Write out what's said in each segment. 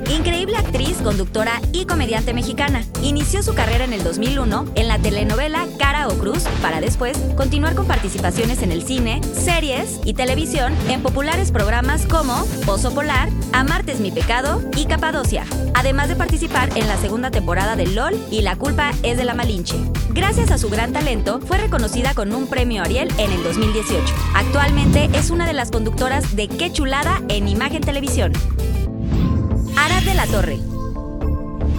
Increíble actriz, conductora y comediante mexicana. Inició su carrera en el 2001 en la telenovela Cara o Cruz para después continuar con participaciones en el cine, series y televisión en populares programas como Pozo Polar, Amarte es mi pecado y Capadocia, además de participar en la segunda temporada de LOL y La culpa es de la Malinche. Gracias a su gran talento, fue reconocida con un premio Ariel en el 2018. Actualmente es una de las conductoras de Qué chulada en Imagen Televisión. Arad de la Torre.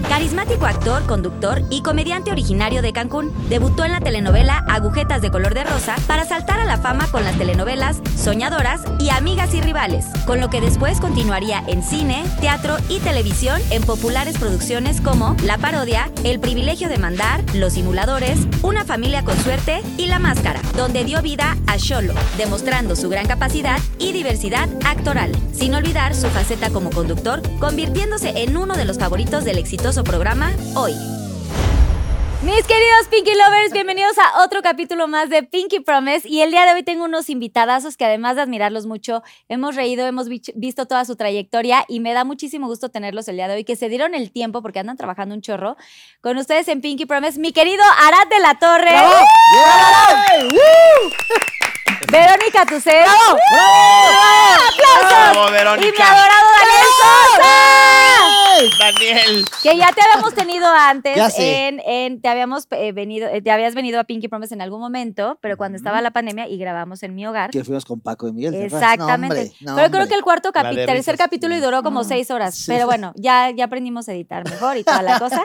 Carismático actor, conductor y comediante originario de Cancún, debutó en la telenovela Agujetas de color de rosa para saltar a la fama con las telenovelas Soñadoras y Amigas y Rivales, con lo que después continuaría en cine, teatro y televisión en populares producciones como La Parodia, El Privilegio de Mandar, Los Simuladores, Una Familia con Suerte y La Máscara, donde dio vida a Sholo, demostrando su gran capacidad y diversidad actoral, sin olvidar su faceta como conductor, convirtiéndose en uno de los favoritos del exitoso programa Hoy. Mis queridos Pinky Lovers, bienvenidos a otro capítulo más de Pinky Promise. Y el día de hoy tengo unos invitadazos que además de admirarlos mucho, hemos reído, hemos vich- visto toda su trayectoria y me da muchísimo gusto tenerlos el día de hoy, que se dieron el tiempo porque andan trabajando un chorro con ustedes en Pinky Promise. Mi querido Arad de la Torre. Verónica Tucet. Bravo, Verónica. Y mi adorado Daniel Sosa. Daniel. Que ya te habíamos tenido antes, eh, Ya sé. en, en- te habíamos eh, venido, eh, te habías venido a Pinky Promise en algún momento, pero cuando estaba la pandemia y grabamos en mi hogar. que fuimos con Paco y Miguel. ¿te acuerdas? No, Exactamente. hombre, pero no, creo que hombre. el cuarto La de capítulo, tercer risas. capítulo y duró como seis horas. Pero bueno, ya, ya aprendimos a editar mejor y toda la cosa.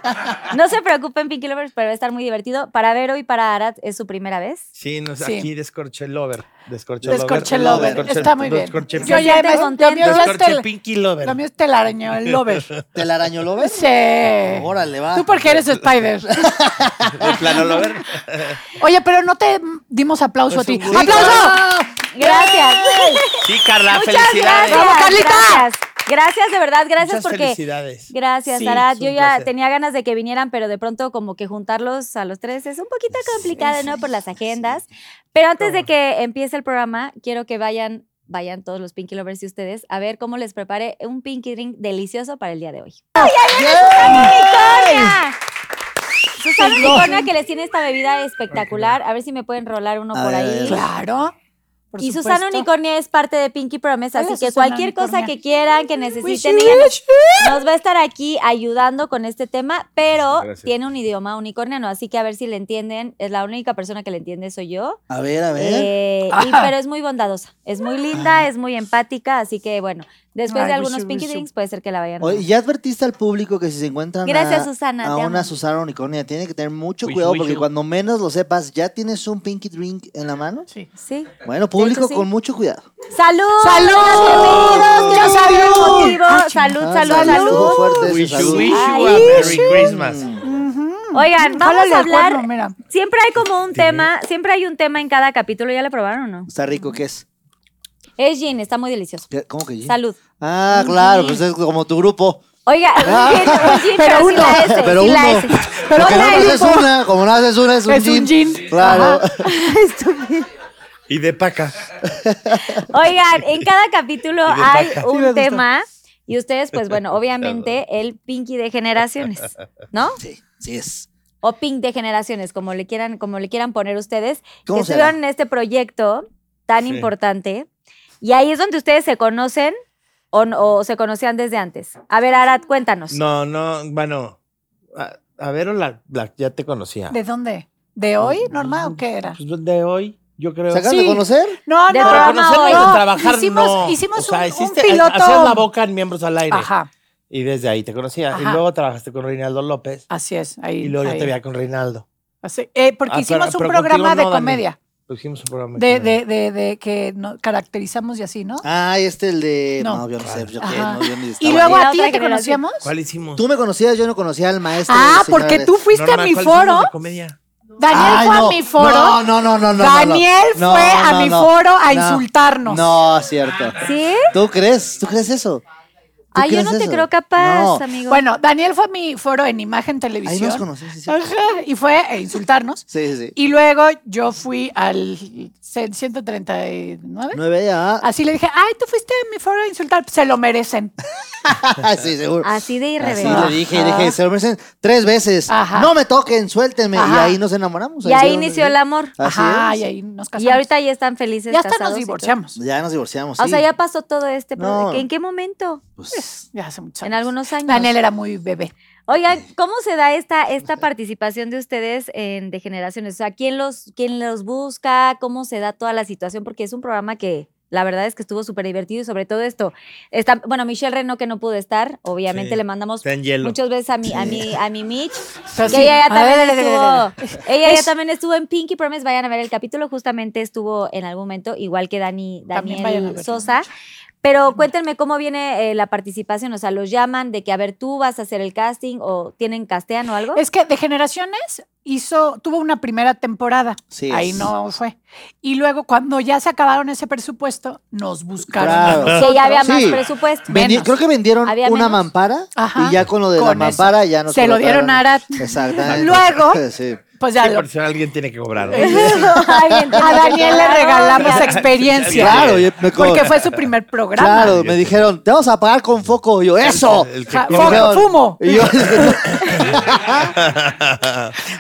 No se preocupen, Pinky Lovers, pero va a estar muy divertido. Para Vero y para Arad es su primera vez. Sí, no, sé, Sí. aquí descorche lover. Descorche lover. Descorche lover. Descorche- Está muy bien. descorche Yo pinky- ya Siente me, contento. lo mío ya es descorche tel- pinky lover. lo mío es telaraño, el lover. ¿Telaraño lo ves? Sí. Órale, va. Tú porque eres Spider. De plano lover. Oye, pero no te dimos aplauso a ti. un gusto. ¡Aplauso! Gracias. Sí, Carla, Muchas felicidades. gracias. ¡Bravo, Carlita! Gracias. Gracias, de verdad, gracias Muchas porque felicidades. Gracias, Sí, Arad. es Yo un ya placer. tenía ganas de que vinieran, pero de pronto como que juntarlos a los tres es un poquito complicado, ¿no? Por las agendas. Pero antes de que empiece el programa, quiero que vayan, vayan todos los Pinky Lovers y ustedes a ver cómo les preparé un Pinky Drink delicioso para el día de hoy. ¡Unicornia! Susana Unicornia que les tiene esta bebida espectacular. A ver si me pueden rolar uno A por ver, a ahí. ver. Claro. por Y Susana supuesto. Unicornia es parte de Pinky Promise, así Hola, que Susana cualquier cosa Unicornia. que quieran, que necesiten, Wish, ella nos- wish. nos va a estar aquí ayudando con este tema, pero Gracias. tiene un idioma unicorniano, así que a ver si le entienden. Es la única persona que le entiende soy yo. A ver, a ver. Eh, y- pero es muy bondadosa, es muy linda, es muy empática, así que bueno, después Ay, de algunos wishy, Pinky wishy. Drinks puede ser que la vayan. a- Oye, ya advertiste al público que si se encuentran Gracias, a, Susana, a te una amo. Susana Unicornia, tiene que tener mucho Uy, cuidado uy, porque uy. cuando menos lo sepas, ¿ya tienes un pinky drink en la mano? Sí. Sí. Bueno, público, sí. con mucho cuidado. ¡Salud! ¡Salud! ¡Bienvenidos! ¡Ya ¡Qué salud! emotivo! Ah, ¡Salud, Ah, salud, Estuvo salud! fuerte ese Wish you, salud. wish you a Ay, Merry Christmas. Oigan, vamos Jálale a el cuerno, hablar. mira. Siempre hay como un tema, siempre hay un tema en cada capítulo. ¿Ya le probaron o no? Está rico, ¿qué es? Es gin, está muy delicioso. ¿Qué- ¿Cómo que gin? Salud. Ah, claro, pues es como tu grupo. Oiga, un gin, un gin, pero, sí la S, pero sí uno. la S. Pero Pero como la no haces hipo. una, como no haces una, es un Es jean. un jean. Claro. Y de paca. Oigan, en cada capítulo Y de hay vaca. Sí, me un gusta. tema y ustedes, pues bueno, obviamente el Pinky de generaciones, ¿no? Sí, sí es. O Pink de generaciones, como le quieran, como le quieran poner ustedes, que ¿Cómo será? estuvieron en este proyecto tan Sí. importante y ahí es donde ustedes se conocen o, no- o se conocían desde antes. A ver, Arad, cuéntanos. No, no, bueno. A, a ver, la, la- ya te conocía. ¿De dónde? ¿De hoy, Norma, o qué era? Pues de hoy, yo creo. ¿Se acaban Sí. de conocer? No, De no, programa no, hoy. no. de trabajar, hicimos, no. Hicimos O sea, un- un, hiciste- piloto. Hacías la boca en miembros al aire. Ajá, Y desde ahí te conocía. Y Ajá. luego trabajaste con Reinaldo López. así es. Ahí, Y luego yo ahí. te veía con Reinaldo. Así- eh, porque Ah, hicimos pero- un pero programa contigo de no, Dani. comedia, Pues hicimos un programa. de, con de, él. de, de que nos caracterizamos y así, ¿no? Ah, este el de. No. No, yo no sé. Yo Ajá. qué, no, yo ni y estaba luego ahí. a La ti otra ya te generación. conocíamos. ¿Cuál hicimos? Tú me conocías, yo no conocía al maestro. Ah, señor porque Alex. tú fuiste Norma, a mi ¿cuál hicimos foro. de comedia? Daniel Ah, fue no, a mi foro. No, no, no, no. no, Daniel no, fue no, a no, mi no, foro a no. insultarnos. Ah, No, cierto. ¿Sí? ¿Tú crees? ¿Tú crees eso? ¿Tú Ay, yo crees no te eso? creo capaz, No. amigo. Bueno, Daniel fue a mi foro en Imagen Ahí Televisión. nos conocimos. Sí, sí. Ajá, y fue a insultarnos. sí, sí, sí. Y luego yo fui al ce- 139. Nueve ah. ya. Así le dije, ay, tú fuiste a mi foro a insultar. Se lo merecen. Ah, sí, seguro. Así de Así irreverente. le dije, le dije, se lo merecen tres veces. Ajá. No me toquen, suéltenme. Y Ajá. ahá ahí nos enamoramos. Y ahí sí, inició el amor. Así Ajá, es. y ahí nos casamos. Y ahorita ya están felices. ya hasta nos casados y todo. divorciamos. Ya nos divorciamos. O sí. sea, ya pasó todo este. pro- No. ¿En qué momento? Pues, Ya hace muchos En años. algunos años. Daniel era muy bebé. Oigan, ¿cómo se da esta, esta participación de ustedes en de generaciones? O sea, ¿quién los, quién los busca? ¿Cómo se da toda la situación? Porque es un programa que la verdad es que estuvo súper divertido y sobre todo esto. Está, bueno, Michelle Reno que no pudo estar, obviamente Sí. le mandamos Está en hielo. muchas veces a mi, a mi, a mi Mitch. Pero Que sí. ella ya A ver, también a ver, a ver, a ver. estuvo. Ella ya Es- también estuvo en Pinky Promise. Vayan a ver el capítulo. Justamente estuvo en algún momento, igual que Dani, También vayan a Daniel verlo. Sosa. Pero cuéntenme cómo viene eh, la participación. O sea, los llaman de que a ver, tú vas a hacer el casting o tienen castean o algo. Es que de generaciones hizo, tuvo una primera temporada. sí. Ahí es. no fue. Y luego, cuando ya se acabaron ese presupuesto, nos buscaron. Claro. a que nosotros. ya había más Sí. presupuesto. Vendi- menos. creo que vendieron ¿Había una menos? mampara Ajá. y ya con lo de Con la eso. mampara ya nos Se lo dieron a Arat. Exactamente. Luego- sí. Pues Sí, ya lo- por si alguien tiene que cobrar. ¿no? Ay, entiendo a que Daniel le cobraron. regalamos experiencia. Claro, yo- me co- Porque fue su primer programa. Claro, me dijeron, te vamos a pagar con foco. Y yo, ¡eso! El que Ja- Y Foco, dijeron- fumo. Y yo,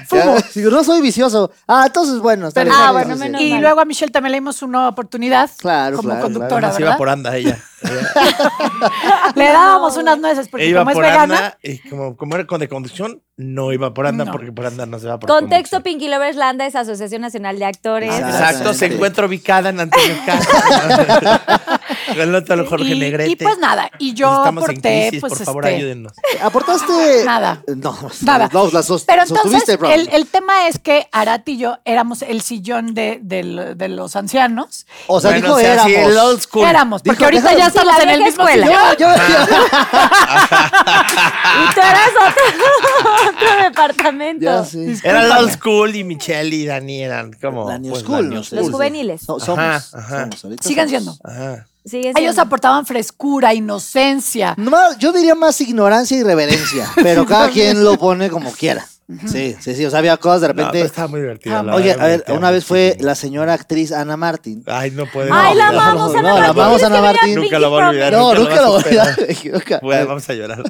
Fumo. Digo, no soy vicioso. Ah, entonces bueno. está Pero- bien. Ah, Sí, bueno, sí, menos sí. y mal. luego a Michelle también le dimos una oportunidad Claro, como claro, conductora, Además, iba ¿verdad? por anda ella. Ella- Le dábamos unas nueces porque Ella E iba como es por vegana, anda y como, como era con de conducción, no iba por anda No. porque por anda no se va por Contexto: conducción. Pinky Lovers Landa es Asociación Nacional de Actores. Exacto. Exacto, se Exactamente. encuentra ubicada en Antioquia. Con el otro Jorge y, Negrete. y pues nada, y yo Estamos en aporté, crisis, pues por favor, este, ayúdennos. ¿Aportaste? Nada. No, Nada. no, la sos- sostuviste Pero entonces, el programa. el, el tema es que Arati y yo éramos el sillón de, del- de los ancianos. O sea, Bueno, dijo, o sea, sí, éramos. el old school. Éramos, Dijo, porque ahorita déjalo- ya Sí, la estamos en el vieja mismo escuela. sillón. Yo- yo- Y tú eras otro, otro departamento. ya sé. Era el old school y Michelle y Dani eran como. La new pues, school, la no new sé. Los Sí, sí. juveniles. So- somos, Ajá, ajá. somos ahorita Sigan somos. siendo. Ajá. Sigue Ellos siendo. aportaban frescura, inocencia. No, yo diría más ignorancia y reverencia, pero cada quien lo pone como quiera. Sí, sí, sí. O sea, había cosas de No, pero repente. estaba muy divertido. la Oye, verdad, a me ver, divertía una vez fue muchísimo. la señora actriz Ana Martín. Ay, no puede. Ay, la No, amamos, no, Ana no, la Martín. amamos, es que Ana vean Martín. Nunca Pinky la voy a Promise. olvidar. No, nunca nunca lo lo vas voy a a superar. olvidar. Bueno, vamos a llorar.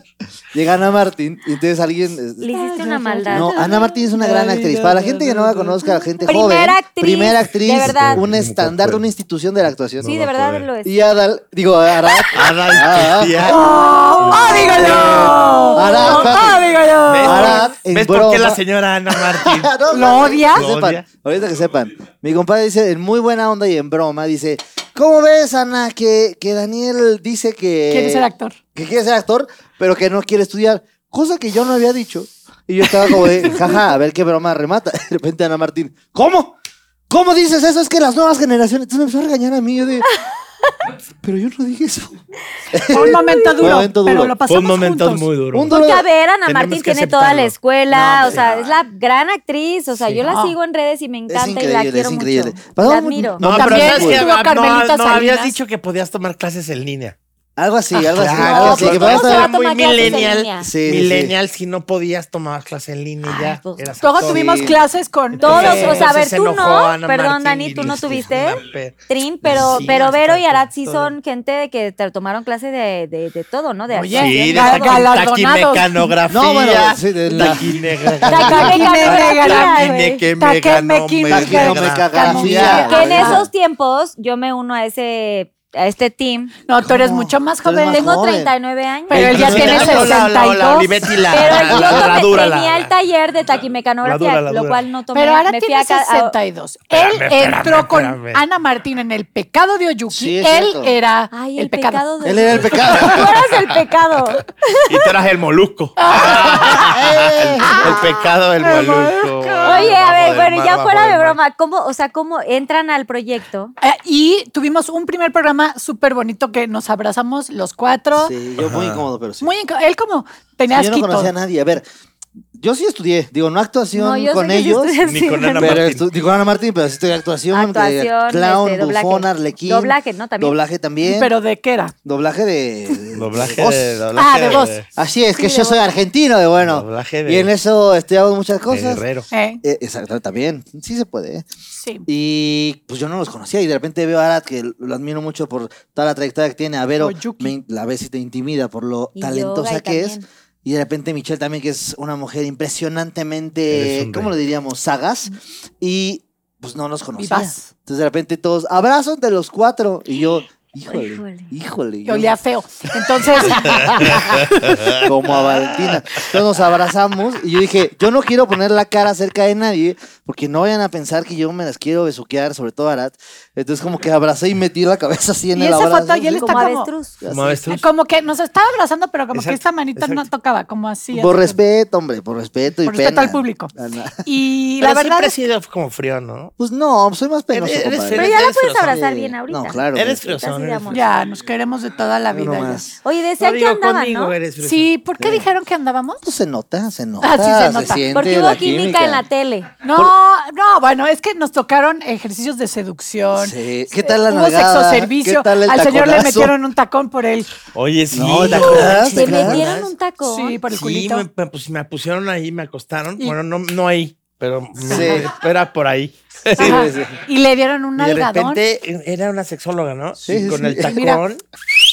Llega Ana Martín y entonces alguien. es- Le hiciste una maldad. No, Ana Martín es una gran actriz. Para la gente que no la conozca, la gente Primera joven. actriz, primera actriz. de verdad. Un estándar de una institución de la actuación. Sí, pues. de No va a verdad lo poder. es. Y Adal, digo, Arat. Adal, tu tía. ¡Ah, dígalo! Ahora, espérate. ¡Ah, dígalo! ¿Ves? Arat, en ¿Ves por qué broma. la señora Ana Martín? No, ¿Lo no, odias? que ¿Lo sepan, odias? ahorita que sepan. Mi compadre dice, en muy buena onda y en broma, dice, ¿cómo ves, Ana, que, que Daniel dice que... ¿Quieres ser actor? Que quiere ser actor, pero que no quiere estudiar. Cosa que yo no había dicho. Y yo estaba como de, jaja, a ver qué broma remata. De repente Ana Martín, ¿cómo? ¿Cómo dices eso? Es que las nuevas generaciones... Entonces me empezó a regañar a mí, yo de... Pero yo no dije eso. Fue un momento duro, momento duro. pero lo Fue pasamos un momento juntos. muy duro. Un Porque a dolor- ver, Ana Tenemos Martín que tiene toda la aceptarlo. escuela, No, o sea, sí. es la gran actriz, o sea, Sí. yo la Ah. sigo en redes y me encanta y la increíble, quiero es increíble. mucho. Pasamos La un- admiro. No, No, también pero sabes que estuvo no, Carmelita no habías Salinas. dicho que podías tomar clases en línea. Algo así, algo así. Claro, algo No, así. pues, que ¿cómo pasa se va a también- tomar muy clases en millennial. línea? Sí, sí, millennial, si no podías tomar clase en línea y ya. Ay, pues, eras Luego actor. tuvimos Sí. clases con Todos, eh, o sea, a ver, Entonces se tú enojó no, Ana perdón, Martín Dani, y ¿tú no les puso tuviste? una per- Trin, pero, Sí, pero hasta Vero y Arat sí todo. son gente de que te tomaron clase de, de, de todo, ¿no? De Oye, actuación, Sí, de todo. gal- taqui- galardonados. taquimecanografía. No, bueno, sí, de la- taquinegra- Taquimecanografía, taquimecanografía, Taquimecanografía. taquimecanografía. Que en esos tiempos yo me uno a ese a este team. No, tú eres ¿Cómo? mucho más Tú eres joven. más Tengo Tengo joven. 39 años. Pero él ya Entonces, tiene hola, hola, hola, 62. Olivetti, la- Pero la- yo la- la tomé- dura, la- tenía el taller de taquimecanografía, La dura, la lo dura. cual no tomé. Pero ahora me fui tiene a ca- a- 62. él espérame, entró con espérame. Ana Martín en El pecado de Oyuki. Sí, es él cierto. era Ay, el, el pecado. pecado. de- Él era el pecado. Tú eras el pecado. Y tú eras el molusco. Ah. el, el pecado del molusco. Oye, a ver, Vamos bueno, del ya mar, fuera de vamos del mar. broma, ¿cómo, o sea, cómo entran al proyecto? Eh, y tuvimos un primer programa súper bonito que nos abrazamos los cuatro. Sí, yo muy incómodo, pero sí. Muy inco- él como tenía yo no asquito. conocía a nadie. A ver, yo sí estudié, digo, no actuación No, yo con sé que sí ellos. estudias Ni con cine. Ana pero Martín. estu- digo Ana Martín, pero sí estudié actuación, Actuación, eh, clown, este, doblaje. bufón, arlequín. Doblaje, ¿no? También. Doblaje también. Pero de qué era. doblaje de. Doblaje de voz. de, Ah, de voz. Así es, que yo soy argentino de bueno. Doblaje de- y en eso estudiamos muchas cosas. Herrero. Eh, Eh, exacto, también. Sí se puede. ¿eh? sí. Y pues yo no los conocía y de repente veo a Arad, que lo admiro mucho por toda la trayectoria que tiene, a Vero, Oh, Yuki. me- la ves y te intimida por lo Y yoga talentosa y que también. es. Y de repente Michelle también, que es una mujer impresionantemente, Eres un ¿cómo rey. lo diríamos? Sagas. Y pues no los conocía. Vivaz. Entonces de repente todos, abrazos de los cuatro. Y yo, híjole, Híjole. híjole. Y yo- olía feo. Entonces, como a Valentina. Entonces nos abrazamos y yo dije, yo no quiero poner la cara cerca de nadie porque no vayan a pensar que yo me las quiero besuquear, sobre todo a Arat. Entonces como que abracé y metí la cabeza así en el Y esa abrazo. foto ya así le Como está como- avestruz. como- Ah, Maestro. como que nos estaba abrazando, pero como que Exacto, esta manita no tocaba, como así. Por así. respeto, hombre, por respeto y Por respeto pena. al público. Ah, no. Y Pero la verdad siempre es has sido como frío, ¿no? Pues no, soy más penoso, Eres- eres- compadre. Pero ya la eres puedes fresa. abrazar bien ahorita. No, claro. Eres pero- friosón, Así de eres amor. friosón. Ya, nos queremos de toda la vida. No ya. más. Oye, No decían que digo andaban, conmigo, ¿no? eres friosón. Sí, ¿por qué Sí. dijeron que andábamos? Pues se nota, se nota. Ah, sí, se se nota. siente Porque la Ah, hubo química en la tele. No, no, bueno, es que nos tocaron ejercicios de seducción. Sí. ¿Qué tal la Hubo nalgada? sexo servicio. ¿Qué tal el Al señor le taconazo? metieron un tacón por el. Oye, sí. No, ¿te acuerdas? Le ¿Te acuerdas? metieron un taco. Sí, por el Sí, culito. me, me pus- me pusieron ahí, me acostaron. Y- Bueno, no, no ahí, pero Sí. era por ahí. Ajá. sí, sí. Y le dieron un Y de algadón. repente eh, era una sexóloga, ¿no? Sí, Y sí, con sí. el tacón, Mira.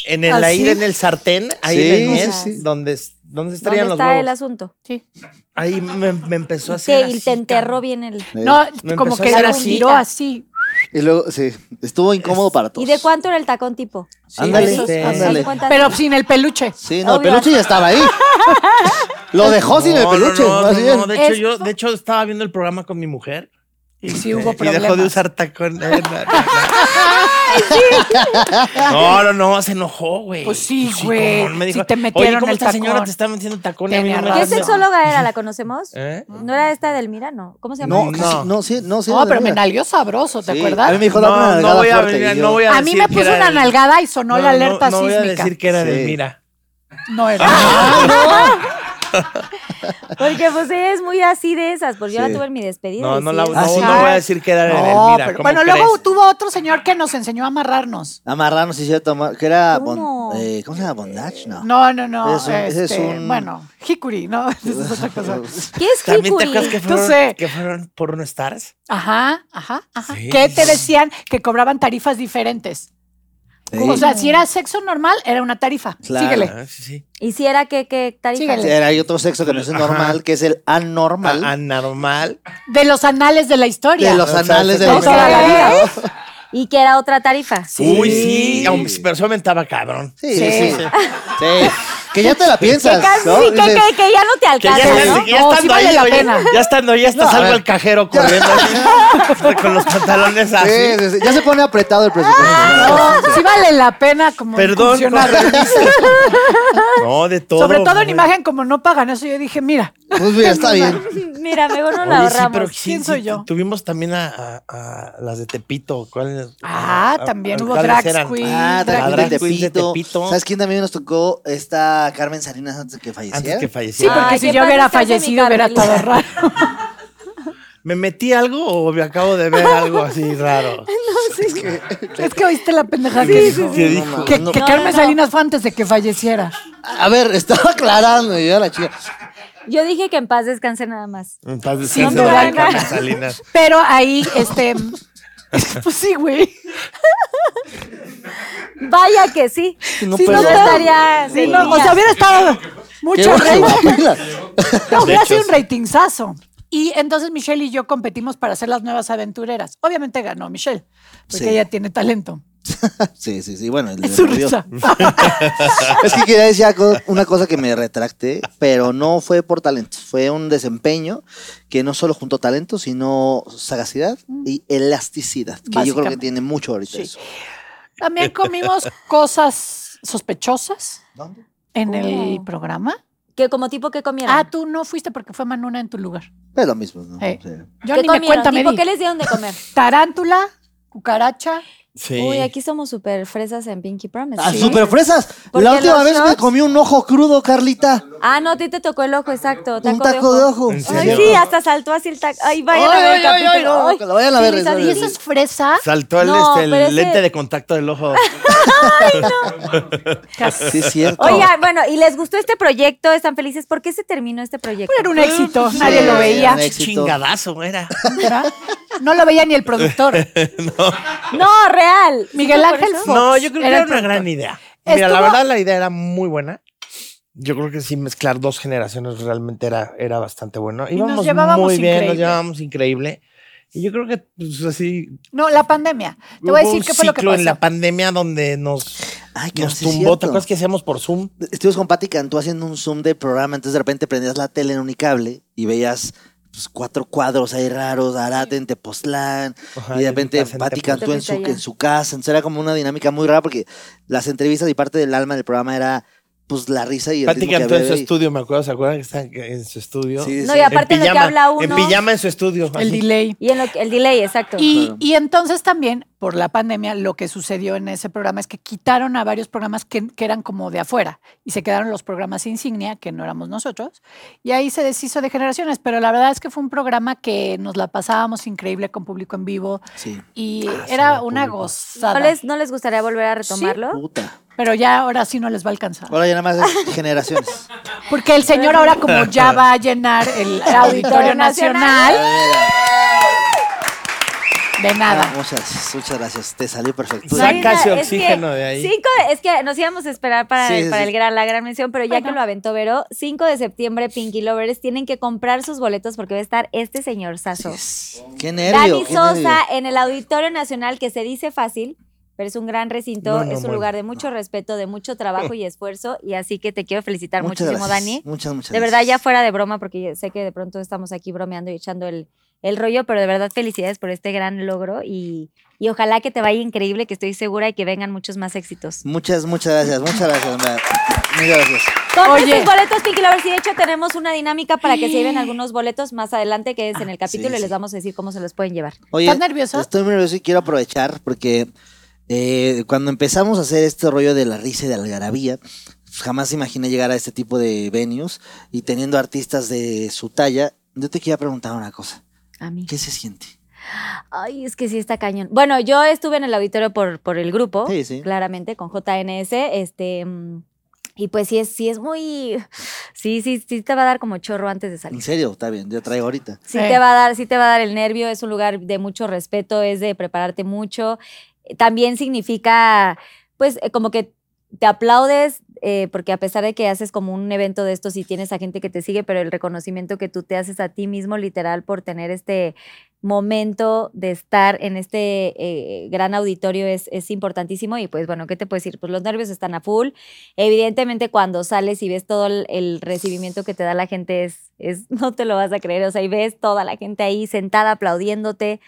en el Así. ahí en el sartén, ahí Sí, en el net, sí, sí. donde donde ¿Dónde estarían pues, los está el huevos. asunto? Sí. Ahí me, me empezó a Que hacer y así. te enterró cabrón. bien el... No, Me como empezó que a hacer lo así. tiró así. Y luego, sí, estuvo incómodo para todos. ¿Y de cuánto era el tacón tipo? Ándale, Sí, sí. ándale. ¿Cuántas- Pero sin el peluche. Sí, no, Obvio. el peluche ya estaba ahí. Lo dejó sin el No, peluche. No, no, más no, bien. no, de hecho Es- yo, de hecho estaba viendo el programa con mi mujer Y sí hubo y dejó de problemas. usar tacón. eh, na- na- No, no, no, se enojó, güey. Pues sí, cómo güey. no, me dijo, Sí te Oye, metieron ¿cómo el esta señora tacón". te está metiendo tacón? Tenía pues, no me ¿Qué razón. hace- sexóloga era? ¿La conocemos? ¿Eh? ¿No era esta del Mira? No. ¿Cómo se llama? No, No. sí, no, sí, no, sí. No, pero de me verdad. nalgueó sabroso, ¿te Sí, acuerdas? A mí me dijo, dame una No, no nalgada voy a fuerte", y venir, yo, no voy a A mí decir me que puso era una del- nalgada y sonó la alerta no, voy a sísmica. decir Ah, que era de Sí. mira. No era. eh, Porque pues ella es muy así de esas. Porque yo Sí. la tuve en mi despedida. No, y no, sí la, es no, así. no voy a decir que era de No, mira. pero- ¿cómo bueno, crees? luego tuvo otro señor que nos enseñó a amarrarnos. Amarrarnos, sí, cierto. amar- Que era. bon- ¿Cómo? eh, ¿Cómo se llama? Bondage, no. No, no, Ese no. es un- ese es este, un- Bueno, Hikuri, ¿no? Esa es otra cosa. ¿Qué es ¿También te acuerdas Hikuri? que fueron, sé. que fueron por no stars? Ajá, ajá, ajá. Sí. Que te decían que cobraban tarifas diferentes. Sí. O sea, si era sexo normal, era una tarifa. Claro. Síguele. Ah, sí, sí. ¿Y si era que, que tarifa? Síguele. Era, hay otro sexo que no es Ajá. normal, que es el anormal. Ah, anormal. De los anales de la historia. de los O sea, anales se de la toca historia. la vida. Sí, ¿Y que era otra tarifa? Uy, sí. aunque- Pero se aumentaba cabrón. Sí, sí, sí. Sí. Que ya te la Que, piensas. casi, ¿no? que, Dices, que- que ya no te Que ya, alcanza, estás- ¿no? que ya No, estando sí vale ahí, la oye, pena. ya estando ahí, hasta No, a salgo ver. al cajero corriendo así, con los pantalones así. sí, sí, sí. Ya se pone apretado el presupuesto. No, sí vale la pena como Perdón. incursionar. con permiso. No, de todo. Sobre todo en güey. imagen, como no pagan eso, yo dije, mira, Pues mira, está bien. Mira, mejor no Oye, la sí, pero ahorramos. sí, ¿Quién sí, soy yo? Tuvimos también a, a- a las de Tepito. ¿Cuál es? Ah, a- también a- hubo ¿cuáles drag eran? queen. Ah, drag también de queen de Tepito. Tepito. ¿Sabes quién también nos tocó? Esta Carmen Salinas antes que Antes falleciera. que Sí, falleciera. porque Ay, si qué yo padre hubiera estás de mi fallecido, hubiera Carmelita. estado raro. Ah, ¿Me metí algo o me acabo de ver algo así raro? No, sí, dije. Es que oíste la pendejada Sí, que sí, dijo. sí. Que, No, que no. Carmen No, no. Salinas fue antes de que falleciera. A ver, estaba aclarando y yo la chica. Yo dije que en paz descanse nada más. Estás Sí, descansando, no te dan Carmen ganas. Salinas. Pero ahí, este. pues sí, güey. Vaya que sí. No, si no, pero- no estaría. Pues Sí, no, o niña. sea, hubiera estado Qué mucho bueno, rating. Pamela. No, hubiera De hecho, sido un sí. ratingzazo. Y entonces Michelle y yo competimos para hacer las nuevas aventureras. Obviamente ganó Michelle, porque Sí. ella tiene talento. Sí, sí, sí. Bueno, el Es su de- risa. Es que quería decir algo- una cosa que me retracté, pero no fue por talento. Fue un desempeño que no solo juntó talento, sino sagacidad y elasticidad, que yo creo Básicamente. que tiene mucho ahorita Sí. eso. También comimos cosas sospechosas ¿Dónde? en el ¿Cómo? programa. Que como tipo que comieron. Ah, tú no fuiste porque fue Manuna en tu lugar. Es lo mismo, ¿no? Hey. Sí. Yo ¿Qué ni me comieron? cuenta, me Tipo, di. ¿qué les dieron de comer? Tarántula, cucaracha. Sí. Uy, aquí somos súper fresas en Pinky Promise. Ah, ¿sí? super fresas. Porque La última los vez me shots- comí un ojo crudo, Carlita. Ah, no, a ti te tocó el ojo, exacto. Un taco de ojo. ¿En Ay, serio? sí, hasta saltó así el taco. Ay, vayan a Ay, ver el ay, ay, capítulo. ay, no, Ay, que lo vayan a ver, sí, eso Lisa, es- ¿Y eso es fresa? Saltó el, No, este, el pero ese- lente de contacto del ojo. Sí, es cierto. Oigan, bueno, ¿y les gustó este proyecto? ¿Están felices? ¿Por qué se terminó este proyecto? Era un éxito, nadie lo sí, veía. un éxito. Ah, Chingadazo era. ¿verdad? No lo veía ni el productor. No, real. ¿Sí Miguel fue por Ángel eso? Fox. No, yo creo que Era era el una gran idea. Mira, la Estuvo- verdad la idea era muy buena. Yo creo que sí mezclar dos generaciones realmente era, era bastante bueno. nos Íbamos llevábamos muy bien, nos increíble. llevábamos increíble. Y yo creo que pues, así No, la pandemia. Te voy a hubo decir un qué fue lo que ciclo pasó. en la pandemia donde nos, Ay, que nos sí es tumbó. ¿Te cierto. acuerdas que hacíamos por Zoom? Estuvimos con Pati Cantú haciendo un Zoom de programa, entonces de repente prendías la tele en Unicable y veías pues, cuatro cuadros ahí raros, Arate en Tepoztlán, Ajá, y de y repente Lucas en Pati Tepoztlán. Cantú en su, Te fuiste allá. en su casa. Entonces era como una dinámica muy rara porque las entrevistas y parte del alma del programa era pues la risa y el ritmo que Prácticamente en había su ahí. estudio, me acuerdo. ¿Se acuerdan que están en su estudio? Sí, No, sí. y aparte en de lo que pijama, habla uno. En pijama en su estudio. El así. delay. Y en lo que- el delay, exacto. Y, Claro. y entonces también, por la pandemia, lo que sucedió en ese programa es que quitaron a varios programas que, que eran como de afuera y se quedaron los programas insignia, que no éramos nosotros, y ahí se deshizo de generaciones, pero la verdad es que fue un programa que nos la pasábamos increíble con público en vivo Sí. y Ah, sí, era el una público. ¿No gozada. les, ¿No les gustaría volver a Sí. retomarlo? Puta. Pero ya ahora sí no les va a alcanzar. Ahora ya nada más es generaciones. Porque el señor ahora como ya va a llenar el Auditorio Nacional, de Ah, nada. muchas, muchas gracias. Te salió perfecto. No, Saca ese Lisa, es oxígeno que de ahí. cinco de- es que nos íbamos a esperar para, Sí, sí, para sí. el gran, la gran mención, pero ya Bueno. que lo aventó Vero, 5 de septiembre, Pinky Lovers tienen que comprar sus boletos porque va a estar este señor Sasso. Yes. Qué Dani nervio. qué nervio. Sosa en el Auditorio Nacional, que se dice fácil, pero es un gran recinto, No, no, es un bueno, lugar de Ah. mucho respeto, de mucho trabajo y esfuerzo, y así que te quiero felicitar Muchas muchísimo, gracias. Dani. Muchas, muchas De verdad, ya gracias. fuera de broma, porque yo sé que de pronto estamos aquí bromeando y echando el, el rollo, pero de verdad felicidades por este gran logro y, y ojalá que te vaya increíble, que estoy segura y que vengan muchos más éxitos. Muchas, muchas gracias. Muchas gracias. Andrea. Muchas gracias. Compren Oye. sus boletos, Pinky Lovers, y de hecho tenemos una dinámica para que se lleven algunos boletos más adelante, que es en el capítulo, y Ah, sí. les vamos a decir cómo se los pueden llevar. Oye, ¿Estás nervioso? Estoy muy nervioso y quiero aprovechar porque eh, cuando empezamos a hacer este rollo de la risa y de la algarabía, pues, jamás imaginé llegar a este tipo de venues y teniendo artistas de su talla. Yo te quería preguntar una cosa. A mí. ¿Qué se siente? Ay, es que sí está cañón. Bueno, yo estuve en el auditorio por, por el grupo, Sí, sí. claramente, con JNS, este, mm, y pues sí es, sí es muy, sí, sí, sí te va a dar como chorro antes de En salir. serio, está bien, yo traigo ahorita. Sí Eh. te va a dar, sí te va a dar el nervio, es un lugar de mucho respeto, es de prepararte mucho. También significa, pues, eh, como que te aplaudes, eh, porque a pesar de que haces como un evento de estos y tienes a gente que te sigue, pero el reconocimiento que tú te haces a ti mismo, literal, por tener este momento de estar en este eh, gran auditorio es, es importantísimo y pues bueno, ¿qué te puedo decir? Pues los nervios están a full, evidentemente cuando sales y ves todo el, el recibimiento que te da la gente es, es no te lo vas a creer, o sea, y ves toda la gente ahí sentada aplaudiéndote.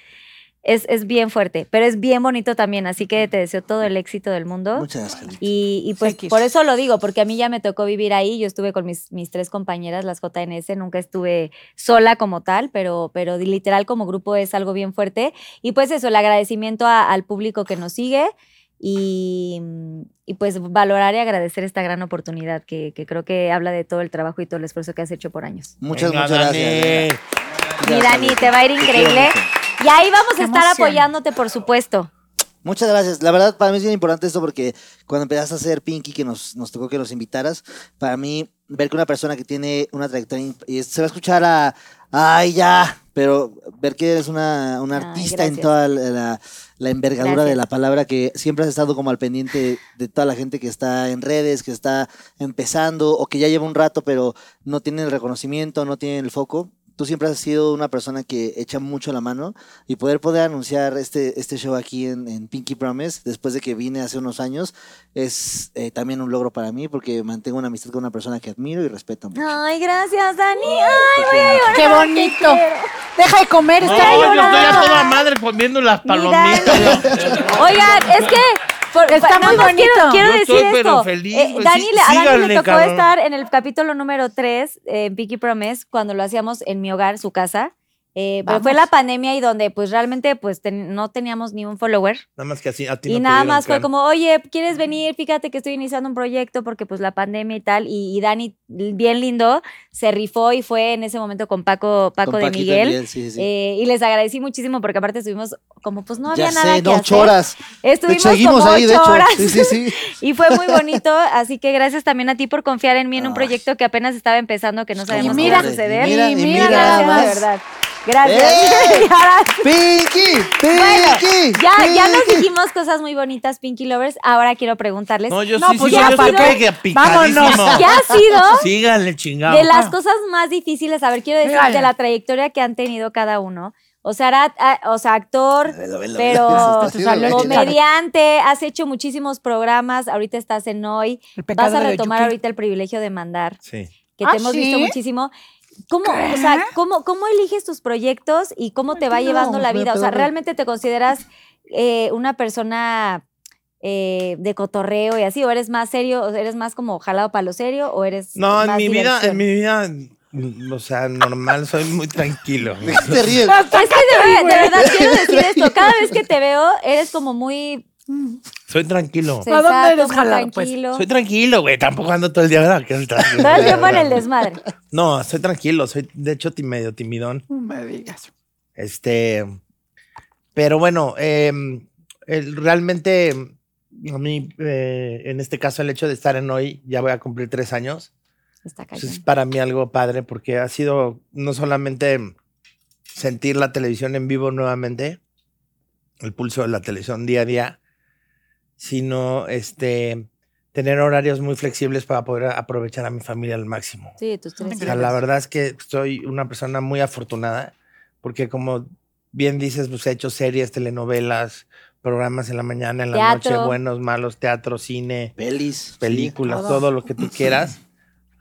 Es, es bien fuerte, pero es bien bonito también, así que te deseo todo el éxito del mundo. Muchas gracias, Carlita. Y, y pues Sequis. por eso lo digo, porque a mí ya me tocó vivir ahí, yo estuve con mis, mis tres compañeras, las JNS, nunca estuve sola como tal, pero, pero literal como grupo es algo bien fuerte. Y pues eso, el agradecimiento a- al público que nos sigue y, y pues valorar y agradecer esta gran oportunidad que, que creo que habla de todo el trabajo y todo el esfuerzo que has hecho por años. Muchas, Venga, muchas Dani. gracias. Muchas Mi Dani, gracias, Carlita. te va a ir Te quiero increíble. mucho. Y ahí vamos Qué a estar emoción. apoyándote, por supuesto. Muchas gracias. La verdad, para mí es bien importante esto porque cuando empezaste a hacer Pinky, que nos, nos tocó que nos invitaras, para mí, ver que una persona que tiene una trayectoria. imp- y se va a escuchar a. ¡Ay, ya! Pero ver que eres una, una Ay, artista en gracias. toda la, la- la envergadura de Gracias. la palabra, que siempre has estado como al pendiente de toda la gente que está en redes, que está empezando o que ya lleva un rato, pero no tiene el reconocimiento, no tiene el foco. Tú siempre has sido una persona que echa mucho la mano y poder poder anunciar este, este show aquí en, en Pinky Promise después de que vine hace unos años es eh, también un logro para mí porque mantengo una amistad con una persona que admiro y respeto mucho. Ay, gracias, Dani. Ay, voy a llorar. ¡Qué bonito! Deja de comer, No, está yo llorando. estoy a toda madre poniendo las Mira. palomitas. Oigan, es que. por- Está pa- nada muy más Quiero, bonito. quiero Yo decir estoy, pero esto. feliz, Eh, güey. Dani, Sí, le- a Dani síganle, le tocó cabrón. estar en el capítulo número 3 en Pinky Promise cuando lo hacíamos en mi hogar, su casa. Eh, pero Vamos. fue la pandemia y donde pues realmente pues ten- no teníamos ni un follower. Nada más que así a ti Y no te nada dieron más fue can. como, oye, ¿quieres venir? Fíjate que estoy iniciando un proyecto porque pues la pandemia y tal. Y, y Dani, bien lindo, se rifó y fue en ese momento con Paco, Paco Con de Paquito y Miguel. sí, sí, sí. Eh, y les agradecí muchísimo porque aparte estuvimos como pues no había ya nada sé, que no, hacer. ocho horas. De Estuvimos hecho, seguimos como ahí, de ocho hecho. horas Sí, sí, sí. y fue muy bonito. Así que gracias también a ti por confiar en mí en un Ay. proyecto que apenas estaba empezando, que no sabemos mira, qué va a suceder. y Ah. mira, Y y mira, mira gracias, nada de más. verdad. Gracias. ¡Eh! Gracias. ¡Pinky! ¡Pinky! Bueno, ya, ya nos Pinky. dijimos cosas muy bonitas, Pinky Lovers. Ahora quiero preguntarles. No, yo No, sí, pues sí, ya yo partió. estoy que picadísimo. ¿Qué ha sido Síganle, chingado. de las cosas más difíciles? A ver, quiero decir, Mírala. de la trayectoria que han tenido cada uno. O sea, era, ah, o sea actor, Velo, velo, Pero- velo, eso está Pues, chido, habló güey. Chingada. comediante, has hecho muchísimos programas, ahorita estás en hoy. Vas El pecado a de retomar Yuki. ahorita el privilegio de mandar, Sí. que ¿Ah, te hemos visto sí? muchísimo. ¿Cómo, o sea, cómo, cómo eliges tus proyectos y cómo te va no, llevando la me vida? O sea, pedo. ¿realmente te consideras eh, una persona eh, de cotorreo y así? ¿O eres más serio? O ¿Eres más como jalado para lo serio? ¿O eres No, en más mi vida, diversión? en mi vida, mm, o sea, normal, soy muy tranquilo. ¿De qué te ríes? Es que de, ver- de verdad quiero decir esto. Cada vez que te veo, eres como muy Soy tranquilo. ¿A dónde sensato, eres muy jalado, pues? tranquilo. Soy tranquilo, güey. Tampoco ando todo el día, ¿verdad? Que soy tranquilo. Todo el tiempo en el desmadre. No, soy tranquilo. Soy, de hecho, ti- medio timidón. No me digas. Este, pero bueno, em, el- realmente a mí, eh, en este caso, el hecho de estar en hoy, ya voy a cumplir tres años. Está pues, cañón. es para mí algo padre porque ha sido no solamente sentir la televisión en vivo nuevamente, el pulso de la televisión día a día, sino este tener horarios muy flexibles para poder aprovechar a mi familia al máximo. Sí, tus tres. O sea, la verdad es que soy una persona muy afortunada, porque como bien dices, pues he hecho series, telenovelas, programas en la mañana, en la Teatro. noche, buenos, malos, teatro, cine, Pelis. películas, Todo. todo lo que tú quieras.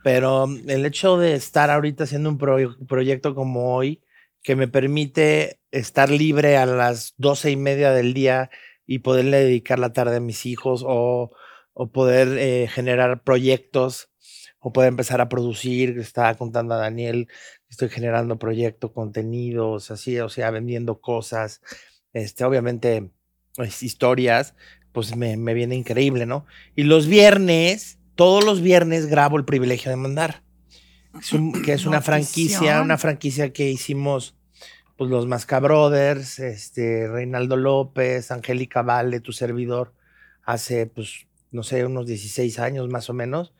Pero mm, el hecho de estar ahorita haciendo un proye- proyecto como hoy, que me permite estar libre a las doce y media del día y poderle dedicar la tarde a mis hijos o, o poder eh, generar proyectos o poder empezar a producir. Estaba contando a Daniel, estoy generando proyectos, contenidos, así, o sea, vendiendo cosas, este, obviamente, pues, historias, pues me, me viene increíble, ¿no? Y los viernes, todos los viernes grabo el privilegio de mandar, es un- que es una franquicia, Notición. una franquicia que hicimos. Pues los Masca Brothers, este, Reinaldo López, Angélica Vale, tu servidor, hace, pues, no sé, unos 16 años más o menos,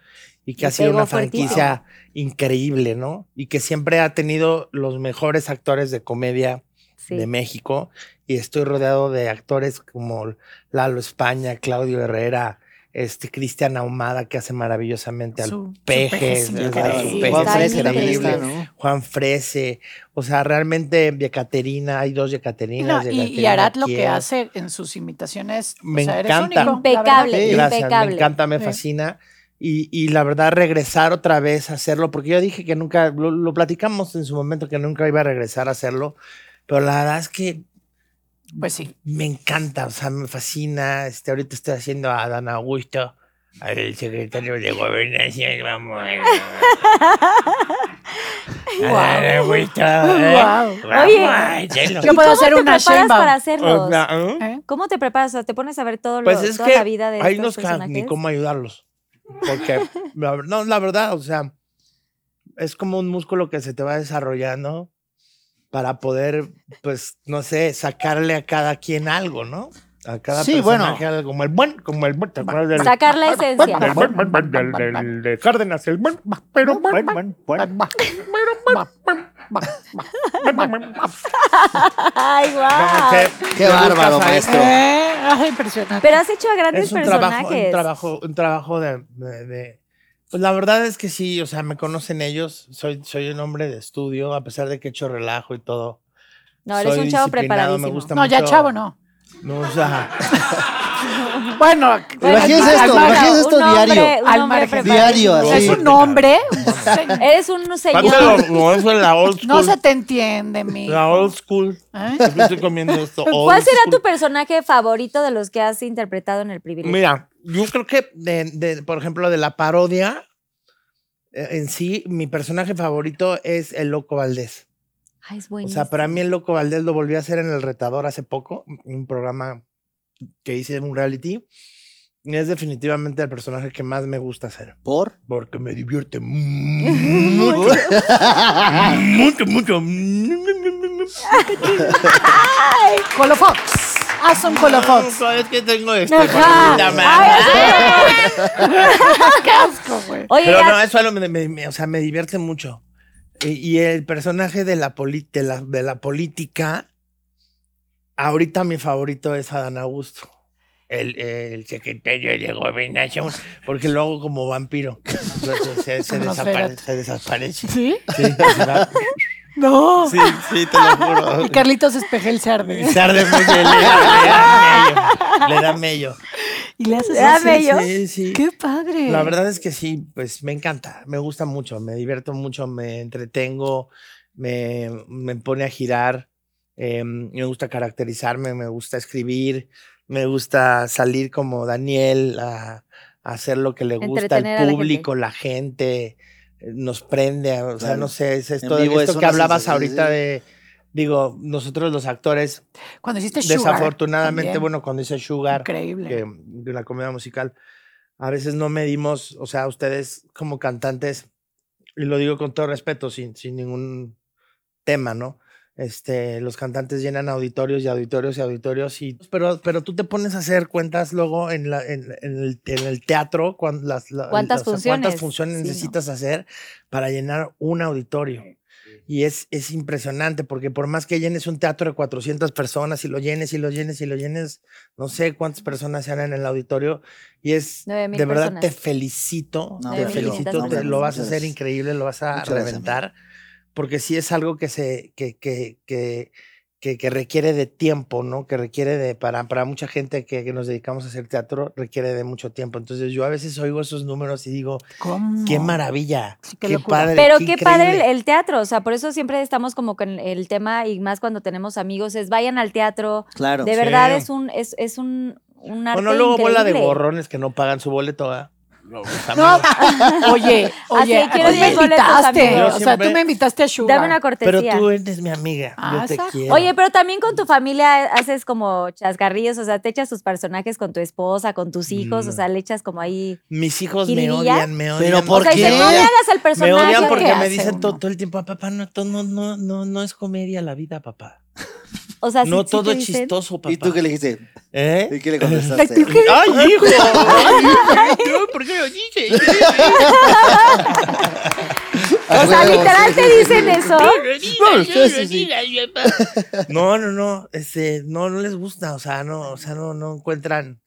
y que Y ha sido una pegó fuertísimo. franquicia increíble, ¿no? Y que siempre ha tenido los mejores actores de comedia Sí. de México, y estoy rodeado de actores como Lalo España, Claudio Herrera, este, Cristian Ahumada, que hace maravillosamente al Su- su peje, peje es ¿verdad? increíble. Su peje Juan Está Fresca también increíble. está, ¿no? Juan Frese, o sea, realmente Caterina, hay dos No, Yecaterinas. y, y Yekaterina Arat lo que Kier. hace en sus imitaciones. Me o sea, eres encanta. único, la Impecable, verdad. Sí. Gracias, impecable. me encanta, me Sí. fascina. Y, y la verdad, regresar otra vez a hacerlo, porque yo dije que nunca, lo, lo platicamos en su momento, que nunca iba a regresar a hacerlo, pero la verdad es que Pues sí. me encanta, o sea, me fascina. Este, ahorita estoy haciendo a Dan Augusto, al secretario de Gobernación, vamos. a Dan Augusto. ¿eh? Guau. Vamos Oye, a hacerlo. yo puedo hacer ¿Cómo te una preparas Sheinbaum. para hacerlos? ¿Eh? ¿Eh? ¿Cómo te preparas? O sea, te pones a ver todo lo, Pues es toda que la vida de ahí estos nos ca- ni personajes. cómo ayudarlos. Porque, la ver- no, la verdad, o sea, es como un músculo que se te va desarrollando para poder, pues, no sé, sacarle a cada quien algo, ¿no? A cada Sí, personaje, bueno. algo como el buen, como el buen, ¿te acuerdas del- Sacar la esencia. del buen, buen, buen, del- del- de Cárdenas, el buen, pero buen, buen, buen. Ay, Como guau. que Qué le bárbaro, buscas a maestro. Eh, ay, impresionante. Pero has hecho a grandes es un trabajo, un personajes. trabajo, un trabajo de, de- de- Pues la verdad es que sí, o sea, me conocen ellos. Soy, soy un hombre de estudio, a pesar de que he hecho relajo y todo. no, eres Soy un chavo disciplinado, preparadísimo. me gusta No, ya mucho- chavo no. No, o sea, Bueno, Bueno, Imagínense al- esto, al- imagínense un esto hombre- diario. un Al hombre margen. preparadísimo. Diario, o sea, es así. un hombre. se- Eres un señor. pásalo, no, eso es la old school. No se te entiende, mi. La old school. ¿Eh? Siempre estoy comiendo esto. ¿Cuál old será school. tu personaje favorito de los que has interpretado en el privilegio? Mira, yo creo que, de, de, por ejemplo, de la parodia eh, en sí, mi personaje favorito es el Loco Valdés. Ay, es O buenísimo. sea, para mí el Loco Valdés lo volví a hacer en El Retador hace poco, un programa que hice en un reality. Y es definitivamente el personaje que más me gusta hacer, ¿Por? porque me divierte mucho, mucho, mucho. Colofox. Haz un Colofox. Es que tengo este. Ajá. maldita madre. Ay, es- ¡Qué asco, güey! Oye, Pero ya- no, eso me, me- me- o sea, me divierte mucho. Y, y el personaje de la, poli- de, la, de la política, ahorita mi favorito es Adán Augusto. El, el secretario de gobernación, porque lo hago como vampiro. Entonces, se, se Como desapare- Nosferatu. se desaparece. ¿Sí? Sí, se va. No. sí, sí, te lo juro. Y Carlitos Espejel se arde. Tarde mucho, le, da- le da mello. Le da mello. Y le haces Ya así. me- ¿Mello? Sí, sí. Ah, ¡Qué padre! La verdad es que sí, pues me encanta, me gusta mucho, me divierto mucho, me entretengo, me, me pone a girar, eh, me gusta caracterizarme, me gusta escribir, me gusta salir como Daniel a, a hacer lo que le gusta Entretener a al la público, la gente, eh, nos prende, o sea, Claro. no sé, es En esto, vivo esto que es una hablabas sensación, ahorita sí. de, digo, nosotros los actores, Cuando hiciste Sugar. desafortunadamente, también. bueno, cuando dice Sugar, Increíble. que, de la comedia musical, a veces no medimos, o sea, ustedes como cantantes, y lo digo con todo respeto, sin, sin ningún tema, ¿no? Este, los cantantes llenan auditorios y auditorios y auditorios, y, Pues, pero, pero tú te pones a hacer cuentas luego en, la, en, en el, en el teatro, cuán- las, la- ¿Cuántas o sea, funciones? cuántas funciones Sí, ¿no? necesitas hacer para llenar un auditorio. Y es, es impresionante porque por más que llenes un teatro de 400 personas y lo llenes y lo llenes y lo llenes, no sé cuántas personas sean en el auditorio y es Nueve mil de verdad te personas. felicito, No, te hombre, felicito, no, te- hombre, lo vas a muchas hacer gracias. increíble, lo vas a Muchas gracias, amigo. reventar porque sí es algo que se que, que, que, que, que requiere de tiempo, ¿no? Que requiere de para para mucha gente que, que nos dedicamos a hacer teatro requiere de mucho tiempo. Entonces yo a veces oigo esos números y digo, ¿Cómo? qué maravilla, Sí, qué qué, locura. padre, Pero qué padre el, increíble". el teatro, o sea, por eso siempre estamos como con el tema y más cuando tenemos amigos, es vayan al teatro. Claro. De Ah, Sí. verdad es un, es, es un, un arte Bueno, luego bola de increíble. gorrones que no pagan su boleto. ¿verdad? No. Oye, oye, Así, quiero tú me diez boletos, invitaste. amigos. O sea, tú me invitaste a Sugar. Dame una Pero cortesía. tú eres mi amiga. Ah, yo te exacto. quiero. Oye, pero también con tu familia haces como chascarrillos, o sea, te echas tus personajes con tu esposa, con tus hijos, o Mm. sea, le echas como ahí. mis hijos me ¿Jiribilla? odian, me odian. Pero ¿por o sea, dices, qué? no le hagas al Me personaje. odian ¿qué porque me hace dicen to- uno? todo el tiempo, "Ah, papá, no, to- no, no, no, no es comedia la vida, papá. O sea, sí- no sí todo te es dicen. chistoso, papá. ¿Y tú qué le dijiste? ¿Y ¿Eh? qué le contestaste? ¡Ay, hijo! ¡Ay, hijo! ¿Por qué lo dije? Ah, O sea, literal te dicen eso. No, no, no, este, no, no les gusta, o sea, no, o sea, no, no encuentran,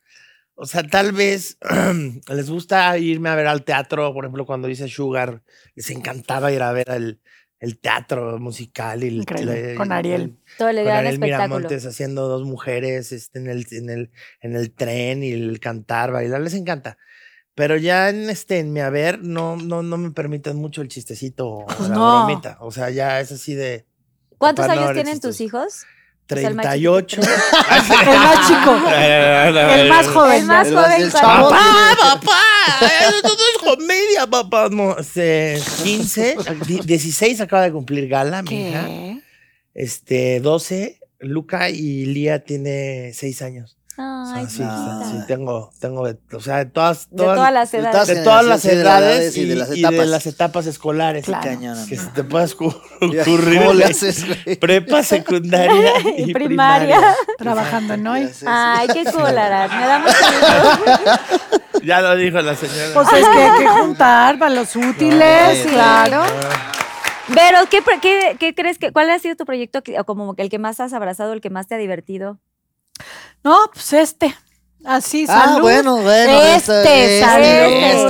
o sea, tal vez les gusta irme a ver al teatro, por ejemplo, cuando hice Sugar, les encantaba ir a ver el, el teatro musical y el, Increíble, el- con Ariel. el- Todo le con dan Ariel espectáculo. Miramontes haciendo dos mujeres este, en, el, en, el, en el tren y el cantar, bailar, les encanta. Pero ya en, este, en mi haber no, no, no me permiten mucho el chistecito o Pues la no. bromita. O sea, ya es así de ¿Cuántos Papá, no, años eres tienen tus chistoso. hijos? sea, el más chiquito, 38. El más chico. El más joven. Pues El más El más- joven. el ¿cuántos? chavo. ¡Papá, ¡Eh, papá! Eso todo es comedia, papá. No, este, 15, di- 16 acaba de cumplir Gala, mi hija. ¿Qué? Este, 12, Luca y Lía tiene 6 años. Ay, Ay, Así, chiquita. sí, tengo, tengo, de- o sea, de todas, De todas, todas las de edades. de todas las generaciones, de las edades edades y, y de las etapas, escolares. Claro. Cañón, Que amigo. se te pueda escu- Ya, ocurrir ¿Cómo le güey. haces, güey? prepa, secundaria Y y primaria. primaria. Trabajando, ¿no? Ya Y- sé, sí. Ay, qué cool, Arad. Me da mucho gusto. Ya lo dijo la señora. Pues es que hay que juntar para los útiles, Sí. claro. Pero, ¿qué, pro- qué, qué crees que, cuál ha sido tu proyecto que- o como el que más has abrazado, el que más te ha divertido? No, pues este. Así, Ah, salud. bueno, bueno. esta- Este, esta, salud,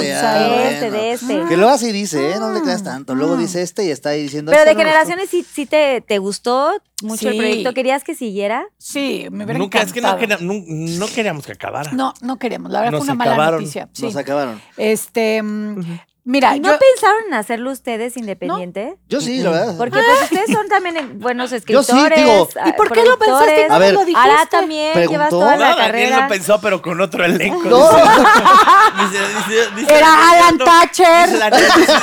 este, ah, salud. este, bueno. de este. Que luego así dice, ¿eh? No le creas tanto. Luego dice este y está ahí diciendo. Pero este de no me generaciones sí, sí te, te gustó mucho el Sí. proyecto. ¿Querías que siguiera? Sí, me hubiera Nunca, es que no, quería- encantado. nun- no queríamos que acabara. No, no queríamos. La verdad Nos fue una mala acabaron, noticia. gustó. Sí. Nos acabaron. Este, mm, mira, ¿Y yo, no pensaron en hacerlo ustedes independiente? Yo sí, la verdad. Porque pues ustedes son también eh, bunos Ah. Yo escritores. sí, digo, ah, ¿Y por qué lo pensaste? productores. A ver, ¿Cómo lo dijiste? Ara también, llevas ¿Preguntó? toda No, la Daniel carrera. lo pensó, pero con otro elenco. No. Dice, dice- dice- Era dice- Alan no, Thatcher. dice Daniel, dice-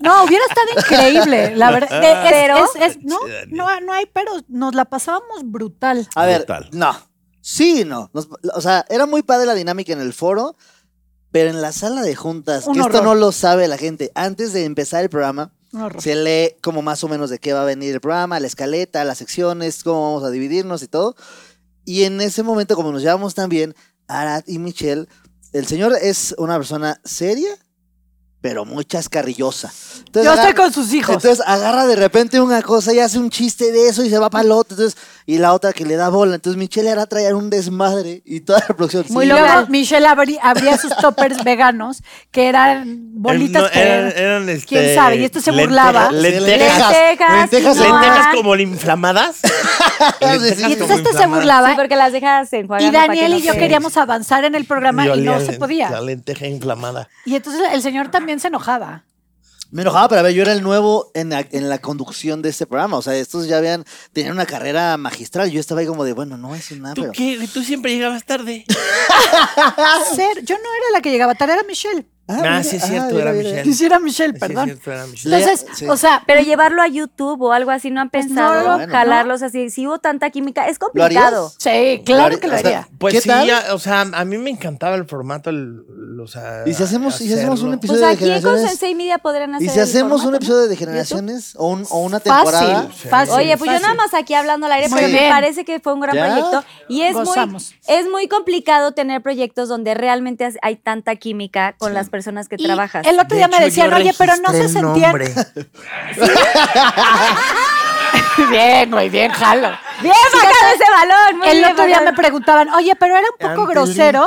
no, hubiera estado increíble, la verdad. De- es- Pero- es- es- no, Ah, Sí, Daniel. no, no hay pero, nos la pasábamos brutal. A ver, Brutal. no. Sí, y no. Nos- o sea, era muy padre la dinámica en el foro, pero en la sala de juntas, Un que esto horror. no lo sabe la gente, antes de empezar el programa, Un horror. se lee como más o menos de qué va a venir el programa, la escaleta, las secciones, cómo vamos a dividirnos y todo. Y en ese momento, como nos llevamos tan bien, Arad y Michelle, el señor es una persona seria, pero muy chascarrillosa. Entonces, Yo agar- estoy con sus hijos. entonces agarra de repente una cosa y hace un chiste de eso y se va para el otro. Entonces, y la otra que le da bola. Entonces Michelle hará traer un desmadre y toda la producción. Muy sí, luego claro. Michelle abrí- abría sus toppers veganos, que eran bolitas No, que eran- eran, este, quién sabe, y esto se lente- burlaba. Lentejas. Lentejas, lentejas, quinoa. Lentejas como inflamadas. Lentejas sí. Y como entonces este se inflamadas. burlaba. Sí, porque las dejas enjuagando y para que Daniel no y yo se- queríamos avanzar en el programa y, no olía se la- podía. La lenteja inflamada. Y entonces el señor también se enojaba. Me enojaba, pero a ver, yo era el nuevo en la, en la conducción de este programa. O sea, estos ya habían, tenían una carrera magistral. Yo estaba ahí como de, bueno, no es nada, Ah, ¿Tú pero. qué? Tú siempre llegabas tarde. Ser- yo no era la que llegaba tarde, era Michelle. Ah, mira, sí, es ah, cierto, mira, era mira. Michelle. Sí, era Michelle, Sí, perdón. es cierto, era Michelle. Entonces, Sí. o sea, Pero llevarlo a YouTube o algo así, ¿no han Pues no, pensado bueno. jalarlos así? Si hubo tanta química, es ¿Lo complicado. harías? sí, claro Lo que lo haría- o sea, haría. Pues ¿Qué sí, tal? a- o sea, a mí me encantaba el formato. el- el- o sea, ¿Y si hacemos- y si hacemos hacerlo. un Pues episodio? de aquí con generaciones. Sensei Media podrían hacer ¿Y si el hacemos formato, un ¿no? episodio de generaciones o, un- o una temporada? Fácil, fácil. Oye, pues yo nada fácil. más aquí hablando al aire, Muy pero me bien. parece que fue un gran Ya. proyecto. Y es muy, Gozamos. es muy complicado tener proyectos donde realmente has- hay tanta química con las personas que Y trabajas. El otro De día me hecho, decían, yo oye, pero no se registré el sentían. nombre. bien, güey, bien, jalo. ¡Bien bajado ese balón! Muy El bien otro día me bajado. preguntaban, oye, pero era un poco Ante grosero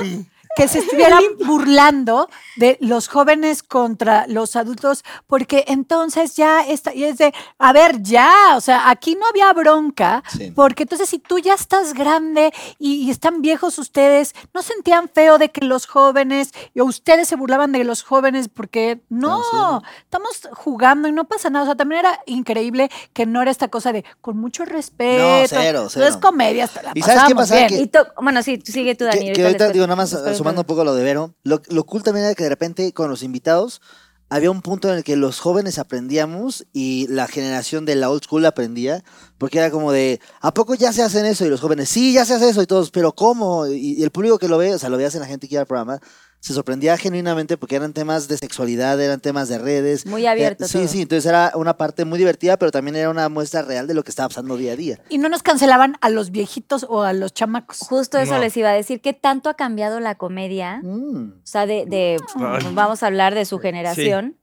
que se estuvieran burlando de los jóvenes contra los adultos, porque entonces ya está, y es de, a ver, ya, o sea, aquí no había bronca, Sí. porque entonces si tú ya estás grande y, y están viejos ustedes, ¿no sentían feo de que los jóvenes, o ustedes se burlaban de los jóvenes? Porque no, No, estamos jugando y no pasa nada, o sea, también era increíble que no era esta cosa de, con mucho respeto, cero, no cero. es comedia, hasta la ¿Y sabes qué pasamos pasaba? Que- bien. Y to- bueno, sí, tú sigue tú, Que- Daniel. que ahorita, les digo, cuento. nada más Les cuento. sumando un poco lo de Vero, lo, lo cool también era que de repente con los invitados había un punto en el que los jóvenes aprendíamos y la generación de la old school aprendía, porque era como de, ¿a poco ya se hacen eso? Y los jóvenes, sí, ya se hace eso, y todos, pero ¿cómo? Y, y el público que lo ve, o sea, lo veías en la gente que iba al programa, se sorprendía genuinamente porque eran temas de sexualidad, eran temas de redes. Muy abierto Eh, sí, todo. sí, entonces era una parte muy divertida, pero también era una muestra real de lo que estaba pasando día a día. Y no nos cancelaban a los viejitos o a los chamacos. Justo eso No. les iba a decir. ¿Qué tanto ha cambiado la comedia? Mm. O sea, de, de- Ay. vamos a hablar de su generación.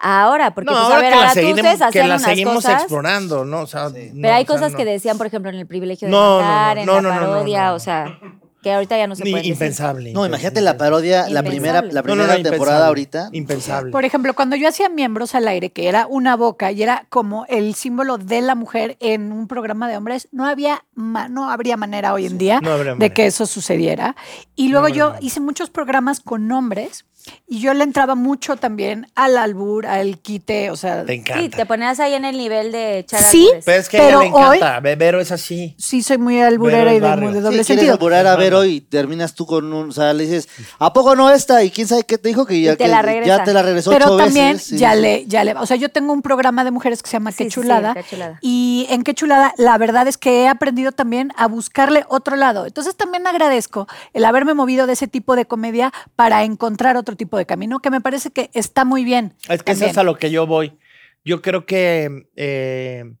Ahora, porque No, pues, a ahora ver, que la ahora tú seguiremos- ustedes que hacían la unas seguimos cosas. explorando, ¿no? O sea, Pero hay cosas que decían, por ejemplo, en el privilegio de No, no, matar, no, no, en no, la no, no, parodia, no. o sea, que ahorita ya no se puede impensable. No, imagínate la parodia, la Impensable. primera, la No, no, primera no, temporada impensable. ahorita. Impensable. Por ejemplo, cuando yo hacía miembros al aire, que era una boca y era como el símbolo de la mujer en un programa de hombres, no había ma- no habría manera hoy en día no habría de manera. que eso sucediera. Y luego No habría yo manera. hice muchos programas con hombres y yo le entraba mucho también al albur, al quite, o sea, Te decir. Sí, encanta. te ponías ahí en el nivel de echar Sí, árboles. Pero es que a ella pero le encanta. Ve- Vero es así. sí soy muy alburera Pero y el de, barrio. de Sí, doble Sí, quieres sentido. apurar a Vero y terminas tú con un, o sea, le dices, ¿a poco no esta? Y quién sabe qué te dijo que ya, te que la regresa. ya te la regresó Pero ocho también veces. Sí, ya sí. le, ya le, o sea, yo tengo un programa de mujeres que se llama Sí, Qué sí, sí, Chulada Qué chulada. y Y en qué chulada, la verdad es que he aprendido también a buscarle otro lado. Entonces también agradezco el haberme movido de ese tipo de comedia para encontrar otro tipo de camino, que me parece que está muy bien. Es que eso también. es a lo que yo voy. Yo creo que eh,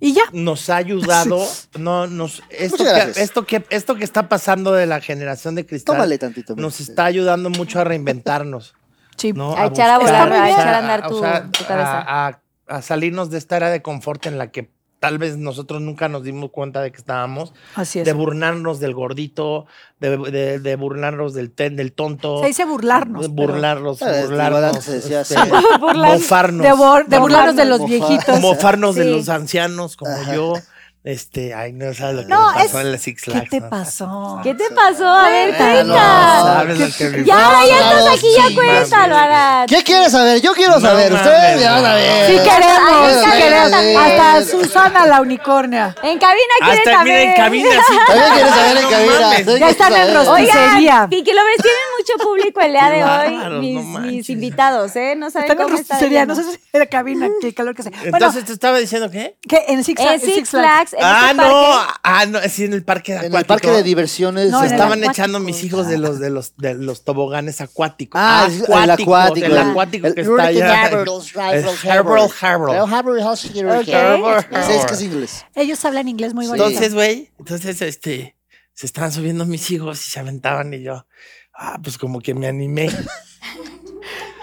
Y ya, nos ha ayudado. No, nos, esto, Muchas que, gracias. esto, que, esto que está pasando de la generación de cristal "Pues, Tómale tantito. mira. nos está ayudando mucho a reinventarnos. sí. ¿no? A echar a buscar, volar, a o sea, echar a andar tu- o sea, tu cabeza. A, a- a salirnos de esta área de confort en la que tal vez nosotros nunca nos dimos cuenta de que estábamos, Así es. de burlarnos del gordito, de, de- de burlarnos del, ten- del tonto. Se dice burlarnos. de pero- burlarnos, Ah, este, burlarnos, Iván se decía este, así. Burlan- mofarnos, de, bor- de mofarnos, burlarnos de los Mojar. viejitos. mofarnos de Sí. los ancianos como Ajá. yo. Este, ay, no sabes lo que No, me pasó es- en la Six ¿Qué Flags. te ¿no? pasó? Ah, ¿Qué te pasó? A ver, Ah, no, cuenta. ¿Sabes lo que me Ya, ahora ya Vamos, estás aquí, ya sí, cuéntalo, mames. Agat. ¿Qué quieres saber? Yo quiero No saber. mames, Ustedes ya van a no. ver. Sí queremos, Ay, sí ay, queremos. ay, Hasta ay. Susana la unicornia. En cabina quiere Hasta Ah, mira en saber. cabina. sí. También quieres saber en No cabina. mames. Ustedes Ya quieren están en saber. rostro. Pizzería. Oigan, Pinky Lovers, tienen mucho público el día Qué de bárbaros, hoy. no Mis, manches. mis invitados, ¿eh? No saben Está con cómo está. rosticería, de no lleno. sé si era cabina, qué calor que sea. Bueno, Entonces te estaba diciendo qué? que en Six, Flags- En Six Flags, en Ah, este parque, no, ah, no, sí, en el parque En el acuático. parque de diversiones. No, Se en el estaban acuático. echando mis hijos de los de los de los toboganes acuáticos. Ah, es- el acuático. El acuático que está allá. Es Herbal Harbor. Seis que es inglés. Ellos hablan inglés muy bonito. Entonces, güey, entonces este se estaban subiendo mis hijos y se aventaban y yo, ah, pues como que me animé.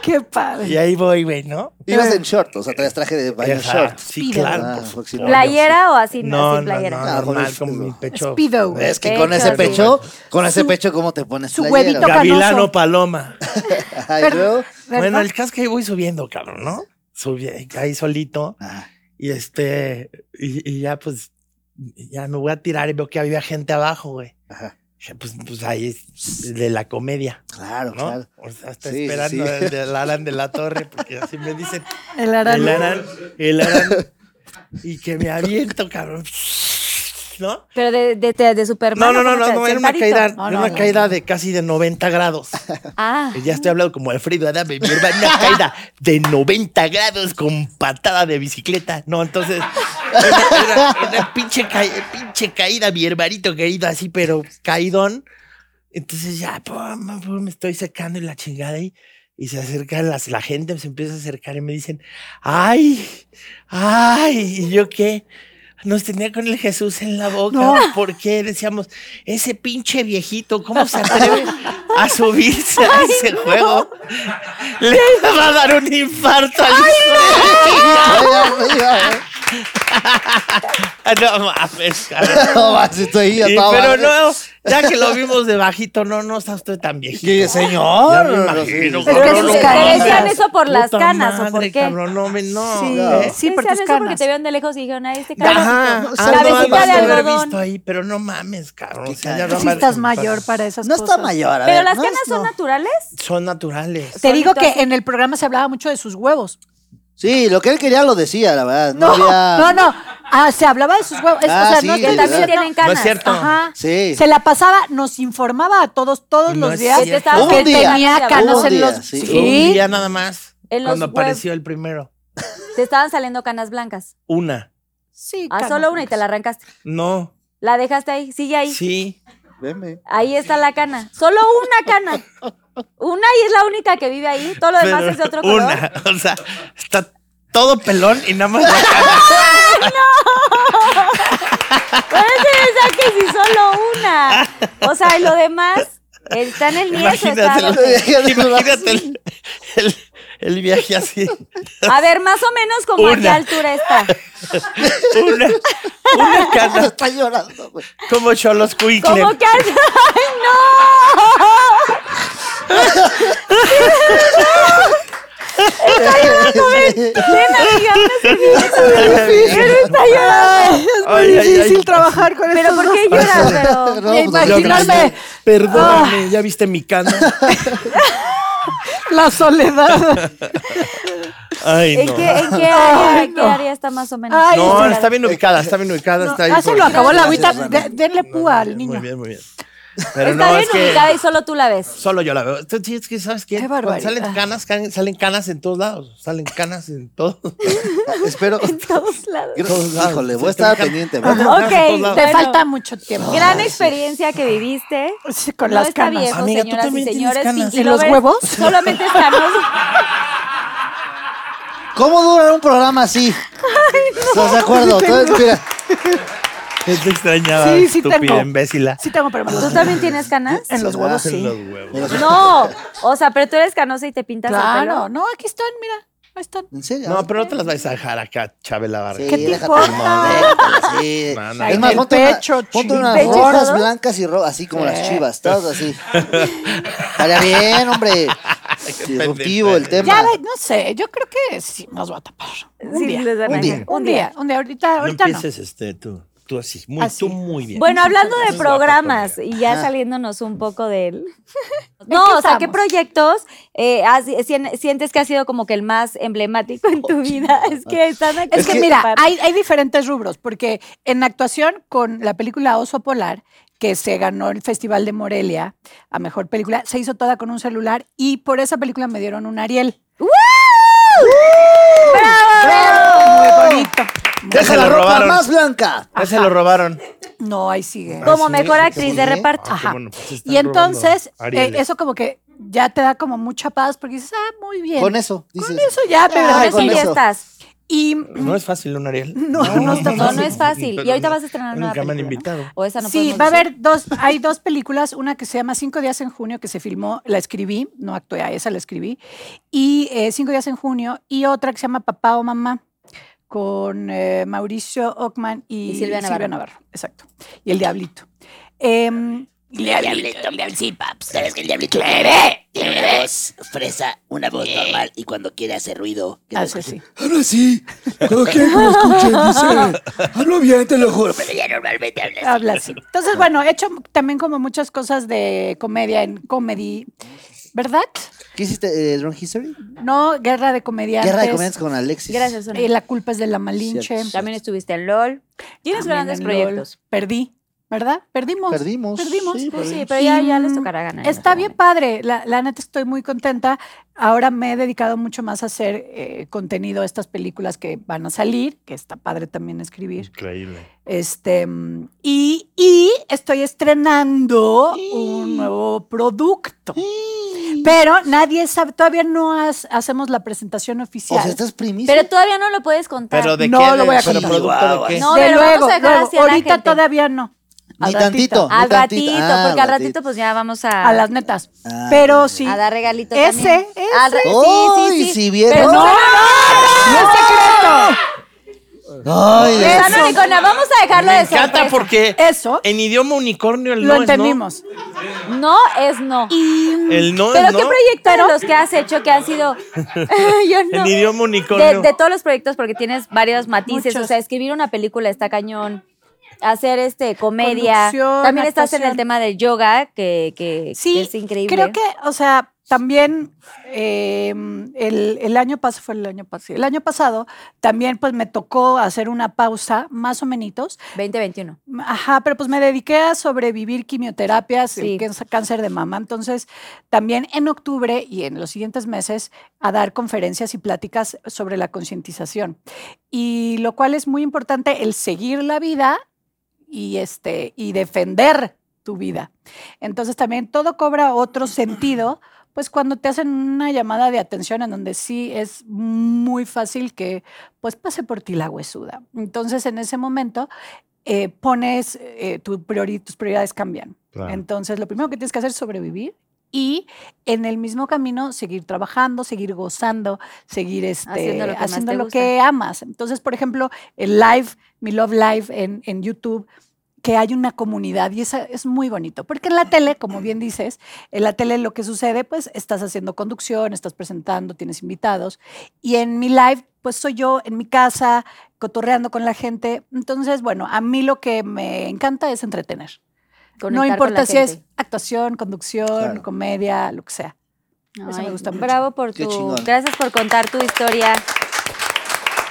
qué padre. Y ahí voy, güey, ¿no? Ibas en short, o sea, traías traje de baño Exacto, short. Sí, Speedo. claro. por Ah, porque supuesto. si no- ¿Playera o así? No, sin no, no, playera. Ah, con normal, el con mi speedo. pecho. Speedo. Es que Pecho, con ese sí. pecho, con ese Su- pecho, ¿cómo te pones? su playera? huevito ca- Gavilano Canoso. Paloma. Ay, Pero- luego, ¿verdad? Bueno, el caso es que ahí voy subiendo, cabrón, ¿no? Subí ahí solito. Ajá. Y este, y, y ya pues, ya me voy a tirar y veo que había gente abajo, güey. Ajá. Dije, Pues, pues ahí es de la comedia, Claro, ¿no? claro. O sea, está Sí, sí, esperando sí. el de Alan de la Torre, porque así me dicen, El el arano. Alan, el Alan, y que me aviento, cabrón. ¿No? Pero de, de, de, de No, Superman. no, ¿o no, cómo no, se- no, era una sentadito? caída, No, era no, una no, caída de casi de 90 grados. Ah, Ya estoy hablando como Alfredo Adame, mi hermano, una caída de 90 grados con patada de bicicleta. No, entonces, era, era- era pinche, ca- pinche caída, mi hermanito caído así, pero caidón. Entonces ya, pum, pum, me estoy secando y la chingada ahí. Y se acerca las, la gente, se empieza a acercar y me dicen, ay, ay, ¿y yo qué? Nos tenía con el Jesús en la boca porque decíamos, ese pinche viejito, ¿cómo se atreve a subirse a ese juego? Le va a dar un infarto al hijo ¿eh? de la- Ah, No mames, cabrón. No, eh. vas, estoy Y- ya todo pero madre. no, ya que lo vimos de bajito, no, no está usted tan viejito. ¿Qué, señor? Ya me No, imagino, sí, es sí, que cabrón, si no se te mames. decían eso por las Puta canas o por madre, qué. cabrón, no, me- no. Eh, Sí, No. sí, ¿Te decían por tus eso porque canas. te vieron de lejos y dijeron, ay, este Ajá, cabroncito. algo Cabecita habrás de de haber algodón. visto ahí, pero no mames, cabrón. O sea, Qué ya Tú sí no estás mames. mayor para esas No cosas. está mayor. a Pero ver, las no canas es- son no. naturales. Son naturales. Te digo Solito que así. en el programa se hablaba mucho de sus huevos. Sí, lo que él quería lo decía, la verdad. No, No, había... no, no. Ah, se hablaba de sus huevos. Es- Ah, o sea, sí, no es que sí, también ¿verdad? tienen tienen canas. No es cierto. Ajá. Sí. Se la pasaba, nos informaba a todos, todos No los es días cierto. Hubo que un día. tenía Hubo canas un en día, los. sí. Fue Un día nada más. En los Cuando web- apareció el primero. Te estaban saliendo canas blancas. Una. Sí, Ah, canas. solo una y te la arrancaste. No. La dejaste ahí, sigue ahí. Sí. Veme. Ahí está la cana. Solo una cana. Una y es la única que vive ahí. Todo lo demás pero es de otro color. una. O sea, está todo pelón y nada más la cara. Pero es que decía que si solo una. O sea, y lo demás está en el nieto. Está Imagínatelo. Imagínate el, el- el viaje así. A ver, más o menos como a qué Una. altura está. Una, una cana Está llorando, güey. como Cholos Cuincle. Como que al- ¡Ay, no! eh. Ven, amiga, ven a seguir. Pero está llorando. Es muy Ay, ay, ay. difícil trabajar con Pero estos ¿por dos. qué lloras? Pero... No, Me pues, Yo, imaginarme Perdóname, Ah. ¿ya viste mi cana? la soledad. Ay, ¿En no. qué, en qué área, Ay, en no. qué área está más o menos? Ay, No, Ay, está bien ubicada, está bien ubicada. está ahí Ah, se por- lo acabó la agüita. Gracias, Ana. De- denle púa al niño. Muy bien, muy bien. Pero Está no, bien es que ubicada y solo tú la ves. solo yo la veo. Entonces, sí, es que, ¿sabes qué? Qué Cuando barbaridad. salen canas, can- salen canas en todos lados. Salen canas en todo- Espero. En todos lados. todos lados. Híjole, voy Sí, a estar tengo- pendiente. Ajá. ¿verdad? Canas en todos Ok, lados. Te bueno, falta mucho tiempo. gran experiencia que viviste. Sí, con no las está canas. viejo, Amiga, tú señoras y también tienes señores. canas. Pinky ¿Y los lovers, huevos? Solamente estamos. ¿Cómo dura un programa así? ¿Estás de acuerdo? Entonces, mira, Yo te extrañaba, Sí, sí estúpida, tengo. imbécila. Sí tengo, pero me ¿Tú los- también tienes canas? en los huevos sí. Los huevos. No. O sea, pero tú eres canosa y te pintas el pelo. Claro, no, aquí están, mira, ahí están. ¿en serio? No, pero no te las vais a dejar acá, Chabela Vargas. Sí, te déjate importa? de mamadas, sí. No, no. Es más, El ponte, una- pecho, ponte chico. unas ¿Pecho y rojas todo? blancas y rojas, así como las Sí. chivas, todas así. Estaría bien, hombre. Disruptivo el tema. Ya ve, no sé, yo creo que sí nos va a tapar. Un Sí, día. les van a Un dejar. día. Un día, un día, ahorita, No ahorita no. empieces este, tú, tú así, muy, Así. tú muy bien. Bueno, hablando Eso de es guapa, programas Toña. y ya Ajá. saliéndonos un poco del... ¿En qué No, o sea, ¿qué estamos? proyectos eh, has- sien- sientes que ha sido como que el más emblemático en tu vida? Es que están aquí. Es que, mira, hay, hay diferentes rubros, porque en actuación con la película Oso Polar, que se ganó el Festival de Morelia a Mejor Película, se hizo toda con un celular y por esa película me dieron un Ariel. ¡Bravo! Muy bonito. Ya se Deja la lo ropa robaron. más blanca. Ya se lo robaron. No, ahí sigue. como Ah, sí, mejor qué actriz de bonito. reparto. Ajá. bueno, pues están Y entonces, robando Ariel. eh, eso como que ya te da como mucha paz, porque dices, ah, muy bien. Con eso, dices. Con eso ya te Pero da. Ay, eso con ya eso. estás. Y mm, No es fácil, un Ariel. No, no está No, no es fácil. Y ahorita vas a estrenar una Nunca me han película, ¿no? invitado. O esa no sí, podemos va a decir. haber dos, hay dos películas, una que se llama Cinco días en junio, que se filmó, la escribí, no actué a esa, la escribí, y eh, Cinco días en junio, y otra que se llama Papá o Mamá, con eh, Mauricio Ockman y, Y Silvia Navarro. Exacto. Y El Diablito. Em, El diablito, el diablito. Sí, paps. ¿Sabes que el diablito tiene, tiene una voz fresa, una voz normal, y cuando quiere hacer ruido, que no hace así. Habla así. Ah, Cuando quieren que lo escuchen, dice. Hablo bien, te lo juro. Pero ya normalmente habla así. Habla así. Entonces, bueno, he hecho también como muchas cosas de comedia en comedy, ¿verdad? ¿Qué hiciste? Eh, ¿Drone History? No, Guerra de Comediantes. Guerra de comediantes con Alexis. Gracias, Sonia. eh, la culpa es de la Malinche. Pues Cierto. También estuviste en LOL. Tienes También grandes en proyectos. LOL. Perdí, ¿verdad? Perdimos. Perdimos. Perdimos. Sí, Pues sí, perdimos. pero ya, Y, ya les mm, tocará ganar. Está bien padre, la, la neta estoy muy contenta. Ahora me he dedicado mucho más a hacer eh, contenido a estas películas que van a salir, que está padre también escribir. Increíble. Este, mm, y, y estoy estrenando un nuevo producto. Pero nadie sabe, todavía no has- hacemos la presentación oficial. O sea, estás primicia. Pero todavía no lo puedes contar. Pero de No qué, lo de- voy a pero contar. producto de qué. No, De pero vamos luego, a dejar luego. así a la ahorita gente. todavía no. ni al tantito. ratito. ni Al ratito, tantito. Ah, porque al ratito pues ya vamos a, A las netas. Ah, Pero sí. a dar regalitos Ese, también. ese. Al ra- ¡Ay, sí, sí, sí. si vieron! Pero ¡No! no, ¡No es secreto! Ay, de- Está Noricornia, vamos a dejarlo Me de sorpresa. encanta porque Eso en idioma unicornio el lo no es no. entendimos. No es no. El no ¿Pero es qué no. proyectos de los que has hecho que han sido? Yo no. En idioma unicornio. de, de todos los proyectos, porque tienes varios matices. Muchos. O sea, escribir una película está cañón. Hacer este comedia. Conducción, También estás en actuación. el tema del yoga, que, que- que Sí, es increíble. creo que, o sea, también eh, el, el año pasado, fue el año pasado, el año pasado también pues me tocó hacer una pausa, más o menos. 2021. Ajá, pero pues me dediqué a sobrevivir quimioterapias, Sí. el cáncer- cáncer de mama. Entonces, también en octubre y en los siguientes meses a dar conferencias y pláticas sobre la concientización. Y lo cual es muy importante el seguir la vida y este y defender tu vida. Entonces, también todo cobra otro sentido pues cuando te hacen una llamada de atención en donde sí es muy fácil que pues pase por ti la huesuda. Entonces, en ese momento eh, pones, eh, tu priori- tus prioridades cambian. Entonces, lo primero que tienes que hacer es sobrevivir y en el mismo camino seguir trabajando, seguir gozando, seguir este, Haciendo lo que más haciendo te lo gusta. que amas. Entonces, por ejemplo, el live, mi Love Live en, en YouTube que hay una comunidad y esa es muy bonito, porque en la tele, como bien dices, en la tele lo que sucede, pues estás haciendo conducción, estás presentando, tienes invitados, y en mi live, pues soy yo en mi casa, cotorreando con la gente. Entonces, bueno, a mí lo que me encanta es entretener conectar no con la importa si es gente. actuación, conducción, Claro. comedia, lo que sea. Eso me Ay, gusta mucho. Bravo por Qué tu. chingón. Gracias por contar tu historia.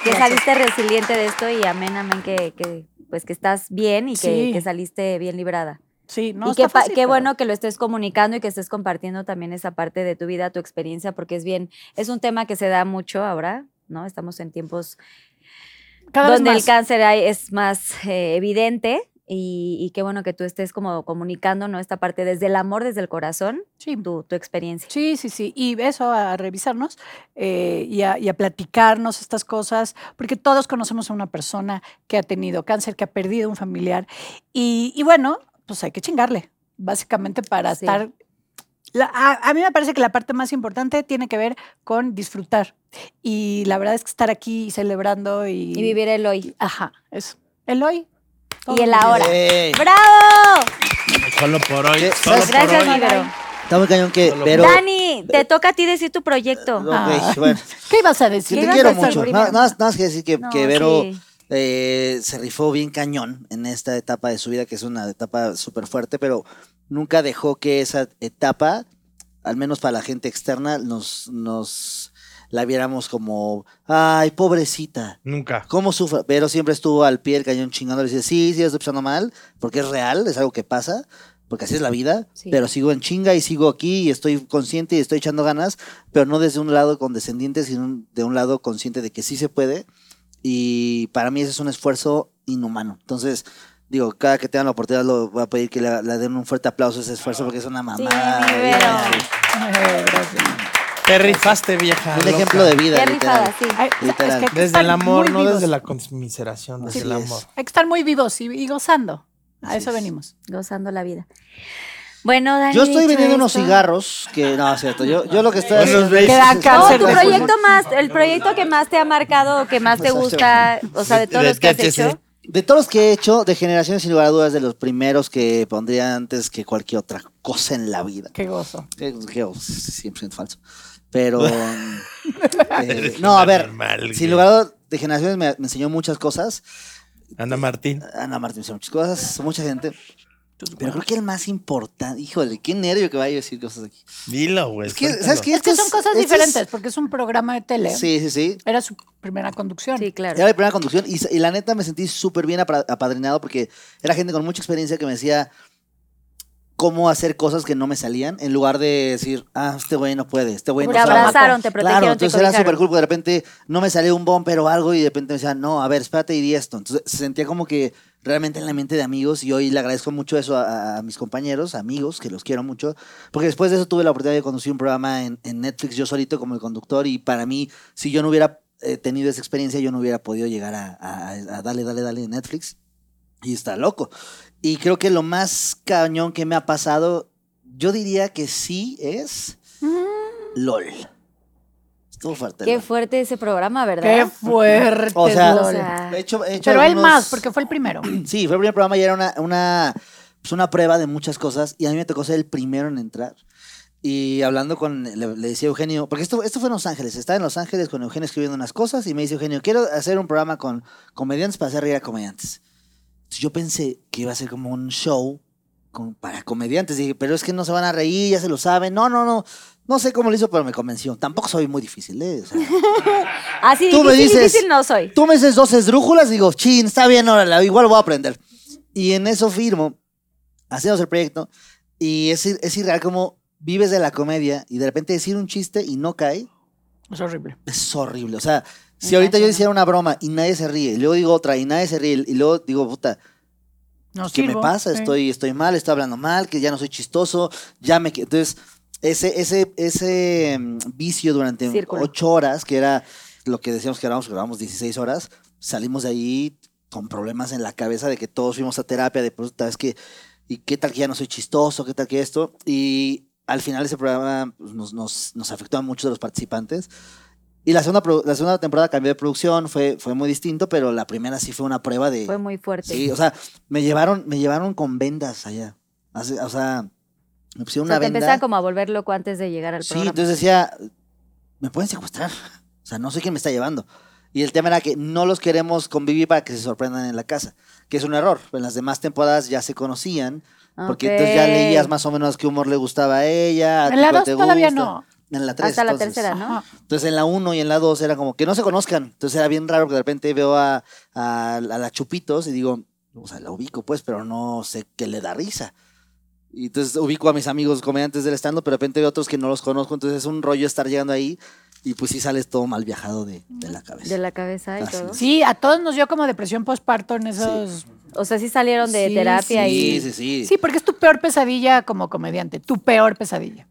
Que Gracias. saliste resiliente de esto y amén, amén, que, que, pues que estás bien y que, Sí. que saliste bien librada. Sí, no y qué, está pa- fácil, qué pero- bueno que lo estés comunicando y que estés compartiendo también esa parte de tu vida, tu experiencia, porque es bien, es un tema que se da mucho ahora, ¿no? Estamos en tiempos Cada vez donde el más. cáncer hay- es más eh, evidente y, y qué bueno que tú estés como comunicando, ¿no? Esta parte desde el amor, desde el corazón, Sí. tu, tu experiencia. Sí, sí, sí. Y eso, a revisarnos eh, y, a, y a platicarnos estas cosas, porque todos conocemos a una persona que ha tenido cáncer, que ha perdido un familiar. Y, y bueno, pues hay que chingarle, básicamente para Sí. estar... la- a, a mí me parece que la parte más importante tiene que ver con disfrutar. Y la verdad es que estar aquí celebrando y... Y vivir el hoy. Ajá, eso. El hoy. todo Y el lo que ahora. Ey, ¡Bravo! Solo por hoy. ¿Qué? Solo ¿Sabes? por Gracias, hoy. mi Vero. Está muy cañón que, Solo- pero... eh, Dani, te toca a ti decir tu proyecto. Ok, Ah. bueno, viene. ¿Qué ibas a sí, decir? ¿Qué te ibas quiero a decir mucho. primero? Nada, nada- nada más que decir que, No, que Vero sí. eh, se rifó bien cañón en esta etapa de su vida, que es una etapa súper fuerte, pero nunca dejó que esa etapa, al menos para la gente externa, nos, nos la viéramos como, ay, pobrecita. Nunca. ¿Cómo sufre? Pero siempre estuvo al pie del cañón chingando. Le dice, sí, sí, estoy pasando mal, porque es real, es algo que pasa, porque así es la vida. Sí. Pero sigo en chinga y sigo aquí y estoy consciente y estoy echando ganas, pero no desde un lado condescendiente, sino un- de un lado consciente de que sí se puede. Y para mí ese es un esfuerzo inhumano. Entonces, digo, cada que tengan la oportunidad, lo voy a pedir que le, le den un fuerte aplauso a ese esfuerzo, porque es una mamada. mi Vero. Eh, gracias. Te rifaste, vieja. Un loca. ejemplo de vida, Qué literal. rifada, sí. Ay, o sea, Literal. hay que Desde estar el amor, muy no vivos. desde la conmiseración, desde Así el es. amor. Hay que estar muy vivos y, y gozando. A Así eso es. venimos. Gozando la vida. Bueno, Dani. Yo estoy dicho vendiendo unos esto- cigarros que no, es cierto. Yo, yo lo que estoy Unos vapes. Que da No, cáncer tu de proyecto más, el proyecto que más te ha marcado, que más Pues, te gusta, o sea, de todos los que has THC. hecho. De todos los que he hecho, de generación sin lugar a dudas, de los primeros que pondría antes que cualquier otra cosa en la vida. Qué gozo. Eh, Que oh, 100% falso. Pero. eh, no, a ver. Normal, güey. Sin lugar a dudas, de generaciones me, me enseñó muchas cosas. Ana Martín. Ana Martín me enseñó muchas cosas, mucha gente. Pero creo que el más importante. Híjole, qué nervio que vaya a decir cosas aquí. Dilo, güey. Es que, suéltalo. ¿sabes qué? Es que Esto son cosas esto es- diferentes, ¿eh? porque es un programa de tele. Sí, sí, sí. Era su primera conducción. Sí, claro. Era mi primera conducción y, y la neta me sentí súper bien apa- apadrinado porque era gente con mucha experiencia que me decía cómo hacer cosas que no me salían en lugar de decir, ah, este güey no puede, este güey no Te sabe. abrazaron, te protegieron, Claro, te entonces era cobijaron. súper cool porque de repente no me salió un bumper o algo y de repente me decían, no, a ver, espérate y di esto. Entonces se sentía como que realmente en la mente de amigos y hoy le agradezco mucho eso a, a mis compañeros, amigos, que los quiero mucho, porque después de eso tuve la oportunidad de conducir un programa en, en Netflix yo solito como el conductor y para mí, si yo no hubiera eh, tenido esa experiencia, yo no hubiera podido llegar a, a- a darle, dale, dale en Netflix y está loco. Y creo que lo más cañón que me ha pasado, yo diría que sí es Mm. LOL. Estuvo fuerte. Qué LOL. fuerte ese programa, Qué ¿verdad? fuerte. O sea, Lola. O sea, He hecho- he hecho pero él algunos- más, porque fue el primero. Sí, fue el primer programa y era una, una, pues, una prueba de muchas cosas y a mí me tocó ser el primero en entrar. Y hablando con, le, le decía a Eugenio, porque esto, esto fue en Los Ángeles, estaba en Los Ángeles con Eugenio escribiendo unas cosas y me dice Eugenio, quiero hacer un programa con comediantes para hacer reír a comediantes. Entonces, yo pensé que iba a ser como un show con- para comediantes, dije, pero es que no se van a reír, ya se lo saben, no, no, no, no sé cómo lo hizo, pero me convenció. Tampoco soy muy difícil, ¿eh? O sea, así Tú Ah, difícil, me dices- difícil no soy. Tú me dices dos esdrújulas, digo, chin, está bien, órale, igual voy a aprender. Y en eso firmo, hacemos el proyecto, y es, ir- es irreal como vives de la comedia y de repente decir un chiste y no cae, Es horrible. es horrible. O sea, si ahorita yo hiciera una broma y nadie se ríe, y luego digo otra y nadie se ríe, y luego digo, puta, No ¿qué me sirvo. pasa? Sí. Estoy, estoy mal, estoy hablando mal, que ya no soy chistoso, ya me... qui- Entonces, ese, ese, ese mm, vicio durante Círculo. ocho horas, que era lo que decíamos que grabamos, que grabamos 16 horas, salimos de ahí con problemas en la cabeza de que todos fuimos a terapia, de puta, es que, ¿y qué tal que ya no soy chistoso? ¿Qué tal que esto? Y al final ese programa pues, nos, nos, nos afectó a muchos de los participantes. Y la segunda, pro- la segunda temporada cambió de producción, fue, fue muy distinto, pero la primera sí fue una prueba de... Fue muy fuerte. Sí, o sea, me llevaron, me llevaron con vendas allá. Así, o sea, me O pusieron sea, una te venda. empezaban como a volver loco antes de llegar al sí, programa. entonces decía, me pueden secuestrar. O sea, no sé quién me está llevando. Y el tema era que no los queremos convivir para que se sorprendan en la casa, que es un error. En las demás temporadas ya se conocían, porque entonces ya Ok. leías más o menos qué humor le gustaba a ella. a ti En la cuál dos te todavía gusta. no. En la tres, Hasta la entonces. tercera, ¿no? Ajá. Entonces en la 1 y en la 2 era como que no se conozcan. Entonces era bien raro que de repente veo a, a, a la Chupitos y digo, o sea, la ubico pues, pero no sé qué le da risa. Y entonces ubico a mis amigos comediantes del stand pero de repente veo otros que no los conozco. Entonces es un rollo estar llegando ahí y pues sí sales todo mal viajado de, de la cabeza. De la cabeza y Así todo. es. Sí, a todos nos dio como depresión postparto en esos. O sea, sí salieron de Sí, terapia sí, y. sí, Sí. sí. porque es tu peor pesadilla como comediante, tu peor pesadilla.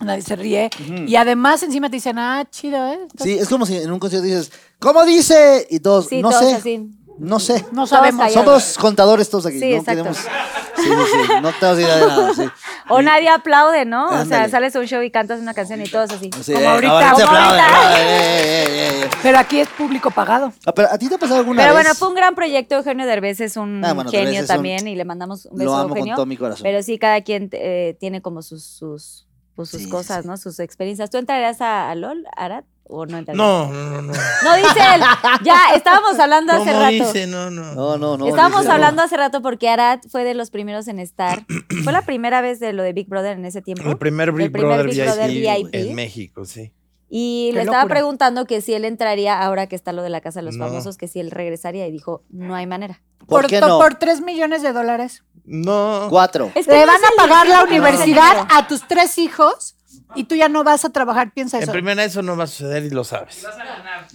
Nadie se ríe. Y además encima te dicen, ah, chido, ¿eh? Entonces, Sí, es como si en un concierto dices, ¿cómo dice? Y todos, pues. Sí, no todos sé. así. No sé. No sabemos. callados. Somos contadores todos aquí. Sí, no exacto. queremos- Sí, sí, sí. No tenemos idea de nada. Sí. O nadie aplaude, ¿no? O sea, Ándale. sales a un show y cantas una canción y todos así. Sí, Como eh, ahorita, ahora se como aplaude, ahorita. aplaude, eh, eh, eh, eh. Pero aquí es público pagado. Ah, pero ¿A ti te ha pasado alguna Pero vez? bueno, fue un gran proyecto. Eugenio Derbez es un Ah, bueno, genio Derbez es un- también y le mandamos un beso Lo a amo Eugenio. con todo mi corazón. Pero sí, cada quien eh, tiene como sus, sus, pues, sus Sí, sí, cosas, sí. ¿no? Sus experiencias. ¿Tú entrarás a, a LOL, Arad? ¿O no entrarás? No, no, no. no. No dice él. Ya, estábamos hablando hace ¿Cómo rato. dice? No, no. No, no, no. Estábamos dice- hablando hace rato porque Arad fue de los primeros en estar. fue la primera vez de lo de Big Brother en ese tiempo. El primer Big El primer Brother, Big VIP, Brother VIP. en México, sí. Y Qué le estaba locura. preguntando que si él entraría ahora que está lo de la Casa de los No. Famosos, que si él regresaría y dijo, no hay manera. ¿Por, Por, qué to- no? por 3 millones de dólares. No. Cuatro. Es Te van a pagar Este la no es el universidad dinero. a tus tres hijos y tú ya no vas a trabajar, piensa En eso. primera, eso no va a suceder y lo sabes.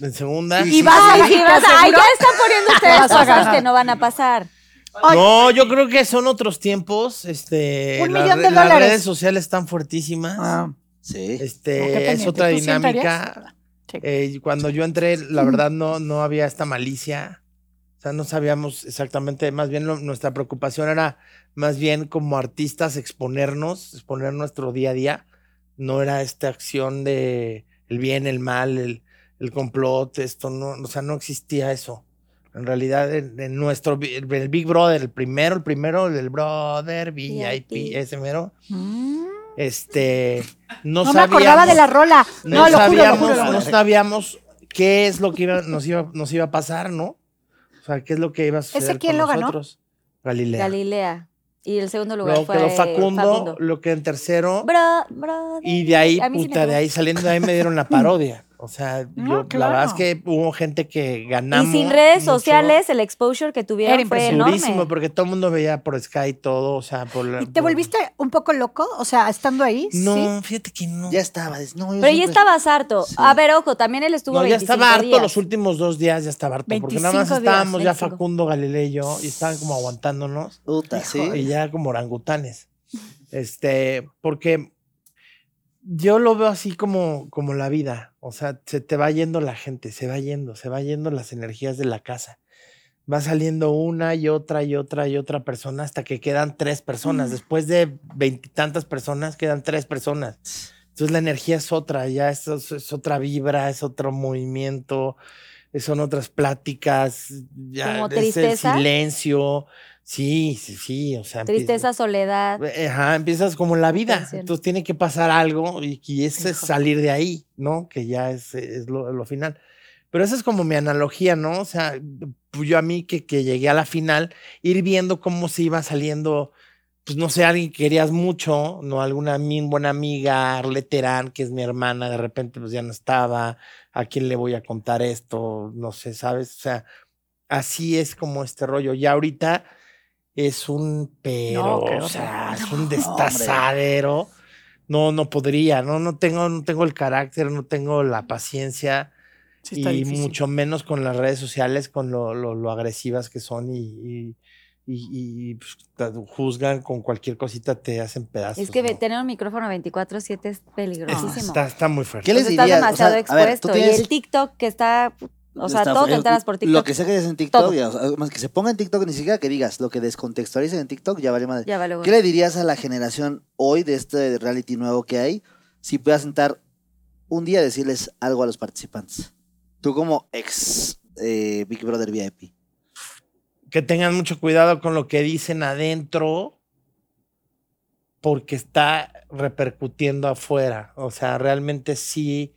En segunda. Y- Y vas a Ay, sí, ir, vas a- ay, ¿seguro? ya están poniendo ustedes Vas a cosas ganar. que no van a pasar. Ay, No, yo creo que son otros tiempos. Este, Un las millón de re- las dólares. redes sociales están fuertísimas. Ah, Sí. ¿o qué Este, es pendiente? otra ¿Tú sí dinámica. entrarías? Sí. Eh, cuando yo entré, la verdad no, no había esta malicia. O sea, no sabíamos exactamente, más bien lo- nuestra preocupación era más bien como artistas exponernos, exponer nuestro día a día. No era esta acción de el bien, el mal, el, el complot, esto no, o sea, no existía eso. En realidad, en, en nuestro, bi- el, el Big Brother, el primero, el primero, el Brother VIP, VIP. ese mero, Mm. este, no, No me sabíamos. acordaba de la rola. No, No, lo juro, lo sabíamos, juro. lo juro. no sabíamos qué es lo que iba- nos, iba, nos iba a pasar, ¿no? O sea, qué es lo que iba a suceder quién con lo ganó? nosotros. Galilea. Galilea. Y el segundo lugar Luego fue quedó Facundo, Facundo. lo que en tercero. Bro, bro. Y de ahí, A mí sí me puta, de tocó. ahí saliendo de ahí me dieron la parodia. O sea, No, yo- claro. la verdad es que hubo gente que ganamos. Y sin redes mucho. pues, sociales, el exposure que tuvieron Era fue Durísimo, enorme. porque todo el mundo veía por Sky todo, o sea, por la- ¿Y te por- volviste un poco loco? O sea, estando ahí. No, Sí. fíjate que no. Ya estaba. dices, no, yo Pero ya siempre- estabas harto. A ver, ojo, también él estuvo No, ya 25 estaba harto días. los últimos dos días, ya estaba harto. Porque nada más 25 días, estábamos ya 25. Facundo, Galileo y yo, y estaban como aguantándonos. Puta, sí. Y ya como orangutanes. Este, porque yo lo veo así como, como la vida. O sea, se te va yendo la gente, se va yendo, se va yendo las energías de la casa. Va saliendo una y otra y otra y otra persona hasta que quedan tres personas. Después de veintitantas personas, quedan tres personas. Entonces la energía es otra, ya es, es- es otra vibra, es otro movimiento, son otras pláticas, ya ¿Como es el tristeza? silencio. Sí, sí, sí, o sea. empie- Tristeza, soledad. Ajá, empiezas como la vida, Tensión. entonces tiene que pasar algo y, y ese es salir de ahí, ¿no? Que ya es, es lo, lo final. Pero esa es como mi analogía, ¿no? O sea, pues, yo a mí que, que llegué a la final, ir viendo cómo se iba saliendo, pues no sé, alguien que querías mucho, ¿no? Alguna mi buena amiga, Arlette Terán, que es mi hermana, de repente pues ya no estaba, ¿a quién le voy a contar esto? No sé, ¿sabes? O sea, así es como este rollo. Ya ahorita es un pero, qué o sea, horror. es un destazadero. No, no podría, no, no tengo, no tengo el carácter, no tengo la paciencia Sí, y está difícil. mucho menos con las redes sociales, con lo, lo- lo agresivas que son y, y, y- y, pues, te juzgan con cualquier cosita, te hacen pedazos. Es que ve- ¿no? tener un micrófono 24-7 es Ah. peligrosísimo. está, está muy fuerte. ¿Qué les Pues estás dirías? O sea, demasiado a ver, expuesto. tú tienes- Y el TikTok que está. O sea, Está- todo te el- enteras por TikTok. Lo que sea que digas en TikTok, Todo. ya, o sea, más que se ponga en TikTok, ni siquiera que digas lo que descontextualicen en TikTok, ya vale madre. Ya vale, güey. ¿Qué le dirías a la generación hoy de este reality nuevo que hay si puedas sentar un día a decirles algo a los participantes? Tú como ex eh, Big Brother VIP. que tengan mucho cuidado con lo que dicen adentro porque está repercutiendo afuera. O sea, realmente sí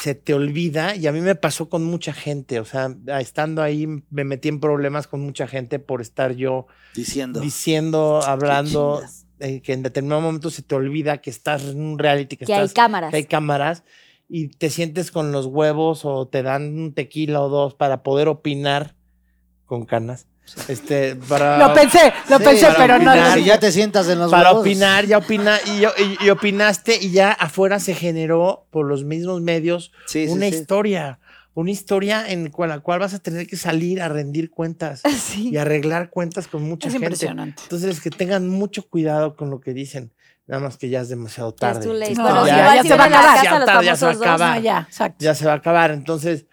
se te olvida y a mí me pasó con mucha gente. O sea, a- estando ahí me metí en problemas con mucha gente por estar yo Diciendo. diciendo, hablando, chingas. eh, que en determinado momento se te olvida que estás en un reality, que, Que hay estás cámaras. que hay cámaras y te sientes con los huevos o te dan un tequila o dos para poder opinar con canas Este, para, Lo pensé, lo Sí, pensé, para pero no. opinar. lo- Si ya te sientas en los para huevos. opinar, ya opina, y, yo- y- y opinaste, y ya afuera se generó por los mismos medios Sí, sí, una sí. historia. Una historia en cual- la cual vas a tener que salir a rendir cuentas Sí. y arreglar cuentas con mucha Es gente. impresionante. Entonces, que tengan mucho cuidado con lo que dicen. Nada más que ya es demasiado tarde. too late. Sí, No, Pero ya, igual ya si se va ven a a la acabar. casa Ya los tarde, ya se va a famosos dos, acabar. no, No, ya, exacto. ya se va a acabar. Entonces,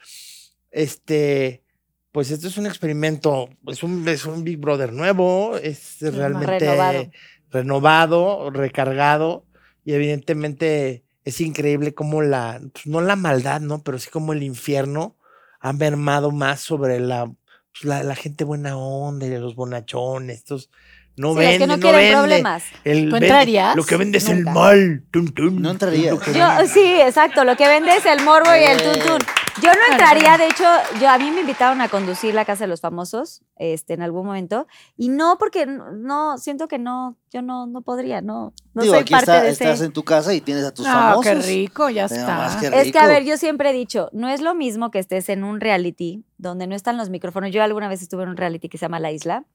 este, pues esto es un experimento, es un, es un Big Brother nuevo, es realmente Mm, Renovado. renovado, recargado y evidentemente es increíble cómo la, pues, no la maldad, ¿no? Pero sí como el infierno ha mermado más sobre la, pues, la, la gente buena onda y los bonachones, estos no Sí, venden, los que no no quieren venden. problemas. El ¿Tú vende- entrarías? Lo que vende es el Nunca. mal. tum, tum. No entrarías. Lo que Yo, sí, exacto. Lo que vende es el morbo y Eh, el tuntún. Yo no entraría, de hecho, yo a mí me invitaron a conducir la casa de los famosos, este, en algún momento, y no porque n- no siento que no, yo no, no podría, no, no Digo, soy aquí parte está- de estás ese. en tu casa y tienes a tus No, famosos. qué rico, ya Pero está. más que Es que, a rico. ver, yo siempre he dicho, no es lo mismo que estés en un reality donde no están los micrófonos. Yo alguna vez estuve en un reality que se llama La Isla,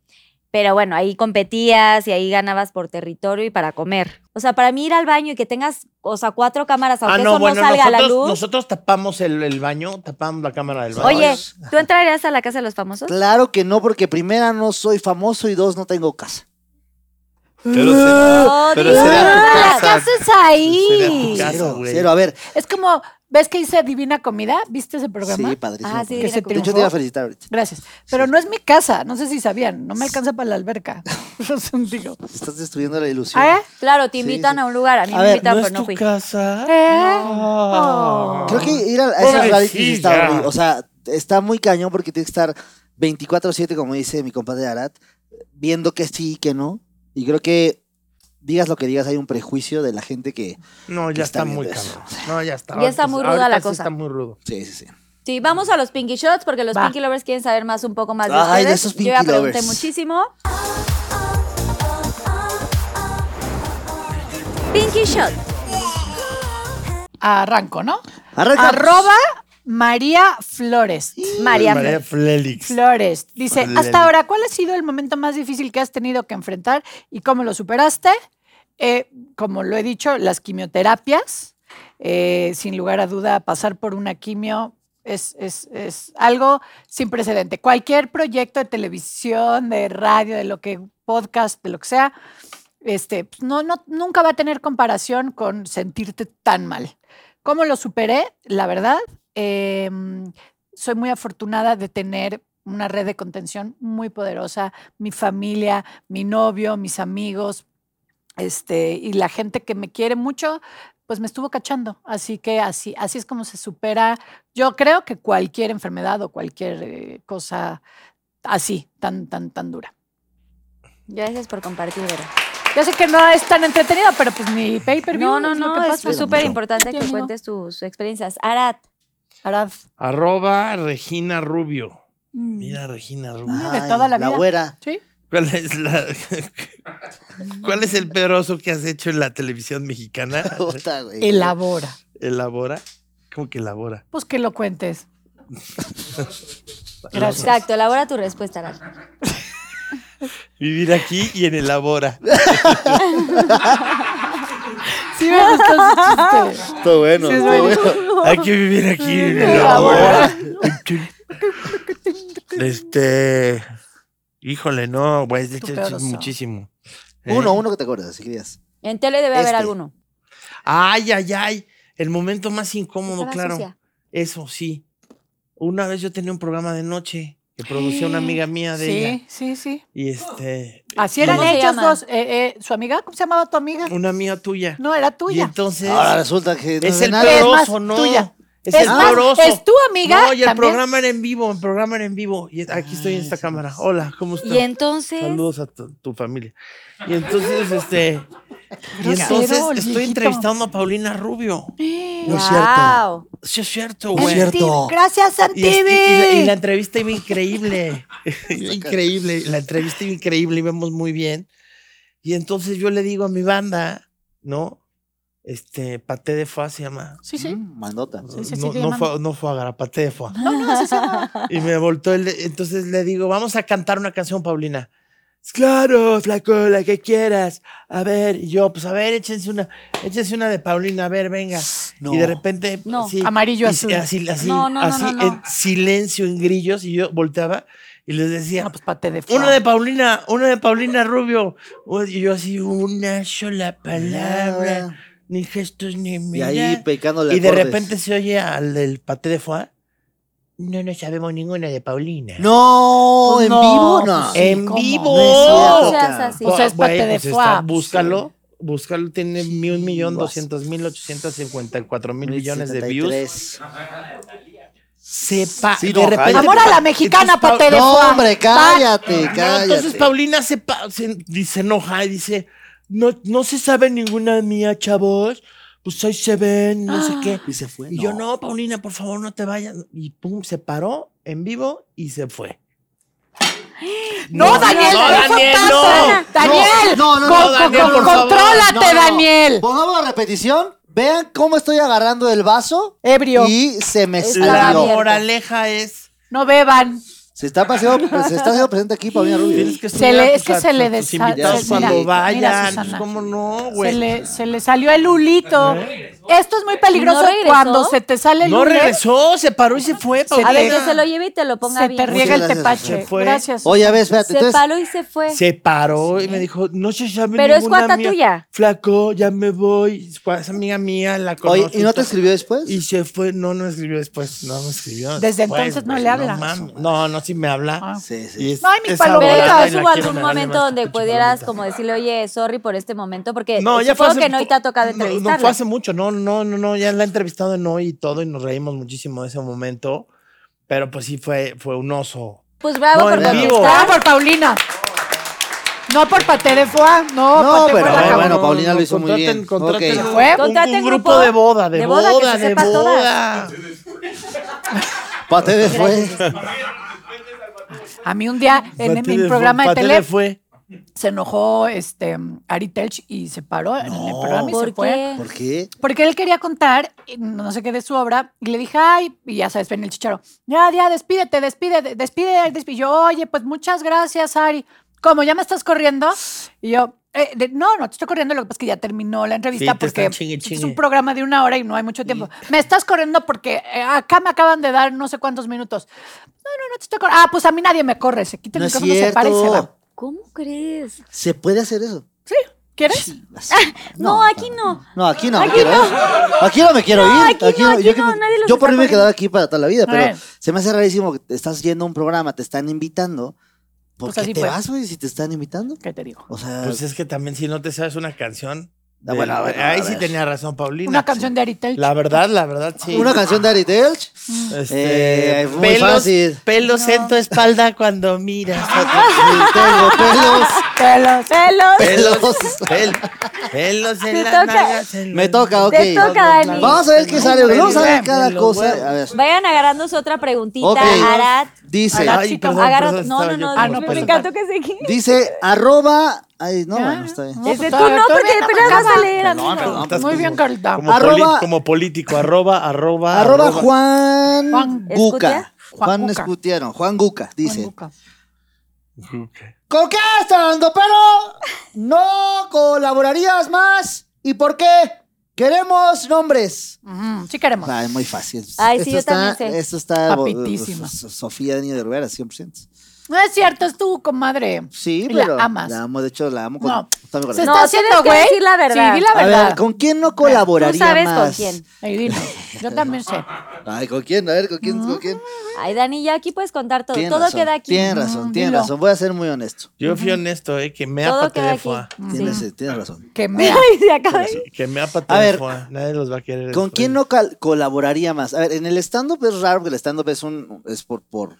pero bueno, ahí competías y ahí ganabas por territorio y para comer. O sea, para mí ir al baño y que tengas, o sea, cuatro Ah, cámaras, aunque eso no salga a la Ah, nosotros, luz. nosotros tapamos el, el baño, tapamos la cámara del baño. Oye, ¿tú entrarías a la casa de los famosos? Claro que no, porque primera no soy famoso y dos no tengo casa. Pero se- ¡Oh, pero Dios! será tu ¿Qué casa. haces Será ahí? tu casa. Cero, güey. cero. A ver, Es como, ¿ves que hice Divina Comida? ¿Viste ese programa? sí, padrísimo. Ah, sí, padrísimo. Divina de hecho, Comida. te iba a felicitar ahorita. Gracias. Pero no es mi casa, no sé si sabían, no me alcanza para la alberca. Digo, Estás destruyendo la ilusión. ¿Ah? Claro, te Sí, invitan sí. a un lugar, a mí A me ver, invitan, ¿No pero es no tu fui. Ah. casa? ¿Eh? No. Creo que ir a, a Pobrecilla. esos realities está horrible. O sea, está muy cañón porque tienes que estar 24-7, como dice mi compadre Arat, viendo que sí y que no. Y creo que digas lo que digas, hay un prejuicio de la gente que. No, Que ya está está muy viendo cabrón. No, ya está. Ya está Ahorita- muy ruda ahorita la sí cosa. Está muy rudo. Sí, sí, sí. Sí, vamos a los Pinky Shots porque los Va. Pinky Lovers quieren saber más un poco más de Ay, ustedes. de esos Yo ya Pinky pregunté Lovers. muchísimo. Pinky Shot. Arranco, ¿no? Arranca. Arroba María Flores. María. María Félix. Flores. Dice, Flores. hasta ahora, ¿cuál ha sido el momento más difícil que has tenido que enfrentar y cómo lo superaste? Eh, como lo he dicho, las quimioterapias. Eh, sin lugar a duda, pasar por una quimio es, es- es algo sin precedente. Cualquier proyecto de televisión, de radio, de lo que podcast, de lo que sea, este, pues, no, no, nunca va a tener comparación con sentirte tan mal. ¿Cómo lo superé? La verdad, em, soy muy afortunada de tener una red de contención muy poderosa, mi familia, mi novio, mis amigos, este, y la gente que me quiere mucho, pues me estuvo cachando. Así que así, así es como se supera, yo creo que cualquier enfermedad o cualquier eh, cosa así, tan, tan, tan dura. Gracias por compartir, Vero. Yo sé que no es tan entretenido, pero pues mi paper No, no, no, es pasa. súper importante Sí, que amigo. cuentes tus experiencias. Arat. Arat. Arroba Regina Rubio. Mm. Mira, Regina Rubio. de toda la vida. güera. Sí. ¿Cuál es la. ¿Cuál es el peor oso que has hecho en la televisión mexicana? Puta, güey. Elabora. ¿Elabora? ¿Cómo que elabora? Pues que lo cuentes. Gracias. Exacto, elabora tu respuesta, Arat. Vivir aquí y en elabora. Sí, me gustó ese chiste. Está bueno, Sí, es está bueno. bueno. Hay que vivir aquí en el ahora. Este. Híjole, no, güey, de Tu hecho, peor sí, oso. muchísimo. ¿Eh? Uno, uno que te acuerdas, si querías. En tele debe haber Este. alguno. Ay, ay, ay. El momento más incómodo, Estaba claro. sucia. Eso sí. Una vez yo tenía un programa de noche que producía una amiga mía de ella. Sí, sí, sí. Y este. Así y eran ¿Cómo se ellos llama? dos. Eh, eh, ¿Su amiga? ¿Cómo se llamaba tu amiga? Una amiga tuya. No, era Y tuya. entonces. Ahora resulta que. no es Ah, de el nada. Es peor más, oso, no. tuya. Es, Es el más, peor oso. es tu amiga No, y el también. programa era en vivo, el programa era en vivo. Y aquí estoy Ah, en esta cámara. Hola, ¿cómo estás? Y entonces. Saludos a tu, tu familia. Y entonces, este. Y Grosero, entonces el estoy viejito. entrevistando a Paulina Rubio. No es cierto. Wow. Sí, es cierto, No es güey. cierto. Gracias, Y, es- y- y Santibi. la, y la entrevista iba increíble. increíble. La entrevista iba increíble, íbamos muy bien. Y entonces yo le digo a mi banda, ¿no? este, paté de foie se llama. Sí, sí. Mm, Mandota. Sí, sí, sí, no, te no llaman- fue, no fue agar, paté de foie. No, no, sí, sí, no. Y me voltó el. Entonces le digo, vamos a cantar una canción, Paulina. Claro, flaco, la que quieras. A ver, y yo, pues a ver, échense una, échense una de Paulina, a ver, venga. No. Y de repente, No. sí, Amarillo, y- azul. Así, así, No, no, no, así, no, no. en silencio, en grillos, y yo volteaba y les decía, No, pues pate de una de foie. Paulina, una de Paulina Rubio. Y yo así, una sola palabra, ni gestos, ni Ah. Y miradas. ahí pecándole Y de acordes. repente se oye al del paté de foie. No, no sabemos ninguna de Paulina. No, Pues en no, vivo pues no. sí, ¡En ¿cómo? vivo! No es cierto, No seas cara. así. Pues es Güey, paté de pues foie, está- pues búscalo. Búscalo, tiene mi- un millón Chivas. doscientos mil ochocientos cincuenta y cuatro mil millones de views. 73. Sepa. Sí, y no, cállate. Amor a la mexicana, Entonces, paté de No, foie. hombre, cállate, No, cállate. entonces Paulina se, pa- se- y se enoja y dice, no, no se sabe ninguna mía, chavos. Pues ahí se ven, no sé qué. y se fue. Y yo, no, Paulina, por favor, no te vayas. Y pum, se paró en vivo y se fue. No, Daniel, no, no, Daniel, no. fue tanto. Daniel, No, no, no, no, con- con- Daniel, con- por favor. contrólate, No, no. Daniel. Pongamos la repetición. Vean cómo estoy agarrando el vaso Ebrio. y se me Está La abierto. salió. moraleja es... No beban. Se está, paseando, se está haciendo presente aquí Paulina Rubio. Tienes que Se le- estudiar es tus- que se le tus desa- invitados se- cuando mira, mira, vayan. Susana. Pues, ¿Cómo no, Se güey? le, se le salió el hulito. Esto es muy peligroso ¿No regresó? cuando se te sale el No hule, regresó, se paró y se fue, A ver, Paulina. que se lo lleve y te lo ponga se te bien. riega el Muchas gracias, tepache. se fue. Gracias. Oye, a ver, espérate. Se Entonces, paró y se fue. Se paró y me dijo, no se sabe Pero es ninguna cuata mía. tuya. Flaco, ya me voy. Es amiga mía, la conozco. oye, ¿y no te todo. escribió después? Y se fue, no, no escribió después, no me escribió. Desde después, entonces no güey, le habla. mames. No, no, sí me habla. Ah. Sí, sí. Y es- Ay, mis es palomitas. Pero adorable, tal Ahora vez la hubo quiero, algún me vale momento más donde pinche pudieras palomita. como decirle, oye, sorry por este momento, porque No, ya fue supongo hace que no y te ha tocado no, no, entrevistarla. No, fue hace mucho, no, no, no, no, ya la he entrevistado en hoy y todo y nos reímos muchísimo de ese momento, pero pues sí fue, fue un oso. Pues bravo No, por en vivo. contestar. Ah, por Paulina. No por paté de foie. No, No, paté pero fue la bueno, cabrón. Paulina lo hizo muy contraten- bien. Contraten, Ok. un- Fue. un- Contraten un, grupo grupo de boda, de, de boda, boda, que se de sepa boda. todas. Paté de fue. A mí un día en Paté mi de programa fue- de paté tele fue. se enojó este Ari Telch y se paró en el programa y se ¿Por fue. qué? ¿Por qué? Porque él quería contar, eh, no sé qué de su obra, y le dije, ay, y ya sabes, ven el chicharo, ya, ya, despídete, despídete, despídete, despídete. Y yo, oye, pues muchas gracias, Ari. ¿Cómo ya me estás corriendo? Y yo, "Eh, de- no, no te estoy corriendo, lo que pasa es que ya terminó la entrevista Sí, te porque están chingue, esto es chingue. un programa de una hora y no hay mucho tiempo. Me estás corriendo porque eh, acá me acaban de dar no sé cuántos minutos. No, no, no te estoy corriendo. Ah, pues a mí nadie me corre, se quita el No es micrófono, se para y se va. cierto. ¿Cómo crees? ¿Se puede hacer eso? ¿Quieres? Ah, No, aquí no. No, aquí no. Aquí no. Aquí no me quiero No, ir. aquí no, aquí yo no, nadie los yo por está mí me poniendo. quedaba aquí para toda la vida, pero Eh. se me hace rarísimo que te estás yendo a un programa, te están invitando. ¿Por Pues qué así te fue. vas, güey, si te están invitando? ¿Qué te digo? O sea, Pues es que también si no te sabes una canción. Ah, bueno, del- a ver, a ahí ver. sí tenía razón, Paulina. Una canción de Ari Telch. La verdad, la verdad, sí. una canción de Ari Telch. Este, Eh, muy fácil. pelos en tu espalda cuando miras. Tengo pelos, Pelos. Pelos. pelos. Pel- pelos Te en las toca. nalgas, en Me los- toca, ok. Te toca, Dani. Vamos a ver qué sale. porque Vamos a ver Pelos cada en los cosa. A huevos. ver. Vayan agarrándose otra preguntita, Ok. Arad. Dice, Ay, Ay, chica, perdón, Agarra- perdón, No, estaba no, yo no. con Ah, los no, me pelos. encantó que se quede. dice, arroba. Ay, no, bueno, está bien. Pues Ese tú todavía- Ah, no, porque todavía no apenas vas a acaba. leer, amigo. Estás Muy bien, Carlita. Como, Arroba- poli- como político, arroba, arroba, Arroba Juan, Juan Guca. Escutia. Juan Juan Guca. Escutia, no, Juan Guca, dice. Juanluca. ¿Con qué estando, pero no colaborarías más? ¿Y por qué? Queremos nombres. Ujú, sí queremos. Ah, es muy fácil. Ay, sí, yo está, también sé. Esto está bo- Papitísima. so- Sofía Niño de Rivera, 100%. No es cierto, es tu comadre. Sí, Y la pero amas. La amo, de hecho, la amo con, No. también con Se la- No, está tienes haciendo, que güey. decir la verdad. Sí, di la A verdad. ver, ¿con quién no colaboraría Tú sabes más? con quién. Ay, dilo. Yo también sé. Ay, ¿con quién? A ver, ¿con quién? ¿Con quién? Ay, Dani, ya aquí puedes contar todo. Tienes todo razón, queda aquí. Tienes razón, tienes dilo. razón. Voy a ser muy honesto. Yo fui honesto, eh, que me Todo apate queda de aquí. foie. Tienes, tienes razón. Que me. Ay, se acaba. Que me apate A de ver, foie. Nadie los va a querer. ¿Con estos. quién no cal- colaboraría más? A ver, en el stand-up es raro porque el stand-up es, un, es por, por,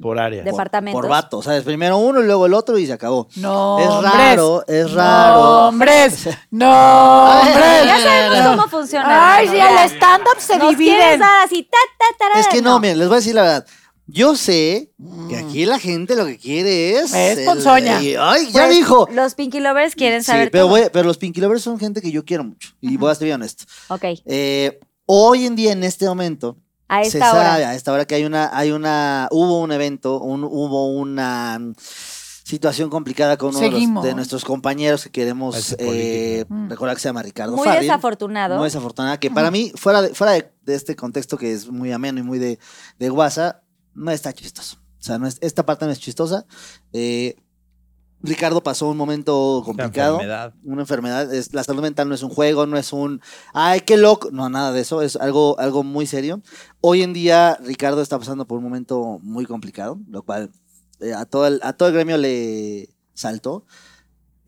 Por área. De- Departamentos. Por vato. O sea, es primero uno y luego el otro y se acabó. No, es hombres. raro, es No, raro. hombres. A No, ver, hombres. Ya sabemos cómo funciona. Eh, Ay, sí, el stand-up se Nos quieres dividen. dar así, ta, ta, tarara, Es que no, miren, les voy a decir la verdad. Yo sé que Mm. aquí la gente lo que quiere es. Es el- ponzoña. y- ay, ya Pues, dijo. Los Pinky Lovers quieren Sí, saber. pero, todo. voy- pero los Pinky Lovers son gente que yo quiero mucho. Y voy a ser bien honesto. Ok, Eh, hoy en día, en este momento, a se esta sabe hora. a esta hora que hay una, hay una, hubo un evento, un- hubo una mm, situación complicada con uno de, los- Seguimos. de nuestros compañeros que queremos Ese eh, político. Mm. recordar que se llama Ricardo Muy Farril. desafortunado. Muy desafortunada, que para mí, fuera, de, fuera de, de este contexto que es muy ameno y muy de, de guasa, no está chistoso. O sea, no es- esta parte no es chistosa. Eh, Ricardo pasó un momento complicado enfermedad. una enfermedad, es, la salud mental no es un juego, no es un, ay, qué loco, no, nada de eso, es algo, algo muy serio. Hoy en día Ricardo está pasando por un momento muy complicado, lo cual eh, a, todo el, a todo el gremio le saltó.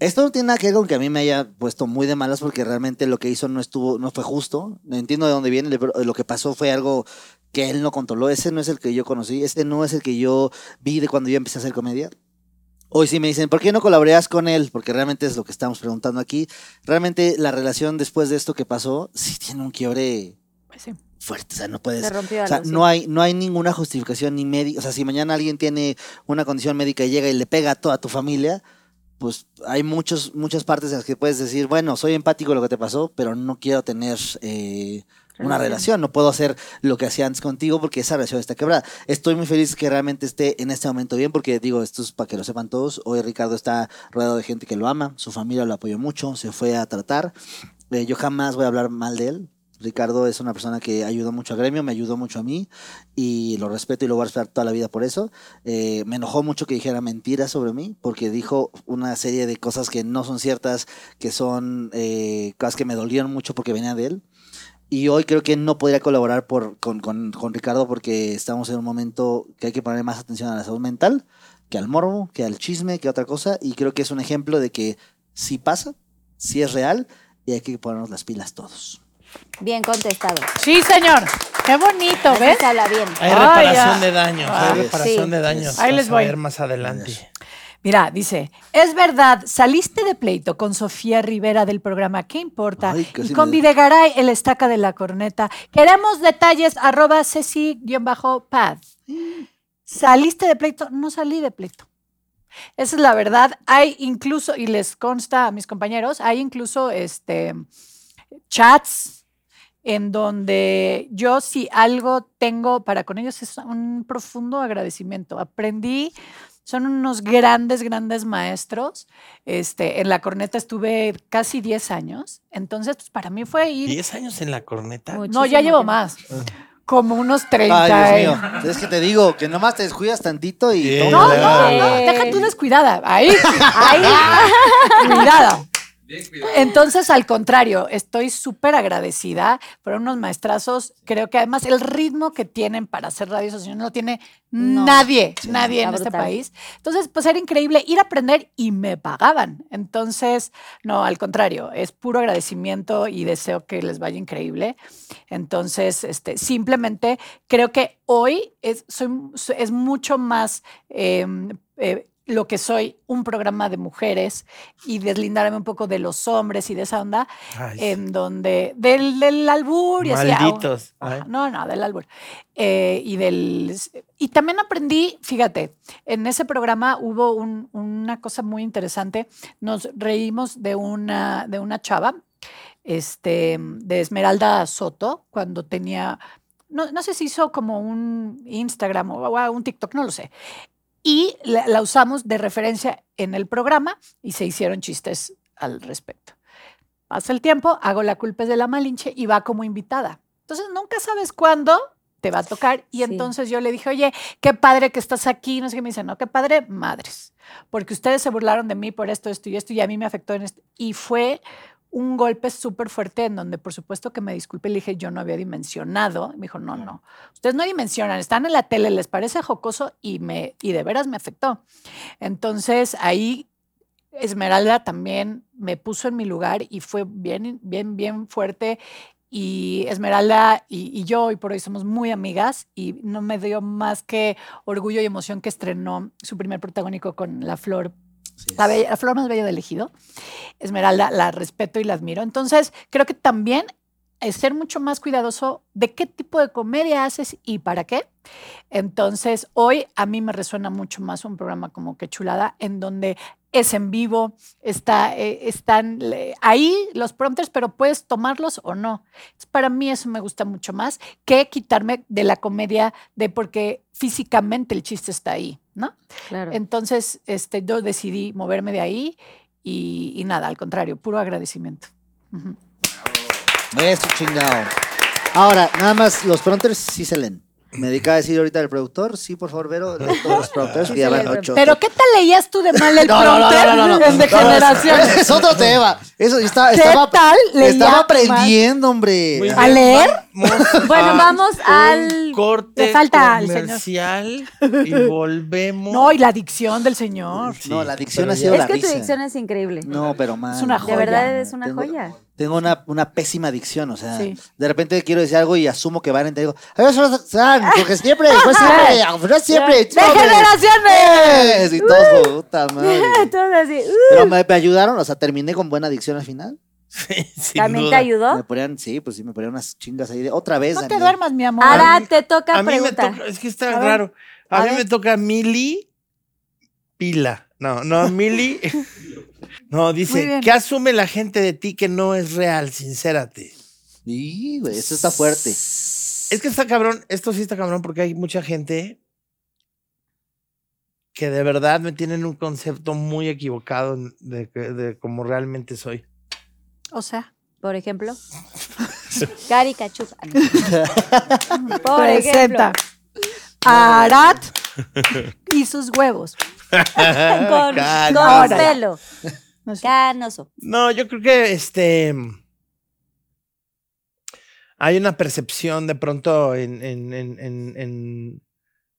Esto no tiene nada que ver con que a mí me haya puesto muy de malas porque realmente lo que hizo no estuvo, no fue justo. No Entiendo de dónde viene, le- lo que pasó fue algo que él no controló. Ese no es el que yo conocí, ese no es el que yo vi de cuando yo empecé a hacer comedia. Hoy sí me dicen, ¿por qué no colaboras con él? Porque realmente es lo que estamos preguntando aquí. Realmente la relación después de esto que pasó, sí tiene un quiebre Pues sí. fuerte. O sea, no puedes. Se rompió O sea, algo, sí. no hay, no hay ninguna justificación ni médica. O sea, si mañana alguien tiene una condición médica y llega y le pega a toda tu familia, pues hay muchos, muchas partes en las que puedes decir, bueno, soy empático con lo que te pasó, pero no quiero tener eh, una relación. No puedo hacer lo que hacía antes contigo porque esa relación está quebrada. Estoy muy feliz que realmente esté en este momento bien porque digo, esto es para que lo sepan todos. Hoy Ricardo está rodeado de gente que lo ama, su familia lo apoyó mucho, se fue a tratar. Eh, yo jamás voy a hablar mal de él. Ricardo es una persona que ayudó mucho a Gremio, me ayudó mucho a mí y lo respeto y lo voy a respetar toda la vida por eso. Eh, me enojó mucho que dijera mentiras sobre mí porque dijo una serie de cosas que no son ciertas, que son eh, cosas que me dolieron mucho porque venía de él. Y hoy creo que no podría colaborar por, con, con- con Ricardo porque estamos en un momento que hay que poner más atención a la salud mental que al morbo, que al chisme, que a otra cosa. Y creo que es un ejemplo de que sí pasa, sí es real y hay que ponernos las pilas todos. Bien contestado. Sí, señor. Qué bonito, Así ¿ves? se habla bien. Hay Ay, reparación ya. de daños, Ah, hay reparación sí. de daños. Ahí les Vamos a voy. ver más adelante. Mira, dice, es verdad, saliste de pleito con Sofía Rivera del programa ¿Qué importa? Ay, casi y con me- Videgaray, el estaca de la corneta. Queremos detalles, arroba ceci-pad. ¿Saliste de pleito? No salí de pleito. Esa es la verdad. Hay incluso, y les consta a mis compañeros, hay incluso este, chats en donde yo si algo tengo para con ellos es un profundo agradecimiento. Aprendí, son unos grandes, grandes maestros. Este, en la corneta estuve casi 10 años, entonces pues, para mí fue ir... ¿10 años en la corneta? No, ya Muchísimo llevo tiempo. más, como unos 30. Ay, y- Dios mío. Es que te digo que nomás te descuidas tantito y. Sí. toma. No, Claro. no, no, deja tú descuidada. Ahí, ahí, cuidada. Entonces, al contrario, estoy súper agradecida por unos maestrazos. Creo que además el ritmo que tienen para hacer radiodifusión no lo tiene No. nadie, Sí, nadie en está este brutal. país. Entonces, pues era increíble ir a aprender y me pagaban. Entonces, no, al contrario, es puro agradecimiento y deseo que les vaya increíble. Entonces, este, simplemente creo que hoy es, soy, es mucho más eh, eh, lo que soy, un programa de mujeres y deslindarme un poco de los hombres y de esa onda, Eh, Ay, en donde del, del albur y así, ah, malditos. Ajá, Ay. No, no, del álbum. Eh, y, del, y también aprendí, fíjate, en ese programa hubo un- una cosa muy interesante. Nos reímos de una, de una chava, este, de Esmeralda Soto, cuando tenía, no, no sé si hizo como un Instagram o, o un TikTok, no lo sé. Y la, la usamos de referencia en el programa y se hicieron chistes al respecto. Pasa el tiempo, hago la culpa es de la Malinche y va como invitada. Entonces nunca sabes cuándo te va a tocar. Y Sí. entonces yo le dije, oye, qué padre que estás aquí. No sé qué me dice, no, qué padre, madres. Porque ustedes se burlaron de mí por esto, esto y esto, y a mí me afectó en esto. Y fue un golpe súper fuerte en donde, por supuesto, que me disculpe, le dije, yo no había dimensionado. Y Me dijo, no, no, ustedes no dimensionan, están en la tele, les parece jocoso y, me, y de veras me afectó. Entonces ahí Esmeralda también me puso en mi lugar y fue bien, bien, bien fuerte. Y Esmeralda y, y yo hoy por hoy somos muy amigas y no me dio más que orgullo y emoción que estrenó su primer protagónico con La Flor, la, bella- la Flor más bella del ejido. Esmeralda, la respeto y la admiro. Entonces, creo que también eh, ser mucho más cuidadoso de qué tipo de comedia haces y para qué. Entonces, hoy a mí me resuena mucho más un programa como que chulada, en donde es en vivo, está, eh, están le- ahí los prompters, pero puedes tomarlos o no. Entonces, para mí eso me gusta mucho más que quitarme de la comedia de porque físicamente el chiste está ahí, ¿no? Claro. Entonces, este, yo decidí moverme de ahí y, y nada, al contrario, puro agradecimiento. Ujú. Eso, chingado. Ahora, nada más, los prompters sí se leen. Me dedica a decir ahorita el productor, sí, por favor, Vero, todos los prompters, y ya van ocho. Pero ¿qué tal leías tú de mal el No, no, no, no, prompter no, no. en No, degeneración? ese Es otro tema. Eso está, ¿Qué estaba, tal leía estaba mal? aprendiendo, hombre. Ah, Muy ¿A bien, leer? vamos Bueno, a vamos un al. corte le falta al señor. comercial y volvemos. No, y la adicción del señor. Sí, No, la adicción pero ha ya- sido Es la que tu risa. dicción es increíble. No, pero más. Es una De joya. verdad es una Tengo- joya. Tengo una, una pésima adicción, o sea, Sí. de repente quiero decir algo y asumo que van a entender. digo, A ver, Sor- San, Ah. porque siempre, fue siempre, fue siempre. tú, hombre". ¡Degeneraciones! Y todos, Uh. puta madre. Todo así. uh, Pero me, me ayudaron, o sea, terminé con buena adicción al final. Sí, sin ¿También te duda. ayudó? Me ponían, sí, pues sí, me ponían unas chingas ahí de otra vez. No te Daniel. duermas, mi amor. Ahora te toca A mí me preguntar. toca, es que está A ver, raro. A, a mí ver. me toca Mili Pila. No, no, Mili. No, Muy dice, bien. ¿qué asume la gente de ti que no es real? Sincérate. Sí, güey, eso está fuerte. Es que está cabrón, esto sí está cabrón porque hay mucha gente que de verdad me tienen un concepto muy equivocado de, que- de cómo realmente soy. O sea, Por ejemplo. Cari Cachupa. Por presenta a Arat y sus huevos. ejemplo. Con, Cari. con Ahora. pelo. No sé. Canoso. No, yo creo que este. Hay una percepción de pronto en, en, en, en, en,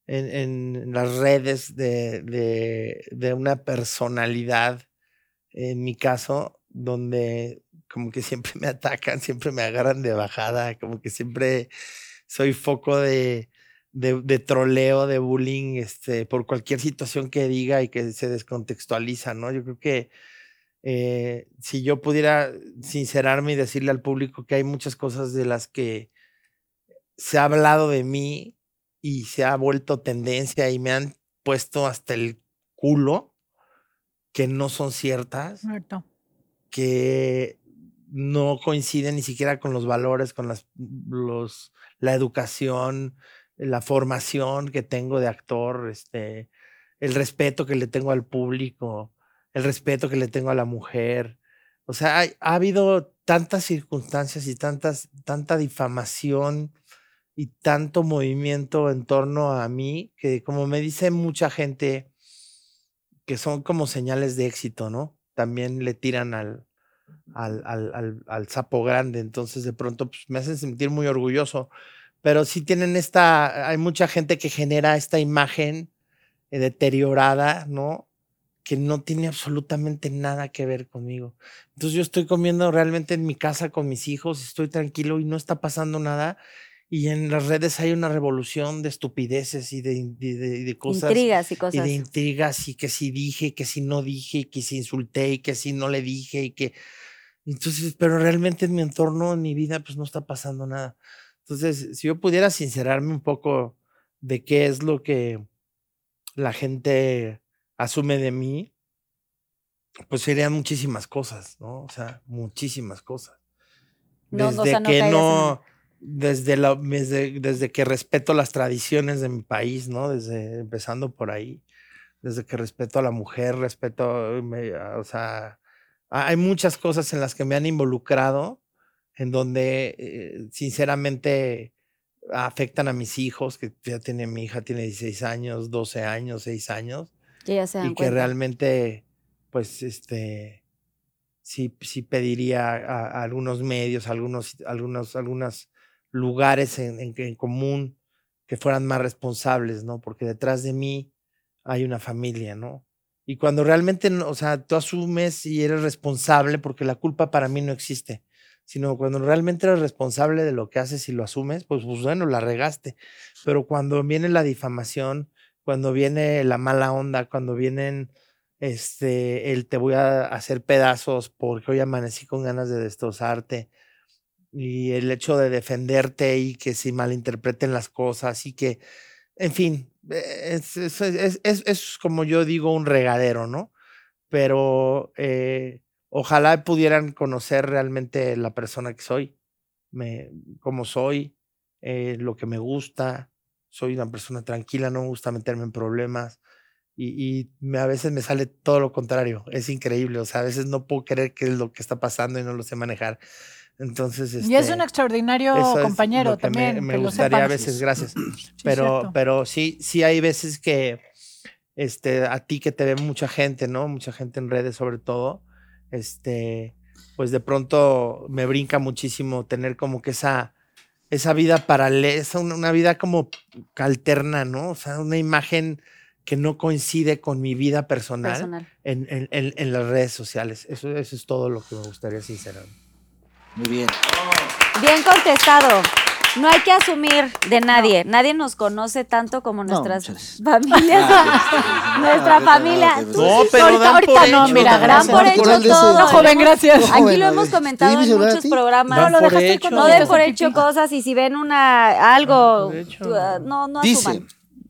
en- en las redes de, de, de una personalidad, en mi caso, donde como que siempre me atacan, siempre me agarran de bajada, como que siempre soy foco de, de, de troleo, de bullying, este, por cualquier situación que diga y que se descontextualiza, ¿no? Yo creo que eh, si yo pudiera sincerarme y decirle al público que hay muchas cosas de las que se ha hablado de mí y se ha vuelto tendencia y me han puesto hasta el culo que no son ciertas Muerto. que no coinciden ni siquiera con los valores, con las, los, la educación, la formación que tengo de actor, este, el respeto que le tengo al público, el respeto que le tengo a la mujer. O sea, hay- ha habido tantas circunstancias y tantas, tanta difamación y tanto movimiento en torno a mí que, como me dice mucha gente, que son como señales de éxito, ¿no? También le tiran al, al, al, al- al sapo grande, entonces de pronto pues, me hacen sentir muy orgulloso, pero sí tienen esta, hay mucha gente que genera esta imagen eh, deteriorada, ¿no? Que no tiene absolutamente nada que ver conmigo. Entonces yo estoy comiendo realmente en mi casa con mis hijos, estoy tranquilo y no está pasando nada. Y en las redes hay una revolución de estupideces y de, y de- y de cosas Intrigas y y cosas. de intrigas y que si dije y que si no dije y que si insulté y que si no le dije y que entonces pero realmente en mi entorno en mi vida pues no está pasando nada entonces si yo pudiera sincerarme un poco de qué es lo que la gente asume de mí pues serían muchísimas cosas no o sea muchísimas cosas No, o desde sea, no que caerías en- no desde la desde, desde que respeto las tradiciones de mi país no desde empezando por ahí desde que respeto a la mujer, respeto, eh, me- a- o sea, ha- hay muchas cosas en las que me han involucrado, en donde eh, sinceramente afectan a mis hijos, que ya tiene mi hija, tiene 16 años, 12 años, 6 años, Que ya se dan y que cuenta. realmente, pues, este, sí, sí pediría a, a algunos medios, algunos, algunos, algunos lugares en, en que- en común que fueran más responsables, ¿no? Porque detrás de mí hay una familia, ¿no? Y cuando realmente, no- o sea, tú asumes y eres responsable, porque la culpa para mí no existe, sino cuando realmente eres responsable de lo que haces y lo asumes, pues, pues bueno, la regaste. Pero cuando viene la difamación, cuando viene la mala onda, cuando vienen este el te voy a hacer pedazos porque hoy amanecí con ganas de destrozarte. y el hecho de defenderte y que se malinterpreten las cosas y que, en fin, eh, es, es- es- es- es como yo digo un regadero, ¿no? Pero eh, ojalá pudieran conocer realmente la persona que soy, me, cómo soy, eh, lo que me gusta. Soy una persona tranquila, no me gusta meterme en problemas y, y me- a veces me sale todo lo contrario. Es increíble, o sea, a veces no puedo creer qué es lo que está pasando y no lo sé manejar. Entonces, y es este, un extraordinario eso es compañero lo que me- también. Me, que lo gustaría a sepan. veces, gracias. cierto. pero, pero sí, sí hay veces que este, a ti que te ve mucha gente, ¿no? Mucha gente en redes sobre todo, este, pues de pronto me brinca muchísimo tener como que esa, esa vida paralela, esa una, una vida como que alterna, ¿no? O sea, una imagen que no coincide con mi vida personal, Personal. En, en- en- en las redes sociales. Eso, eso es todo lo que me gustaría sinceramente. Muy bien. Bien contestado. No hay que asumir de nadie. Nadie nos conoce tanto como nuestras familias. Ah, este, Nuestra no, familia. no, no, pues. Tú no, sí, pero ahorita, dan ahorita por no, hecho, mira, dan gran por por hecho hecho todo. todo. No, joven, gracias. Aquí lo Joven, hemos oye. comentado ¿Te di mi en celular a muchos ti? programas. Dan No, lo por dejaste hecho. cuando No den hiciste por pipí. hecho cosas y si ven una algo, tú, ah, no, no Dice, asuman.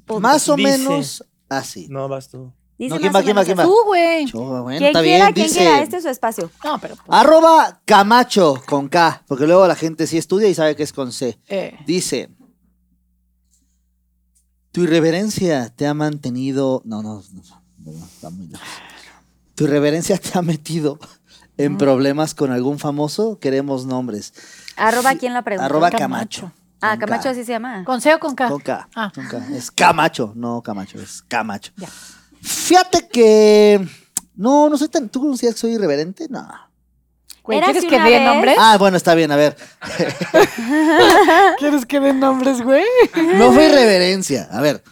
Punto. más o Dice. menos así. No, vas tú. Dice no, ¿quién más va, o quién va, menos quién así. va? Tú, güey. Yo, bueno, Quien está quiera, bien, quien dice. quiera, este es su espacio. No, pero pues, Ah. Arroba Camacho con K, porque luego la gente sí estudia y sabe que es con C. Eh. Dice, tu irreverencia te ha mantenido... No, no, no, no, está muy lejos. Tu irreverencia te ha metido en problemas con algún famoso. Queremos nombres. Arroba quién la pregunta. Arroba Camacho. Ah, con K. Camacho así se llama. ¿Con C o con K? Con K, Ah. con K. Es Camacho, no Camacho, es Camacho. Ya. Fíjate que... No, no soy tan... ¿Tú conocías que soy irreverente? No. Güey, Érase ¿Quieres que una dé vez- nombres? Ah, bueno, está bien, a ver. Ah. ¿Quieres que dé nombres, güey? No fue irreverencia. A ver.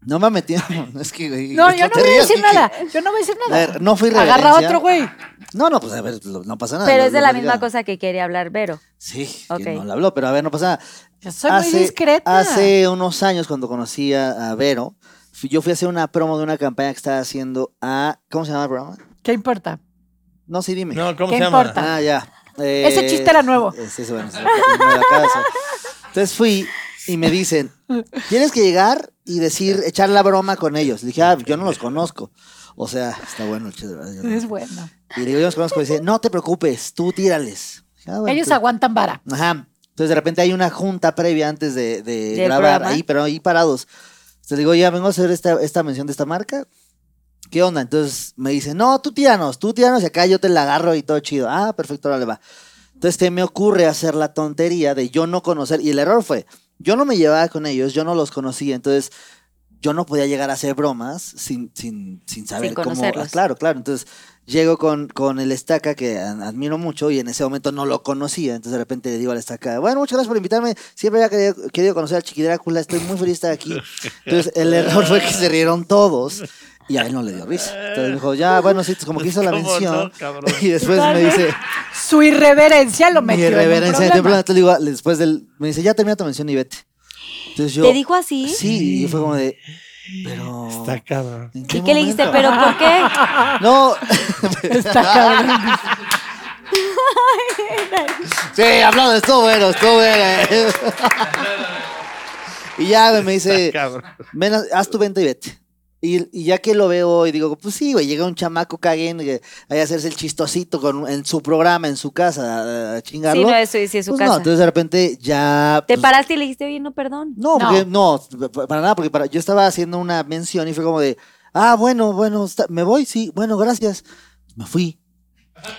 No me metí. No, es que, güey, No, yo no te voy a rías, decir Kike. nada. Yo no voy a decir A nada. ver, no fue irreverencia. Agarra otro, güey. No, no, pues a ver, lo- no pasa nada. Pero lo- es de lo la digo. misma cosa que quería hablar Vero. Sí, Ok. que no le habló, pero a ver, no pasa nada. Yo soy Ah, muy discreta. Hace unos años, cuando conocí a, a Vero, fui- yo fui a hacer una promo de una campaña que estaba haciendo a. ¿Cómo se llama el programa? ¿Qué importa? No, sí, dime. No, ¿cómo ¿Qué se importa? llama? Ah, ya. Eh, Ese chiste era nuevo. es- es- bueno, es- me lo acaba de hacer. Entonces fui y me dicen, tienes que llegar y decir, echar la broma con ellos. Le dije, ah, yo no los conozco. O sea, está bueno el chiste. ¿verdad? Yo no- Es bueno. Y le digo, yo los conozco. Y dice, no te preocupes, tú tírales. Dije, "Ah, bueno, Ellos tú- aguantan vara. Ajá. Entonces de repente hay una junta previa antes de, de ¿Del grabar programa? ahí, pero ahí parados. Entonces le digo, ya vengo a hacer esta, esta mención de esta marca. ¿Qué onda? Entonces me dice, no, tú tíranos, tú tíranos y acá yo te la agarro y todo chido. Ah, perfecto, ahora le va. Entonces te me ocurre hacer la tontería de yo no conocer. Y el error fue, yo no me llevaba con ellos, yo no los conocía. Entonces yo no podía llegar a hacer bromas sin, sin, sin saber cómo. conocerlos. ah, Claro, claro. Entonces llego con, con el estaca que a- admiro mucho y en ese momento no lo conocía. Entonces de repente le digo al estaca, bueno, muchas gracias por invitarme. Siempre había querido, querido conocer al Chiquidrácula, estoy muy feliz de estar aquí. Entonces el error fue que se rieron todos y a él no le dio risa. Entonces me dijo, ya, bueno, sí, como que hizo la ¿Cómo no, mención. cabrón? y después me dice, Su irreverencia lo mi metió. en un reverencia de problema. temprano. Entonces le digo, después del, me dice, ya termina tu mención y vete. Entonces yo, ¿Te dijo así? sí, y yo fue como de, pero... Está cabrón. ¿en ¿Y qué le dijiste? momento?" ¿Pero por qué? No, Está cabrón. sí, hablando, estuvo bueno, estuvo bueno. eh. y ya güey, me dice, Cabrón. Ven, haz- haz tu venta y vete. Y, y ya que lo veo y digo, pues sí, güey, llega un chamaco caguen que hay hacerse el chistosito con, en su programa, en su casa, a, a chingarlo. Sí, no, eso sí, es su Pues casa. No, entonces de repente ya... Te pues, paraste y le dijiste, oye, no, perdón. No, porque, no. pa- para nada, porque para, yo estaba haciendo una mención y fue como de, ah, bueno, bueno, está- me voy, sí, bueno, gracias. Me fui.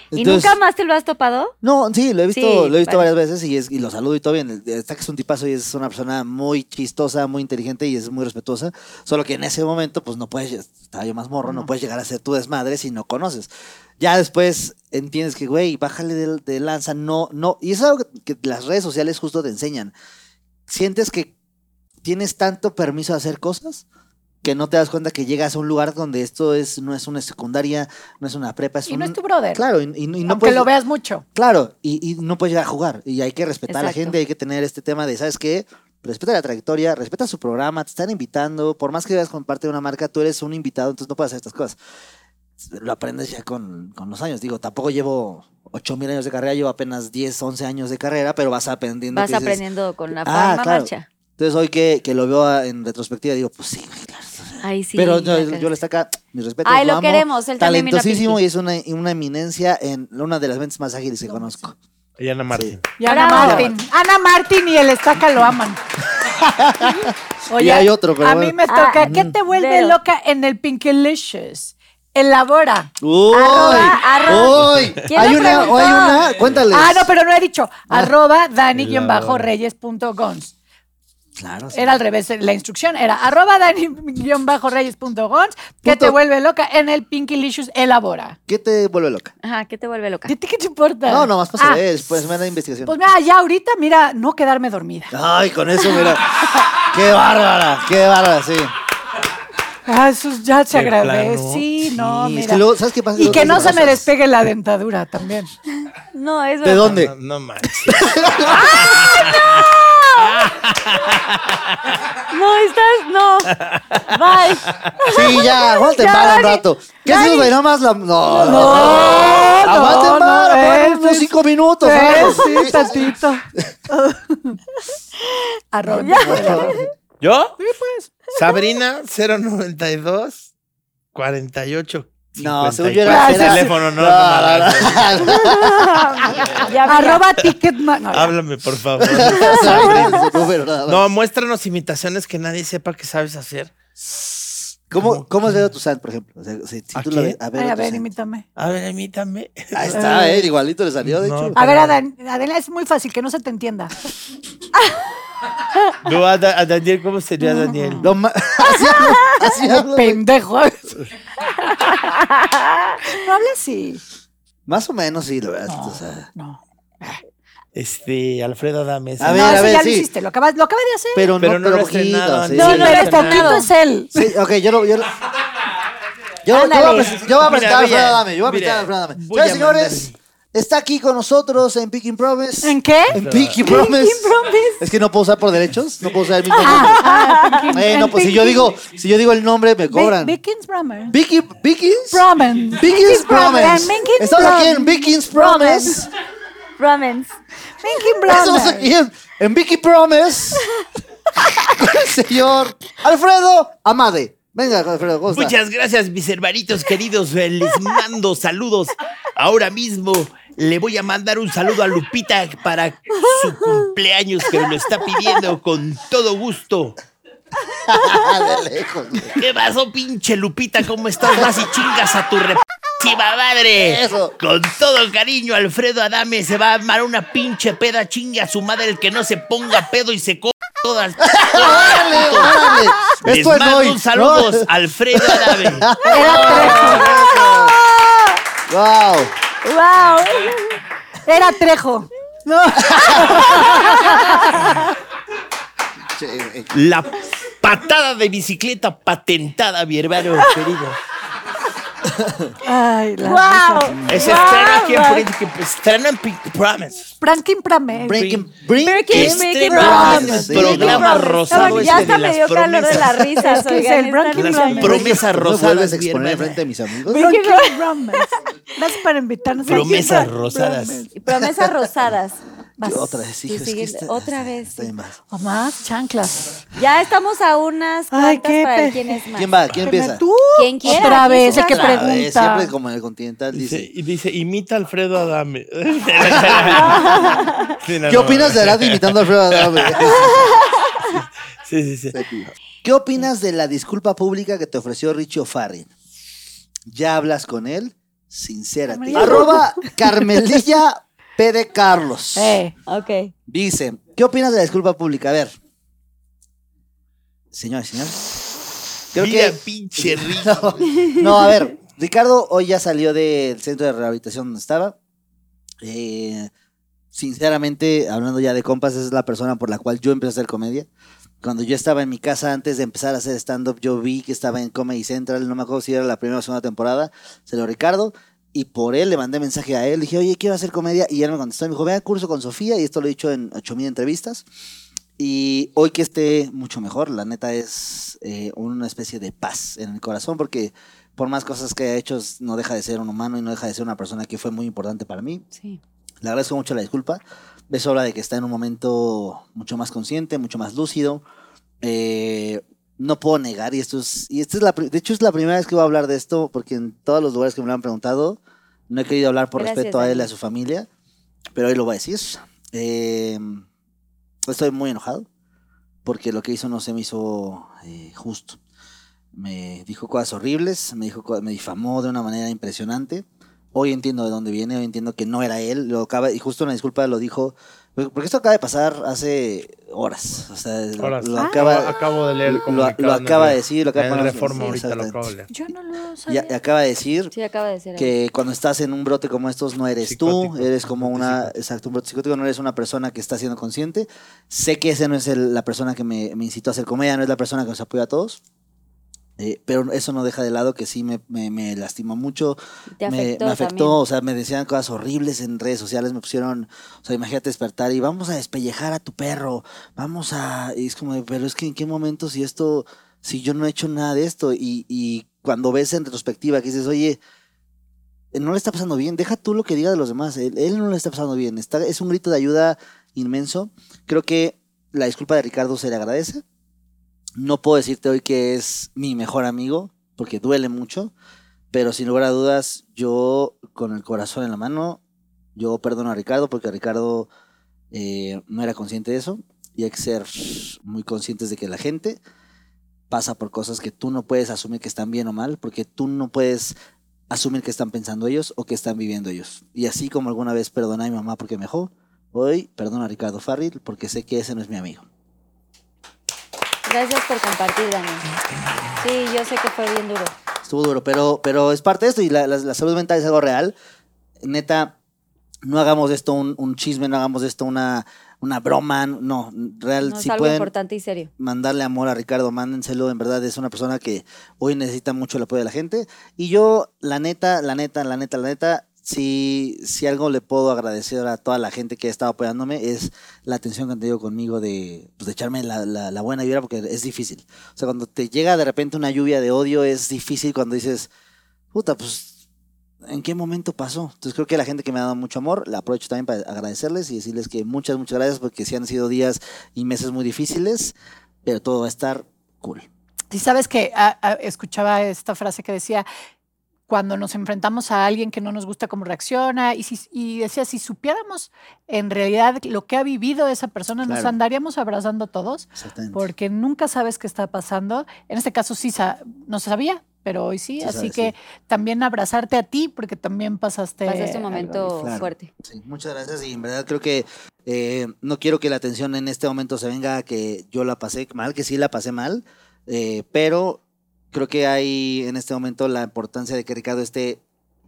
¿Y Entonces- nunca más te lo has topado? no, sí, lo he visto, Sí, lo he visto vale. varias veces y, es, y lo saludo y todo bien. Está que es un tipazo y es una persona muy chistosa, muy inteligente y es muy respetuosa. Solo que en ese momento, pues no puedes, estaba yo más morro, no, puedes llegar a ser tu desmadre si no conoces. Ya después entiendes que, güey, bájale de, de lanza, no, no. Y es algo que, que las redes sociales justo te enseñan. Sientes que tienes tanto permiso de hacer cosas que no te das cuenta que llegas a un lugar donde esto es, no es una secundaria, no es una prepa, es Y un... no es tu brother. Claro, y, y- y no aunque puedes... lo veas mucho. Claro, y, y no puedes llegar a jugar. Y hay que respetar a la Exacto. gente, hay que tener este tema de, ¿sabes qué? Respeta la trayectoria, respeta su programa, te están invitando. Por más que veas con parte de una marca, tú eres un invitado, entonces no puedes hacer estas cosas. Lo aprendes ya con, con los años. Digo, tampoco llevo 8 mil años de carrera, llevo apenas 10, 11 años de carrera, pero vas aprendiendo. Vas que dices, aprendiendo con la "Ah, forma claro". marcha. Entonces hoy que, que lo veo a- en retrospectiva, digo, pues sí, güey, claro. Ay, sí. pero ya yo, yo que- le está acá, mi respeto. Ay, lo queremos, él también, mira, Talentosísimo Pinky. y es una, y una eminencia en una de las mentes más ágiles que conozco. Y Ana Martín. Y Ana Bravo. Martín. Ana Martín y el estaca lo aman. Y hay otro, pero a mí bueno. me toca. Ah, ¿Qué te vuelve veo. loca en el Pinkylicious? Elabora. ¡Uy! Arroba, arroba. ¡Uy! ¿Quién Hay lo una, hay preguntó? una, cuéntales. Ah, no, pero no he dicho. Arroba dani-reyes.gons. Claro, sí. Era al revés, la instrucción era arroba dani-reyes.gons. ¿Qué Punto. te vuelve loca en el Pinkylicious? Elabora. ¿Qué te vuelve loca? Ajá, ¿qué te vuelve loca? ¿Qué te, qué te importa? No, nomás para Ah, saber, después me da investigación. Pues mira, ya ahorita, mira, no quedarme dormida. Ay, con eso, mira. ¡Qué bárbara! ¡Qué bárbara, sí! Ah, eso ya se De plano. agradece. Sí, no, Sí, mira. es que luego, ¿sabes qué pasa? Y Luego que te no se me abrazas. despegue la dentadura también. No, es ¿De verdad. dónde? No, no manches. No, estás. No. Bye. Sí, ya, aguanten Ya, para un Dani. rato. ¿Qué es eso de nada más la.? No, no, No, Aguanten no, para, no, para es- unos cinco minutos. algo. Sí, sí, tantito. Arroba. ¿Yo? pues. Sabrina 092 48 No, 54. según yo era- El era- teléfono, no, no, No, no, no. no, no. Ya, mira. Arroba Ticketma- no, ya. Háblame, por favor. Sorpresa, no, pero nada más. No, muéstranos imitaciones que nadie sepa que sabes hacer. ¿Cómo, ¿Cómo es Vero Tuzán, por ejemplo? O sea, si, si ¿A tú la qué? ves, a Ay, Vero a ver, Tuzán. imítame. A ver, imítame. Ahí está, eh, igualito le salió, de Ah. No, hecho. A ver, Adán, Adela, es muy fácil, que no se te entienda. No, a, Da- a Daniel, ¿cómo sería Daniel? No ma- así hablo, así hablo. Oh, Pendejo. no habla así. Más o menos, sí, la verdad. o sea. No. Este, Alfredo Adame. A No, ver, a eso ver, ya sí. lo hiciste, lo acabas, lo acabas de hacer. Pero, Pero no, no pero lo he poquito, estrenado, sí. no, no, no no, lo he eres estrenado. tantito, es él. Sí, ok, yo lo. Yo, lo- yo, yo voy a Ándale. presentar, yo voy a presentar a Mira, voy Alfredo a- Adame. Yo voy a presentar mira, a Alfredo Adame. voy a Señores, señores, está aquí con nosotros en Picking Promise. ¿En qué? En Picking Promise. Es que no puedo usar por derechos, no puedo usar el mismo nombre. Ah, en- Eh, en no, pues si Pinky- yo digo, si yo digo el nombre, me Be- cobran. Beacons Brummer. Vicky, Vikings. Brummer. Vikings Promise. Promise. Vikings Estamos aquí en Promise. Vikings Promise. Ramens. Pinky Estamos Brummer. aquí en, en Vicky Promise. Con el señor Alfredo Amade. Venga, Alfredo, ¿cómo está? Muchas gracias, mis hermanitos queridos. Eh, Les mando saludos. Ahora mismo le voy a mandar un saludo a Lupita para su cumpleaños que me lo está pidiendo con todo gusto. Ah, de lejos. ¿Qué pasó, pinche Lupita? ¿Cómo estás? Vas y chingas a tu repísima madre. Eso. Con todo cariño, Alfredo Adame se va a armar una pinche peda chinga a su madre el que no se ponga pedo y se co todas. ¡Órale, Ah. órale! Les Esto es mando hoy. un saludos, Alfredo Adame. ¡Wow! Wow. Era Trejo. No. La patada de bicicleta patentada, mi hermano querido. Ay, la ¡Wow! Es estreno aquí en Política- Estreno en Pink Promise. Franklin Pramer. Breaking, breaking, Breaking, breaking Estreno en el Promise. Promise. Sí, Este programa Promise. rosado Estaban- este Ya de hasta me las dio calor de la promesas. risa. Es que es el Breaking Las Promise. promesas ¿No me vuelves rosadas, a mi exponer hermana. enfrente de mis amigos? Franklin Pramer. Gracias por invitarnos. Promesas rosadas. Promesas rosadas. Vas. Yo otra vez, Tú hijo, es que este, sigue- está- otra vez. está bien más. O más chanclas. Ya estamos a unas Ay, cuantas qué para pe- quién es más. ¿Quién va? ¿Quién empieza? Tú. Quien quiera, Otra aquí vez, el está. que Otra vez, pregunta. Otra vez, siempre como en el Continental Dice, dice. y dice, imita a Alfredo Adame. ¿Qué opinas de Arad imitando a Alfredo Adame? Sí, sí, sí. ¿Qué opinas de la disculpa pública que te ofreció Richie O'Farrill? ¿Ya hablas con él? Sincérate. Carmelilla. Arroba Carmelilla P. de Carlos. Eh, Ok. Dice, ¿qué opinas de la disculpa pública? A ver. Señores, señores. Creo Mira, que... pinche rico. No, no, a ver, Ricardo hoy ya salió del centro de rehabilitación donde estaba. Eh, sinceramente, hablando ya de compas, esa es la persona por la cual yo empecé a hacer comedia. Cuando yo estaba en mi casa antes de empezar a hacer stand-up, yo vi que estaba en Comedy Central, no me acuerdo si era la primera o segunda temporada, se lo Ricardo, y por él le mandé mensaje a él, le dije, oye, quiero hacer comedia, y él me contestó, me dijo, ve al curso con Sofía, y esto lo he dicho en 8000 entrevistas, y hoy que esté mucho mejor, la neta es eh, una especie de paz en el corazón, porque por más cosas que haya hecho, es- no deja de ser un humano y no deja de ser una persona que fue muy importante para mí. Sí. Le agradezco mucho la disculpa. Eso habla de que está en un momento mucho más consciente, mucho más lúcido. Eh, no puedo negar, y esto es, y esta es la, pri- de hecho es la primera vez que voy a hablar de esto, porque en todos los lugares que me lo han preguntado, no he querido hablar por Gracias, respeto a él y a Dani. su familia, pero hoy lo voy a decir. Eh, estoy muy enojado, porque lo que hizo no se me hizo eh, justo. Me dijo cosas horribles, me, dijo, co- me difamó de una manera impresionante. Hoy entiendo de dónde viene, hoy entiendo que no era él. Lo acaba, y justo una disculpa lo dijo. Porque esto acaba de pasar hace horas. O sea, lo- Ahora sí. lo Acabo- acaba, acabo de leer. el lo- lo Ah, comunicado en acaba el- de decir, lo acaba de en poner- reforma sí, ahorita, lo exactamente. acabo de leer. Yo no lo y sabía. a- acaba de decir Sí, acaba de ser. que cuando estás en un brote como estos no eres tú, Psicótico, eres como brote una, psicótico. exacto, un brote psicótico, no eres una persona que está siendo consciente. Sé que ese no es el- la persona que me, me incitó a hacer comedia, no es la persona que nos apoya a todos. Eh, pero eso no deja de lado que sí me, me, me lastimó mucho, Te me- afectó me, afectó, o sea, me decían cosas horribles en redes sociales, me pusieron, o sea, imagínate despertar y vamos a despellejar a tu perro, vamos a, y es como, de, pero es que en qué momento si esto, si yo no he hecho nada de esto, y, y cuando ves en retrospectiva que dices, oye, eh, no le está pasando bien, deja tú lo que diga de los demás, él, él no le está pasando bien, está, es un grito de ayuda inmenso, creo que la disculpa de Ricardo se le agradece, no puedo decirte hoy que es mi mejor amigo, porque duele mucho, pero sin lugar a dudas, yo con el corazón en la mano, yo perdono a Ricardo porque Ricardo eh, no era consciente de eso y hay que ser muy conscientes de que la gente pasa por cosas que tú no puedes asumir que están bien o mal, porque tú no puedes asumir que están pensando ellos o que están viviendo ellos. Y así como alguna vez perdoné a mi mamá porque me dejó, hoy perdono a Ricardo Farril porque sé que ese no es mi amigo. Gracias por compartir, Dani. Sí, yo sé que fue bien duro. Estuvo duro, pero, pero es parte de esto y la, la- la salud mental es algo real. Neta, no hagamos de esto un, un chisme, no hagamos de esto una, una broma, no, real, No, es si algo pueden importante y serio. mandarle amor a Ricardo, mándenselo, en verdad es una persona que hoy necesita mucho el apoyo de la gente. Y yo, la neta, la neta, la neta, la neta, si, si algo le puedo agradecer a toda la gente que ha estado apoyándome es la atención que han tenido conmigo de, pues, de echarme la, la- la buena vibra porque es difícil. O sea, cuando te llega de repente una lluvia de odio es difícil cuando dices, puta, pues, ¿en qué momento pasó? Entonces creo que la gente que me ha dado mucho amor, la aprovecho también para agradecerles y decirles que muchas, muchas gracias porque sí han sido días y meses muy difíciles, pero todo va a estar cool. Y sabes que a- a- escuchaba esta frase que decía, cuando nos enfrentamos a alguien que no nos gusta cómo reacciona, y, si, y decía, si supiéramos en realidad lo que ha vivido esa persona, nos Claro. andaríamos abrazando todos, Exactamente. porque nunca sabes qué está pasando. En este caso sí sa- no se sabía, pero hoy sí, Sí así sabes, que sí. también abrazarte a ti, porque también pasaste... Pasaste un algo este momento Claro. fuerte. Sí, muchas gracias y en verdad creo que eh, no quiero que la atención en este momento se venga a que yo la pasé mal, que sí la pasé mal, eh, pero creo que hay en este momento la importancia de que Ricardo esté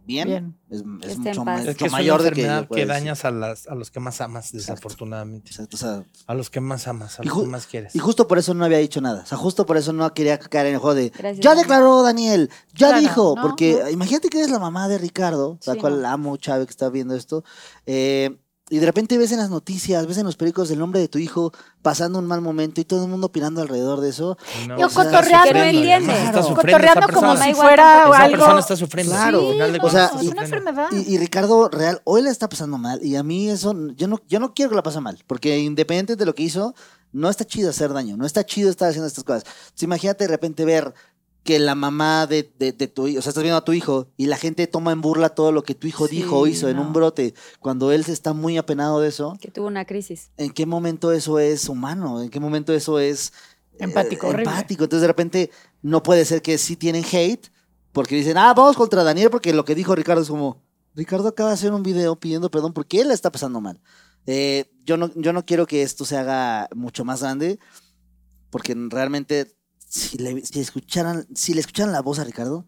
bien. Bien. Es, esté es en paz. mucho, ma- Es mucho que es una mayor de que, enfermedad yo pueda que decir. dañas a, las, a los que más amas, Exacto. desafortunadamente. Exacto, o sea, A los que más amas, a Y los ju- que más quieres. y justo por eso no había dicho nada. O sea, justo por eso no quería caer en el juego de. Gracias, ya Dani. declaró Daniel, ya Claro, dijo. no, porque no. imagínate que eres la mamá de Ricardo, la Sí, cual no. la amo, Chávez, que está viendo esto. eh, y de repente ves en las noticias, ves en los periódicos el nombre de tu hijo pasando un mal momento y todo el mundo opinando alrededor de eso. No, Yo o sea, está cotorreando, sufriendo, ¿entiendes? además está Claro. sufriendo Cotorreando esa como persona. si igual fuera tampoco- Esa algo... persona está sufriendo. Claro. al final de O cuentas sea, está es una sufriendo. eh, enfermedad. Y, y Ricardo Real hoy la está pasando mal y a mí eso, yo no, yo no quiero que la pase mal, porque independiente de lo que hizo, no está chido hacer daño, no está chido estar haciendo estas cosas. Entonces, imagínate de repente ver que la mamá de, de- de tu hijo, o sea, estás viendo a tu hijo y la gente toma en burla todo lo que tu hijo Sí, dijo o hizo en no. un brote, cuando él se está muy apenado de eso, Que tuvo una crisis. ¿en qué momento eso es humano? ¿En qué momento eso es eh, Empático, horrible. empático? Entonces de repente no puede ser que sí tienen hate porque dicen, ah, vamos contra Daniel porque lo que dijo Ricardo es como, Ricardo acaba de hacer un video pidiendo perdón porque él la está pasando mal. Eh, yo, no, yo no quiero que esto se haga mucho más grande porque realmente si le, si escucharan, si le escucharan la voz a Ricardo,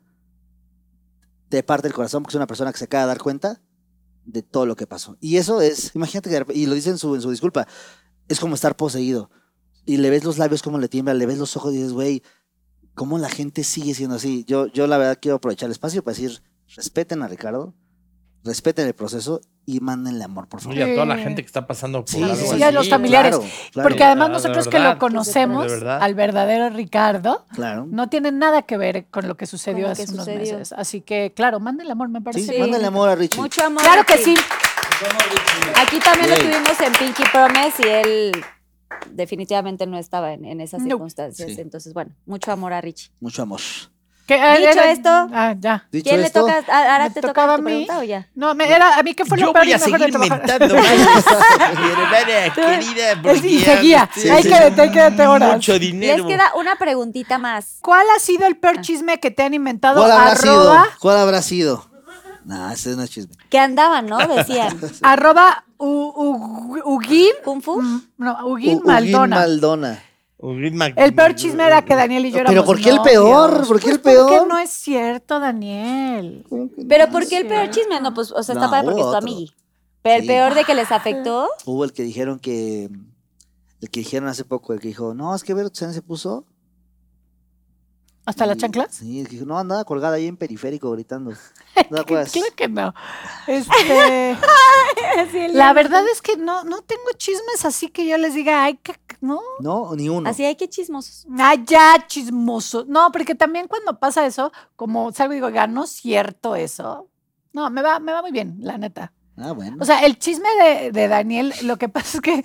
te parte el corazón porque es una persona que se acaba de dar cuenta de todo lo que pasó. Y eso es, imagínate que, de rep- y lo dice en su, en su disculpa, es como estar poseído. Y le ves los labios como le tiemblan, le ves los ojos y dices, güey, ¿cómo la gente sigue siendo así? Yo, yo la verdad quiero aprovechar el espacio para decir, respeten a Ricardo, respeten el proceso y mándenle amor, por favor. Y a toda la gente que está pasando por Sí, algo sí, así. sí, a los familiares. Claro, claro, Porque además Ah, de nosotros que verdad. lo conocemos, De verdad. al verdadero Ricardo, claro. no tiene nada que ver con lo que sucedió Con lo hace que unos sucedió. meses. Así que, claro, mándenle amor, me parece. Sí, bien. mándenle amor a Richie. Mucho amor. Claro que sí. Ricky. Aquí también lo Bien. tuvimos en Pinky Promise y él definitivamente no estaba en, en esas No. circunstancias. Sí. Entonces, bueno, mucho amor a Richie. Mucho amor. Que, eh, Dicho era- esto, Ah, ya. Dicho ¿Quién esto, le toca? a- Ahora ¿Me te toca tocaba tu a mí? pregunta o ya. No, me, era, a mí que fue lo Yo peor voy y a mejor de seguir trabajar. mentando madres, hermana querida, porque Y ya seguía. me estoy Ahí quédate, ahí quédate haciendo ahora. mucho dinero. Les queda una preguntita más. ¿Cuál ha sido el Ah. peor chisme que te han inventado? ¿Cuál habrá Arroba, sido? ¿Cuál habrá sido? Nah, ese no es chisme. Que andaban, ¿no? Decían. arroba U- U- Uguín. ¿Kung Fu? No, U- Uguín Huguín Maldona. Maldona. Ugrid Mac- El peor chisme era que Daniel y yo Pero éramos ¿por qué el novios. peor? ¿Por qué el Pues Porque peor? no es cierto, Daniel. Pero ¿por qué el peor chisme? No, pues, o sea, está No, padre porque es tu otro. amigui. Pero el Sí. peor de que les afectó. Hubo el que dijeron que. El que dijeron hace poco, el que dijo, no, es que Vero Tuzán se puso. ¿Hasta las y- chanclas? Sí, el que dijo, no, andaba colgada ahí en periférico gritando. ¿No te acuerdas? Claro que no. Este, la verdad es que no, no tengo chismes así que yo les diga, ay, que- que- no. No, ni uno. Así hay que chismosos. Ay, ya, chismoso. No, porque también cuando pasa eso, como salgo y digo, gano cierto eso. No, me va, me va muy bien, la neta. Ah, bueno. O sea, el chisme de, de Daniel, lo que pasa es que,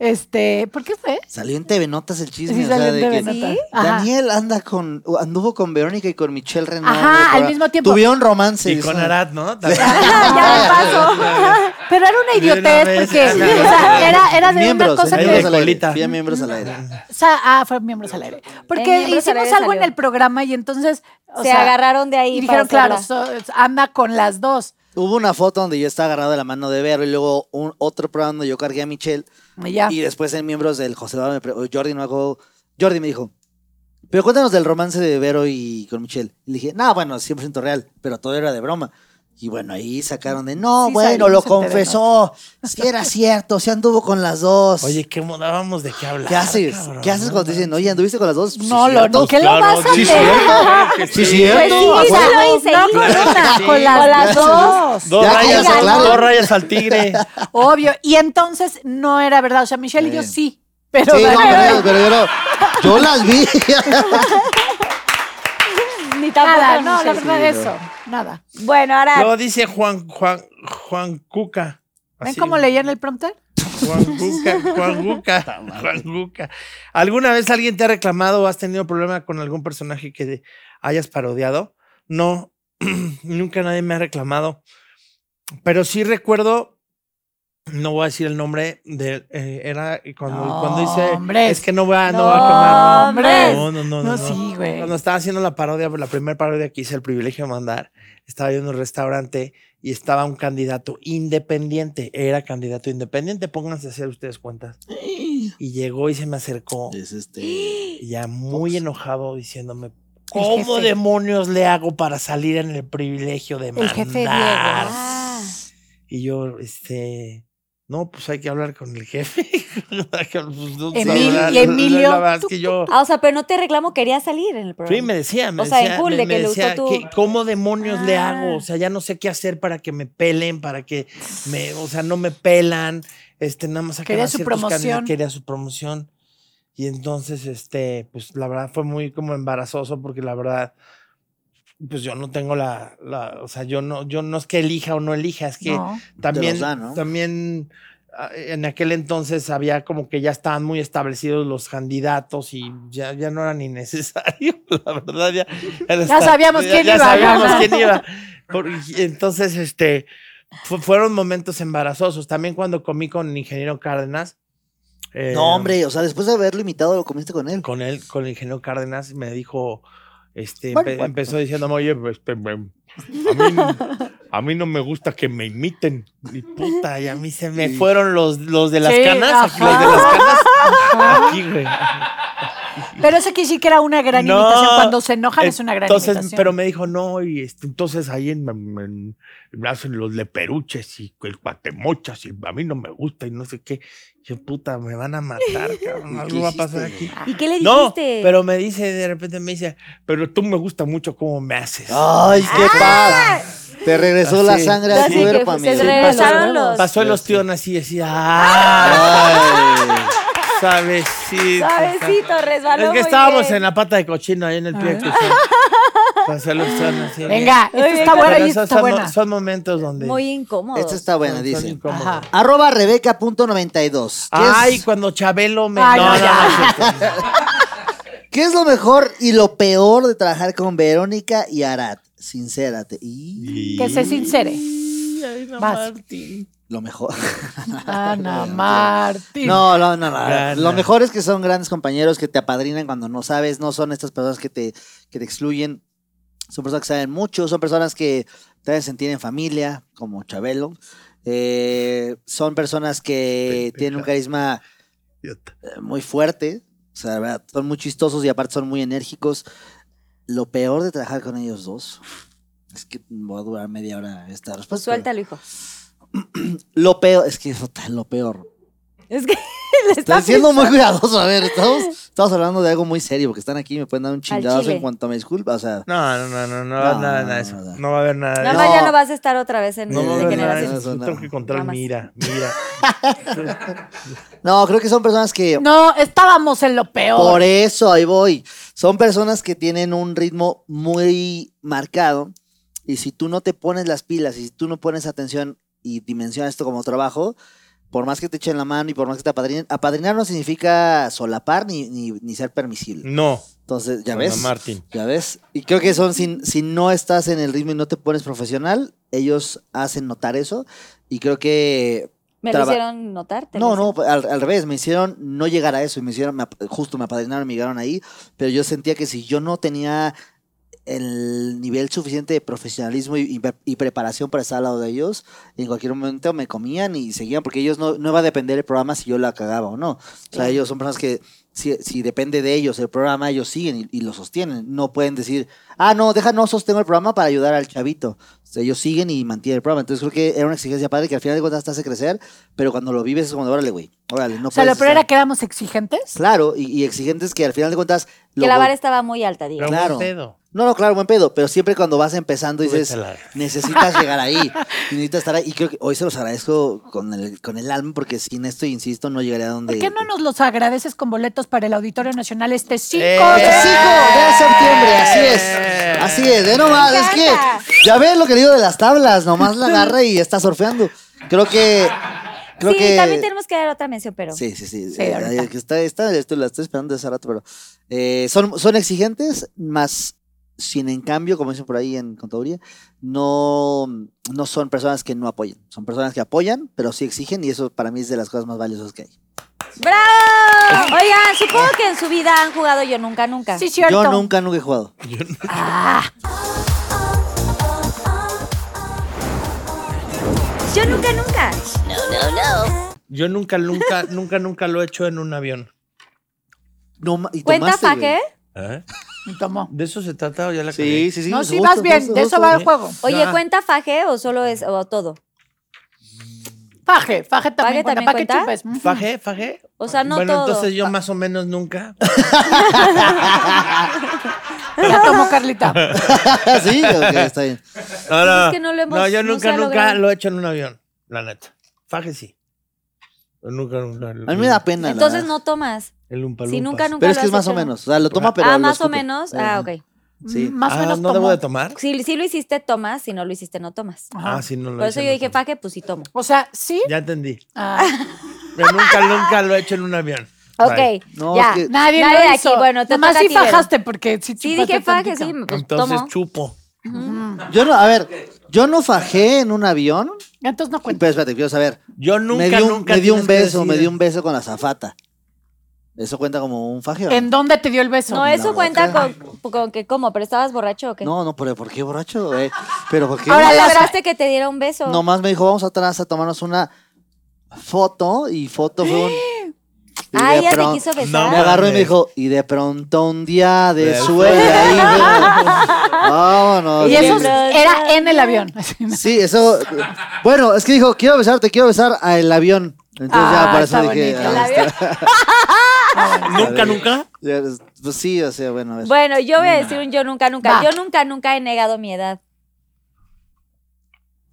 este, ¿por qué fue? salió en TV Notas el chisme. Sí, o sea, salió en de TV que Notas. Ajá. Daniel anda con, o anduvo con Verónica y con Michelle Renaud. en el Ajá, al programa. mismo tiempo. Tuvieron romance. Y eso. con Arad, ¿no? También. ya me paso. Pero era una De una idiotez vez, porque ajá. o sea, era, era de miembros, una cosa eh, que. miembros de al aire. colita. Fui a miembros al aire. o sea, ah, fue miembros al aire. En Porque Eh, Miembros al hicimos Aire algo en salió. el programa y entonces. o Se sea, agarraron de ahí. Y para dijeron, claro, hacerla. so- anda con las dos. Hubo una foto donde yo estaba agarrado de la mano de Vero y luego un, otro programa donde yo cargué a Michelle. Y ya. Y después en miembros del José Eduardo me pre- o Jordi no hago. Jordi me dijo, pero cuéntanos del romance de Vero y con Michelle. Y le dije, no, bueno, 100% real, pero todo era de broma. Y bueno, ahí sacaron de, no, Sí bueno, lo salimos en TV confesó. Si era cierto, se anduvo con las dos. Oye, ¿qué dábamos de qué hablar? ¿Qué haces? cabrón? ¿Qué haces cuando te dicen, oye, anduviste con las dos? no, Sí, lo, cierto. no, ¿qué lo Claro, vas a sí, hacer? Sí, Pues sí, cierto. ¿a sí huevo? lo hice. No hijo. con una, Sí. con las, Con las dos. Dos Ya, rayas, oigan, claro. dos rayas al tigre. Obvio. Y entonces no era verdad. O sea, Michelle y yo Bien. sí. Pero, Sí, no, Daniel- pero, pero yo, no- yo las vi. Ni tampoco. nada, no, la Michelle. verdad, Sí, eso. Nada. Bueno, ahora Luego dice Juan, Juan, Juan Cuca. ¿Ven Así, cómo leían el prompter? Juan Cuca, Juan Cuca, Juan Cuca. ¿Alguna vez alguien te ha reclamado o has tenido problema con algún personaje que hayas parodiado? No, nunca nadie me ha reclamado. Pero sí recuerdo, no voy a decir el nombre, de, eh, era cuando, No, cuando dice, hombres. es que no va, no, No, va a quemar. hombres. No, no, no, no, no. No, sí, güey. Cuando estaba haciendo la parodia, la primera parodia que hice, el privilegio de mandar, estaba yo en un restaurante y estaba un candidato independiente. Era candidato independiente, pónganse a hacer ustedes cuentas. Y llegó y se me acercó, Es este. ya muy enojado, diciéndome, jefe. ¿cómo demonios le hago para salir en el privilegio de mandar? El jefe Diego. Ah. Y yo, este, no, pues hay que hablar con el jefe. Hay que hablar, pues, no sé Emil- hablar. y Emilio, La verdad es tú- que yo... Ah, o sea, pero no te reclamo, quería salir en el programa. Sí, me decía, me O sea, en decía, full me, de me que le gustó decía, tu- "¿Qué- ¿cómo demonios le hago? Ah. O sea, ya no sé qué hacer para que me pelen, para que me, o sea, no me pelan. Este, nada más sacaban Quería su ciertos candidatos, promoción. Quería su promoción. Y entonces, este, pues la verdad fue muy como embarazoso porque la verdad, pues yo no tengo la, la o sea, yo no, yo no es que elija o no elija, es que No. también, los da, ¿no? también ah, en aquel entonces había como que ya estaban muy establecidos los candidatos y ya, ya no era ni necesario, la verdad. Ya, ya lo Ya está- sabíamos quién ya iba a sabíamos ganar. quién iba. Por- y entonces, este, fu- fueron momentos embarazosos. También cuando comí con el ingeniero Cárdenas. eh, No, hombre, o sea, después de haberlo imitado, lo comiste con él. Con él, con el ingeniero Cárdenas, me dijo, este, Bueno, empe- bueno. empezó diciéndome, oye, pues, este, me- a, mí, a mí no me gusta que me imiten. Y puta, y a mí se me Sí. fueron los, los de las Sí, canas, aquí, los ajá. de las canas. Aquí, güey. Pero eso que sí que era una gran No, imitación. Cuando se enojan es una gran Entonces, imitación. pero me dijo, no, y este, entonces ahí en- en- en- hacen los leperuches y el cuatemochas, y a mí no me gusta, y no sé qué. Yo, puta, me van a matar, cabrón. ¿Y Algo qué va a pasar hiciste? aquí. ¿Y qué le No, dijiste? pero me Ah, dice, de repente me dice, pero tú me gusta mucho cómo me haces. Ay, qué pasa. Te regresó la Así. sangre al Así Ah. que pues, cuerpo, se amigo. regresaron los... Pasó el ostión así, así. ¡Ah! Suavecito. Suavecito, resbaló Es muy que estábamos bien. Ah. en la pata de cochino ahí en el pie. cochino. Pasó el ostión así. Venga, Muy esta bien, está Carlos. buena Pero y son, esta son está buena. mo- son momentos donde. Muy incómodo. Esta está buena, son dice. incómodos. Ajá. Arroba rebeca.92. ¿Qué, Ay, es, cuando Chabelo me. Ay, no, no, no, ya. no, es cierto. ¿Qué es lo mejor y lo peor de trabajar con Verónica y Arat? Sincérate. Y Que se sincere. Vas. lo mejor. Ana Martín. No, no, no, no. Gana. Lo mejor es que son grandes compañeros que te apadrinan cuando no sabes, no son estas personas que te, que te excluyen. Son personas que saben mucho, son personas que te hacen sentir en familia, como Chabelo. Eh, son personas que tienen un carisma eh, muy fuerte. O sea, la verdad, son muy chistosos y aparte son muy enérgicos. Lo peor de trabajar con ellos dos es que voy a durar media hora esta respuesta. Suéltalo, hijo. Lo peor, es que puta, lo peor. Es que le está Están siendo muy cuidadosos. A ver, estamos, estamos hablando de algo muy serio porque están aquí y me pueden dar un chingadazo chile. en cuanto me disculpa. O sea, No, no, no, no, no, No, va nada, nada de no, eso. no. No va a haber nada de Nada eso. más ya No. no vas a estar otra vez en No, no, no, no, no, Degeneración. no, no, no. tengo que encontrar Nada más. mira, mira. no, creo que son personas que. No, estábamos en lo peor. Por eso, ahí voy. Son personas que tienen un ritmo muy marcado y si tú no te pones las pilas y si tú no pones atención y dimensionas esto como trabajo, por más que te echen la mano y por más que te apadrinen, apadrinar no significa solapar ni, ni, ni ser permisible. No, Entonces, ya Ana ves. Martín. Ya ves. Y creo que son, si, si no estás en el ritmo y no te pones profesional, ellos hacen notar eso. Y creo que. Me lo Traba- hicieron notar. te lo No, hicieron. no, al, al revés. Me hicieron no llegar a eso. Y me hicieron, me ap- justo me apadrinaron, me llegaron ahí. Pero yo sentía que si yo no tenía el nivel suficiente de profesionalismo y, y pre- y preparación para estar al lado de ellos, en cualquier momento me comían y seguían, porque ellos no, no iba a depender el programa si yo la cagaba o no. O sea, ellos son personas que si, si depende de ellos el programa, ellos siguen y, y lo sostienen. No pueden decir, ah, no, deja, no sostengo el programa para ayudar al chavito. O sea, ellos siguen y mantienen el programa. Entonces creo que era una exigencia padre que al final de cuentas te hace crecer, pero cuando lo vives es como, órale, güey, órale, no o sea, lo puedes peor estar- era que éramos exigentes. Claro, y, y exigentes que al final de cuentas... Que lo la vol- vara estaba muy alta, digo. Pero buen Claro. pedo. no, no, claro, buen pedo, pero siempre cuando vas empezando dices, Súbetela. necesitas llegar ahí, y necesitas estar ahí, y creo que hoy se los agradezco con el, con el alma, porque sin esto, insisto, no llegaría a donde... ¿Por qué no nos los agradeces con boletos para el Auditorio Nacional este 5 Eh. Este 5 de septiembre, así Eh. es. Así es, de nomás, es que ya ves lo querido de las tablas, nomás la agarra y está surfeando. Creo que. Creo sí, que. también tenemos que dar otra mención, pero. Sí, sí, sí. Sí, eh, ahorita. que está, está- esto la estoy esperando hace rato, pero. eh, son, son exigentes, más sin en cambio, como dicen por ahí en contaduría, no, no son personas que no apoyan. Son personas que apoyan, pero sí exigen, y eso para mí es de las cosas más valiosas que hay. ¡Bravo! Oigan, supongo que en su vida han jugado yo nunca, nunca. Sí, cierto. Yo nunca, nunca he jugado. Yo nunca, nunca. Yo nunca, nunca, nunca, nunca lo he hecho en un avión. No, ma- y ¿Cuenta tomaste, pa' güey. qué? ¿Eh? Y Tomó. ¿De eso se trata o ya la Sí, sí, sí. No, pues sí, justo, vas bien. justo, de eso justo. va el juego. Oye, Ah. ¿cuenta faje o solo es o todo? Faje, faje también. ¿Faje cuenta, también pa' que cuenta? chupes. Ujú. ¿Fajé? ¿Fajé? O sea, Ah, no bueno, todo. entonces yo más o menos nunca. Ya tomó Carlita. sí, ok, está bien. No, no. es que no lo hemos- yo no se nunca, ha nunca logrado. lo he hecho en un avión, la neta. Faje sí. Nunca, nunca. A mí me da pena. la Entonces verdad. no tomas. El Umpa Si nunca, Lumpas. nunca. Pero es lo que es has más o hecho, ¿no? menos. O sea, lo toma, pero. ah, lo más o escupe. menos. Ajá. Ah, ok. Sí. Más o Ah, menos ¿No debo tomó. de tomar? Si, si lo hiciste, tomas. Si no lo hiciste, no tomas. Ajá. Ah, sí, no lo Por he eso hecho, yo no dije tomo. faje, pues sí tomo. O sea, sí. Ya entendí. Ah, Pero nunca, nunca lo he hecho en un avión. Bye. Ok, No, ya. es que- nadie Nadie lo de hizo. aquí, bueno, te Nomás toca a sí ti, Vero. fajaste porque sí Sí chupaste dije faje, sí, tantito. pues Entonces tomo. chupo. Yo no, a ver, yo no fajé en un avión. Entonces no cuenta. Pero espérate, quiero saber. Yo nunca, me dio un, nunca. me dio un tienes que beso, decir- me dio un beso con la zafata. ¿Eso cuenta como un faje? o ¿En no? dónde te dio el beso? No, eso No, cuenta ok. con, con que como, pero estabas borracho o qué. No, no, pero ¿por qué borracho? Eh, ¿Pero por qué? Ahora Ahora, las- lograste que te diera un beso. Nomás me dijo, vamos atrás a tomarnos una foto y foto fue un. y Ah, de ella te pron- quiso No, besar. Ah, Me agarró y me Mames. dijo, y de pronto un día de De suerte ahí. güey. "Pues, Vámonos. Y eso güey. era en el avión. Sí, eso. Bueno, es que dijo, quiero besarte, quiero besar al avión. Entonces Ah, ya por está eso dije. bonito. "Ah, El está". Nunca, nunca. Ya, es- Pues sí, o sea, bueno, a ver. Bueno, yo voy a decir un yo nunca, nunca. Va. Yo nunca, nunca he negado mi edad.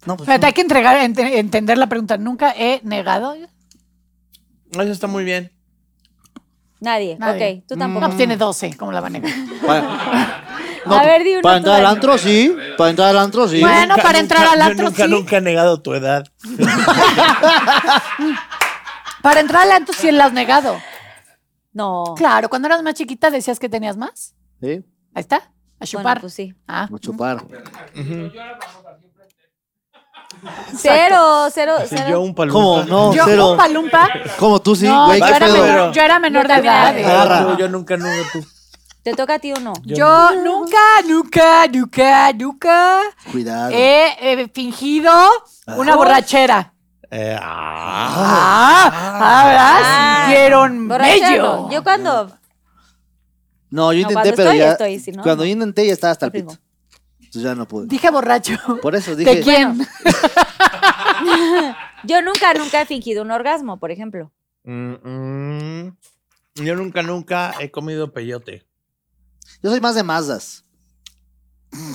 No, pues, Espérate, hay que entregar, ente- entender la pregunta. Nunca he negado. Eso está muy bien. Nadie. Nadie. Ok, tú No, tampoco. pues tiene 12, ¿cómo la va a negar? para, A ver, di uno Para tú, entrar al Dani. antro, sí. Para entrar al antro, sí. Bueno, para entrar al yo antro, nunca, sí. nunca he negado tu edad. Para entrar al antro sí la has negado. No. Claro, cuando eras más chiquita decías que tenías más. Sí, Ahí está. A Bueno, chupar. pues sí. Ah. a chupar. Cero, cero, Si cero. yo un palumpa. ¿Cómo? No, Yo, cero. Oompa Loompa, ¿Cómo tú sí, no, güey? yo, ¿Qué era pedo? menor, yo era menor de edad. también. eh. Agarra. Yo, yo nunca, nunca tú. Te toca a ti uno. Yo, nunca, nunca, nunca, nunca Cuidado. he eh, fingido una borrachera. Eh, ah. Ah, Ah. ah, ¿verdad? Sintieron Borracha, bello. no. Yo cuando. No, No, yo intenté, cuando pero estoy, ya. estoy, si no, cuando no. yo intenté, ya estaba hasta el Yo digo. pito. Entonces ya no pude. Dije borracho. Por eso dije. ¿De quién? Yo nunca, nunca he fingido un orgasmo, por ejemplo. Mm, mm. Yo nunca, nunca he comido peyote. Yo soy más de Mazdas.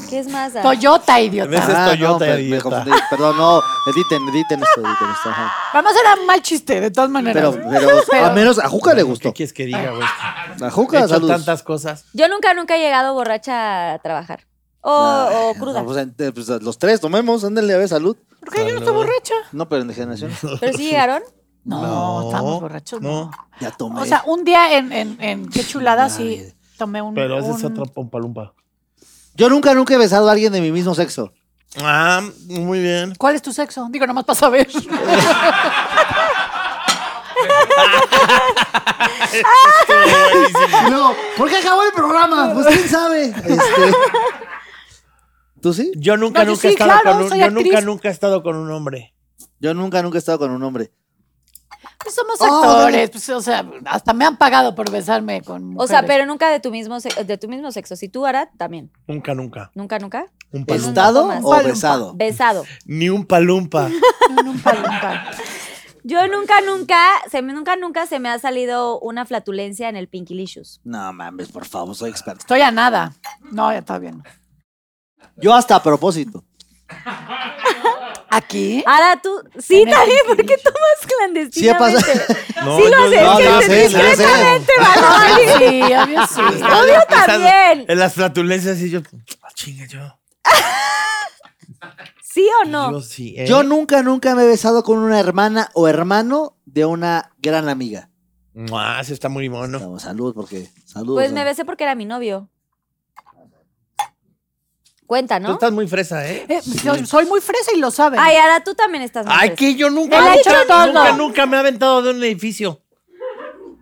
¿Qué es más? Toyota, Ese idiota. es Ah, no, Toyota, me- me idiota. confundí. Perdón, no. Editen, editen esto, editen esto. ajá. Además era un mal chiste, de todas maneras. Pero, Ah, pero, Pero- al menos a Juca le gustó. ¿Qué quieres que diga, güey? A He Juca, hecho saludos. tantas cosas. Yo nunca, nunca he llegado borracha a trabajar. O, Oh, Ah, o cruda. no, pues, ent- pues, los tres tomemos, ándale a ver salud. ¿Por qué yo no estoy borracha? No, pero en degeneración. Pero sí llegaron. No, No, estamos borrachos. No. Ya tomé. O sea, un día en, en, en qué chulada sí tomé un. Pero ese es un- otro pompalumpa. yo nunca, nunca he besado a alguien de mi mismo sexo. Ah, muy bien. ¿Cuál es tu sexo? Digo, nomás para saber. Pues Y luego, ¿por qué acabó el programa? Pues quién sabe. Este, ¿Tú sí? Yo nunca, No, yo nunca sí, he estado claro, con un, soy yo actriz. nunca, nunca he estado con un hombre. Yo nunca, nunca he estado con un hombre. Pues somos Oh, actores. pues, o sea, hasta me han pagado por besarme con. O sea, mujeres. pero nunca de tu mismo sexo. De tu mismo sexo. Si tú, Arat, también. Nunca, nunca. Nunca, nunca. Un palumpa. ¿Estado Palumpa. o besado? Besado. Ni un palumpa. Un palumpa. Yo nunca, nunca, se me, nunca, nunca se me ha salido una flatulencia en el Pinkilicious. No mames, por favor, soy experto. Estoy a nada. No, ya está bien. Yo hasta a propósito. ¿Aquí? Ahora tú, sí, En el también, ¿por qué Pinkilicious. tomas Sí, he clandestinamente? pasado. No, sí lo yo- haces, no, que no, lo sí, sí, sí. perfectamente, Manoli. Sí, obvio sí. Obvio Esas- también. En las flatulencias y yo, ah, chinga yo. ¿Sí o no? Yo sí, ¿eh? Yo nunca, nunca me he besado con una hermana o hermano de una gran amiga. Ah, eso está muy mono. Vamos, salud, porque. Salud. Pues me besé porque era mi novio. Cuenta, Tú ¿no? estás muy fresa, ¿eh? Eh, soy- Soy muy fresa y lo saben. Ay, ahora tú también estás muy Ay, fresa. que yo nunca, Me la he nunca, hecho todo. nunca, nunca me he aventado de un edificio.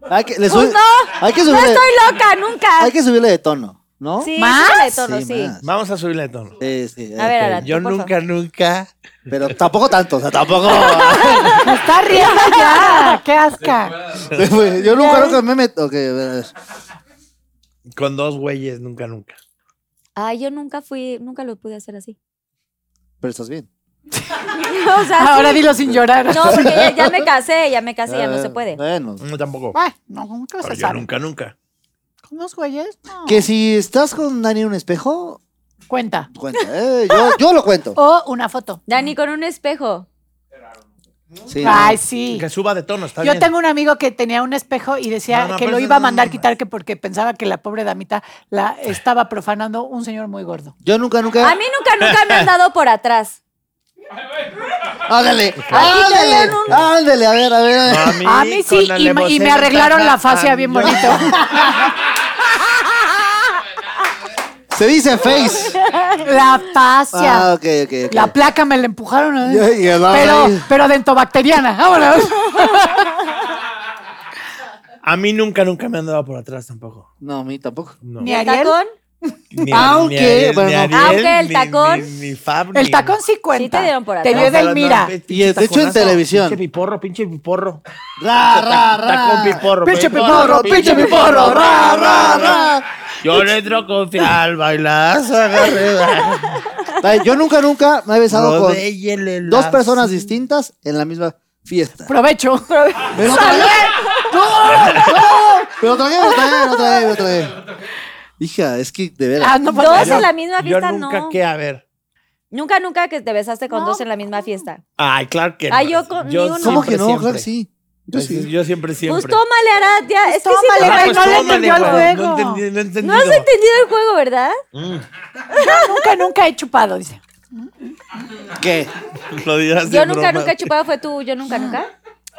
Hay que, le Pues sub- no, hay que no subirle. estoy loca, nunca. Hay que subirle de tono, ¿no? Sí, ¿Más? súbele tono, sí. más. Vamos a subirle de tono. Sí, sí, A ver, ok. Ara. Yo Tú, por nunca, nunca. Pero tampoco tanto, o sea, tampoco. Me está riendo ya. Qué asca. Yo nunca, nunca me meto. ok, a ver. Con dos güeyes, nunca, nunca. Ay, yo nunca fui, nunca lo pude hacer así. Pero estás bien. O sea, sí. Ahora dilo sin llorar. No, porque ya, ya me casé, ya me casé, ya no se puede. Ah, Bueno. No, tampoco. Ay, no, nunca Pero se yo sabe. nunca, nunca. ¿Con dos güeyes? No. Que si estás con Dani en un espejo, Cuenta. cuenta. ¿eh? Yo, yo lo cuento. Oh, O una foto. Dani, con un espejo. Sí. Ay, sí. Que suba de tono, está Yo bien. tengo un amigo que tenía un espejo y decía No, no, que pero lo eso iba a no mandar mames. quitar que porque pensaba que la pobre damita la estaba profanando un señor muy gordo. Yo nunca, nunca. A mí nunca, nunca me han dado por atrás. Ándale, te ándale, dieron un- ándale, a ver, a ver, a ver. A mí sí, con y, me- y me alevosía, arreglaron la ajá, fascia bien yo- bonito. Se dice face. La fascia. Ah, ok, ok, ok. La placa me la empujaron. ¿eh? Ya, ya, la- pero, ahí. pero dentobacteriana. Vámonos. A mí nunca, nunca me han dado por atrás tampoco. No, a mí tampoco. No. Ni ¿Y el Ariel. tacón? Ni- ni Ah, Aunque, Ariel, bueno, ni no. Ariel, Aunque el ni- tacón- ni- ni Fab, El ni- tacón sí cuenta. dieron por Te atrás. dio de Elmira. pinche Y de hecho en taconazo. televisión. Pinche piporro, pinche piporro. Ra, ra, Tacón ra. piporro. Pinche piporro, pinche piporro. Ra, ra, ra. Yo le entro con fial, bailas, Ay, Yo nunca, nunca me he besado con dos Dos personas distintas en la misma fiesta. Provecho. Pero otra vez. Pero otra vez, otra vez, otra vez, otra vez. Hija, es que de veras. Ah, no pasa Dos nada. en la misma Yo fiesta, nunca, no. ¿qué? A ver. Nunca, nunca que te besaste con No, dos en la misma fiesta. Ay, claro que Ay, Ah, yo con- ni uno. ¿Cómo que siempre, no? Claro siempre. que sí. Yo Yo, sí. siempre, siempre. Pues tómale, Arad, ya. es que sí, tómale, no- güey, pues no le tómale, entendió al güey, juego. No entendí, no entendí. no has entendido el juego, ¿verdad? Nunca, nunca he chupado, dice. ¿Qué? Lo dirás de Yo nunca, broma. nunca he chupado, fue tú, yo nunca, nunca.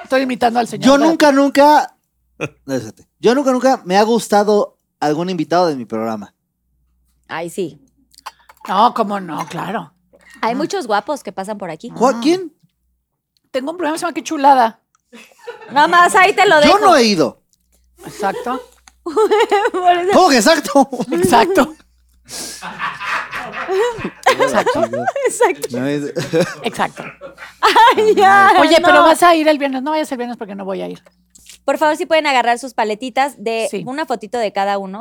Estoy imitando al señor. Yo Barba. nunca, nunca. No, espérate. Yo nunca, nunca me ha gustado algún invitado de mi programa. Ay, sí. No, cómo no, claro. Hay muchos guapos que pasan por aquí. ¿Cuál- ¿Quién? Tengo un programa que se llama Qué Chulada. Nada más, ahí te lo dejo. Yo no he ido. Exacto. Por eso- ¿Cómo que exacto? Exacto. Exacto. No he ido. Exacto. Ay, ya, Oye, no. pero vas a ir el viernes. No vayas el viernes porque no voy a ir. Por favor, si pueden agarrar sus paletitas de Sí. una fotito de cada uno.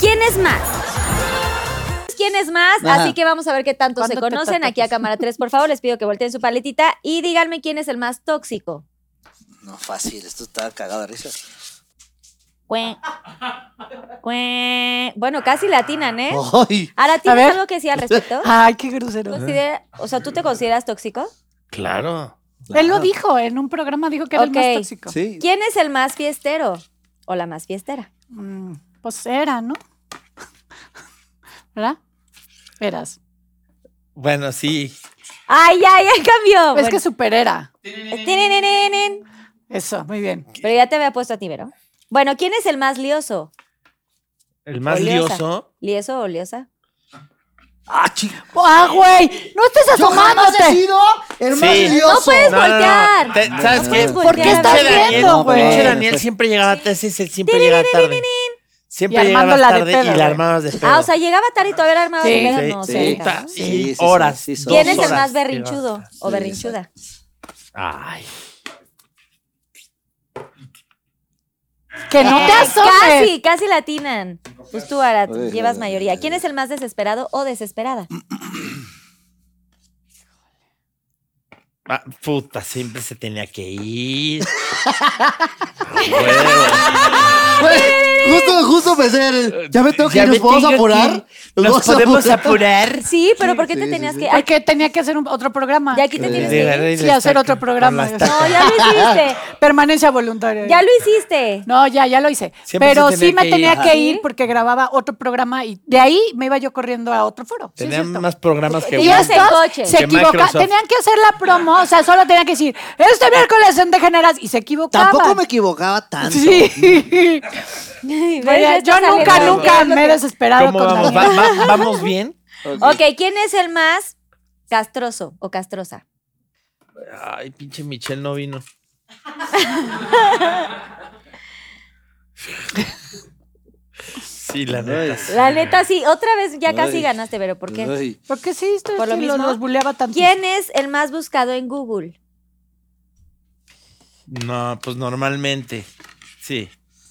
¿Quién es más? ¿Quién es más? Ajá. Así que vamos a ver qué tanto se ¿Cuándo te conocen. tocas? Aquí a cámara 3, por favor, les pido que volteen su paletita y díganme quién es el más tóxico. No, fácil, esto está cagado de risa. Cue- cue- Bueno, casi latinan, Oh. ¿eh? Ay, Ahora, ¿tienes ver. Ah, algo que decir al respecto? Ay, qué grosero. Considera- o sea, ¿tú te consideras tóxico? Claro. Él lo dijo, en un programa dijo que era el Ok. más tóxico. sí. ¿Quién es el más fiestero? O la más fiestera. Mm, pues era, ¿no? ¿Verdad? Eras. Bueno, sí. Ay, ay, ay, cambió. Es que Ah, Bueno. super era. Tinininininin. Eso, muy bien. Pero ya te había puesto a ti, ¿verdad? Bueno, ¿quién es el más lioso? El más Oliosa. lioso. ¿Lieso o liosa? Ah, chica. ¡Ah, güey! ¡No estés Yo jamás he asomándote! sido el más Sí. lioso. No puedes voltear. Te- ¿Sabes No qué? puedes ¿Por qué Pinche estás Daniel- viendo, güey? pinche No, Daniel no sé. siempre llegaba tarde, ese es el siempre llegaba tarde. Siempre Y llegaba armándola de tarde pedo, y güey. la armabas de pedo. Ah, o sea, llegaba tarde y todavía la armaba Sí, de pedo. sí, No, sí. se deja. Puta, sí, y sí, sí, horas. sí, sí. dos ¿Quién es el horas más llegabas. berrinchudo o Sí, berrinchuda? Ay. ¡Que no te asomes! Eh, Casi, casi latinan. Pues tú, Ara, Oye, llevas oye, mayoría. ¿Quién es el más desesperado o desesperada? Ah, puta, siempre se tenía que ir. Güey. Justo, justo pensé en el- Ya me tengo que ir, ¿nos podemos apurar? Nos vamos a podemos apurar? apurar. Sí, pero ¿por qué sí, te sí, tenías sí. que...? Ay, Porque tenía que hacer un- otro programa. de aquí te tienes que ir. Sí, hacer otro programa. No, ya lo hiciste. Permanencia voluntaria. Ya lo hiciste. No, ya, ya lo hice. Siempre Pero se tenía sí me que ir. tenía Ajá. que Sí. ir porque grababa otro programa y de ahí me iba yo corriendo a otro foro. Sí, es Tenía cierto. más programas que Y Ibas uno. en estos coche. se Que equivocaban. Microsoft. Tenían que hacer la promo, o sea, solo tenían que decir, este miércoles en Degeneras, y se equivocaban. Tampoco me equivocaba tanto. Sí. Ves, ya Oye, está yo nunca, saliendo. nunca me he desesperado ¿Cómo con vamos? Daniel. Va- va- ¿Vamos bien? Ok, ¿quién es el más castroso o castrosa? Ay, pinche Michelle no vino. sí, la neta. sí. La neta, sí, otra vez ya casi Ay. ganaste, pero ¿por qué? Ay, Porque sí, esto ¿Por lo sí, mismo? los, los buleaba tanto. ¿Quién es el más buscado en Google? No, pues normalmente. Sí,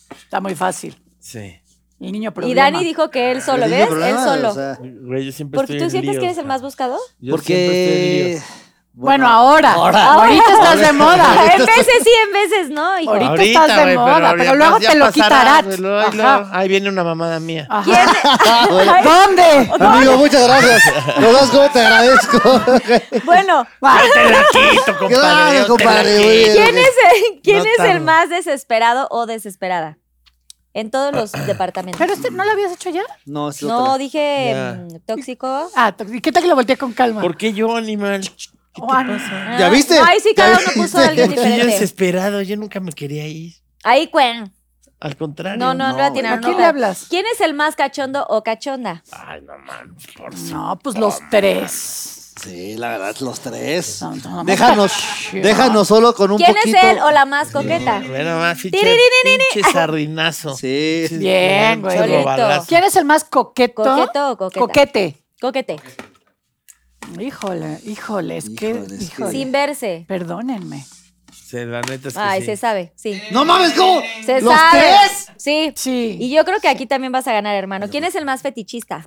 Está muy fácil. sí. El niño Y problema. Dani dijo que él solo, yo ¿ves? tengo problemas, él solo. o sea, Güey, yo siempre Porque estoy tú en sientes líos, que eres el más cabrón. buscado. Yo siempre estoy en porque. líos. Bueno, ahora. Ahora. Ah, Ahorita estás de moda. en veces sí, en veces no, hijo. Ahorita estás de güey, moda, pero ya luego pas- ya te lo pasará, quitarás. güey, luego- ahí Ajá. Ah, luego- Ahí viene una mamada mía. Ajá. ¿Quién- ¿Dónde? Amigo, muchas gracias. No sabes cómo te agradezco. Bueno, Va. Te la quito, compadre. yo Gracias, te la compadre. quito. muy bien, ¿quién ok. es el, quién No es el tardo. más desesperado o desesperada? En todos los departamentos. Pero este, ¿no lo habías hecho ya? No, es otra. no, dije Ya. mm, tóxico. Ah, to- ¿y ¿qué tal que lo volteé con calma? ¿Por qué yo, animal? ¿Qué Ah, te no. pasa? ¿Ya Ah, viste? no, ahí sí ¿Ya cada uno puso a alguien Porque yo diferente. desesperado, yo nunca me quería ir. Ahí, cuen. Al contrario. No, no, no, No, la güey. atinaron, ¿A quién no. le hablas? ¿Quién es el más cachondo o cachonda? Ay, no, man. Por No, pues los tres. Sí, la verdad, los tres. No, no, no, Déjanos, no. déjanos solo con un ¿Quién poquito. es él o la más coqueta? Bueno, más pinche, Tiriririri. pinche sardinazo. Sí. Pinche- Bien, güey. pinche Solito. robalazo. ¿Quién es el más coqueto? ¿Coqueto o coqueta? Coquete. Coquete. Híjole, híjole, es que, Híjole, es que- híjole. Sin verse. Perdónenme. Sí, la neta es que Ay, sí. se sabe, sí. No mames, ¿cómo? Se ¿Los sabe. tres? Sí. Sí. Y yo creo que aquí también vas a ganar, hermano. ¿Quién es el más fetichista?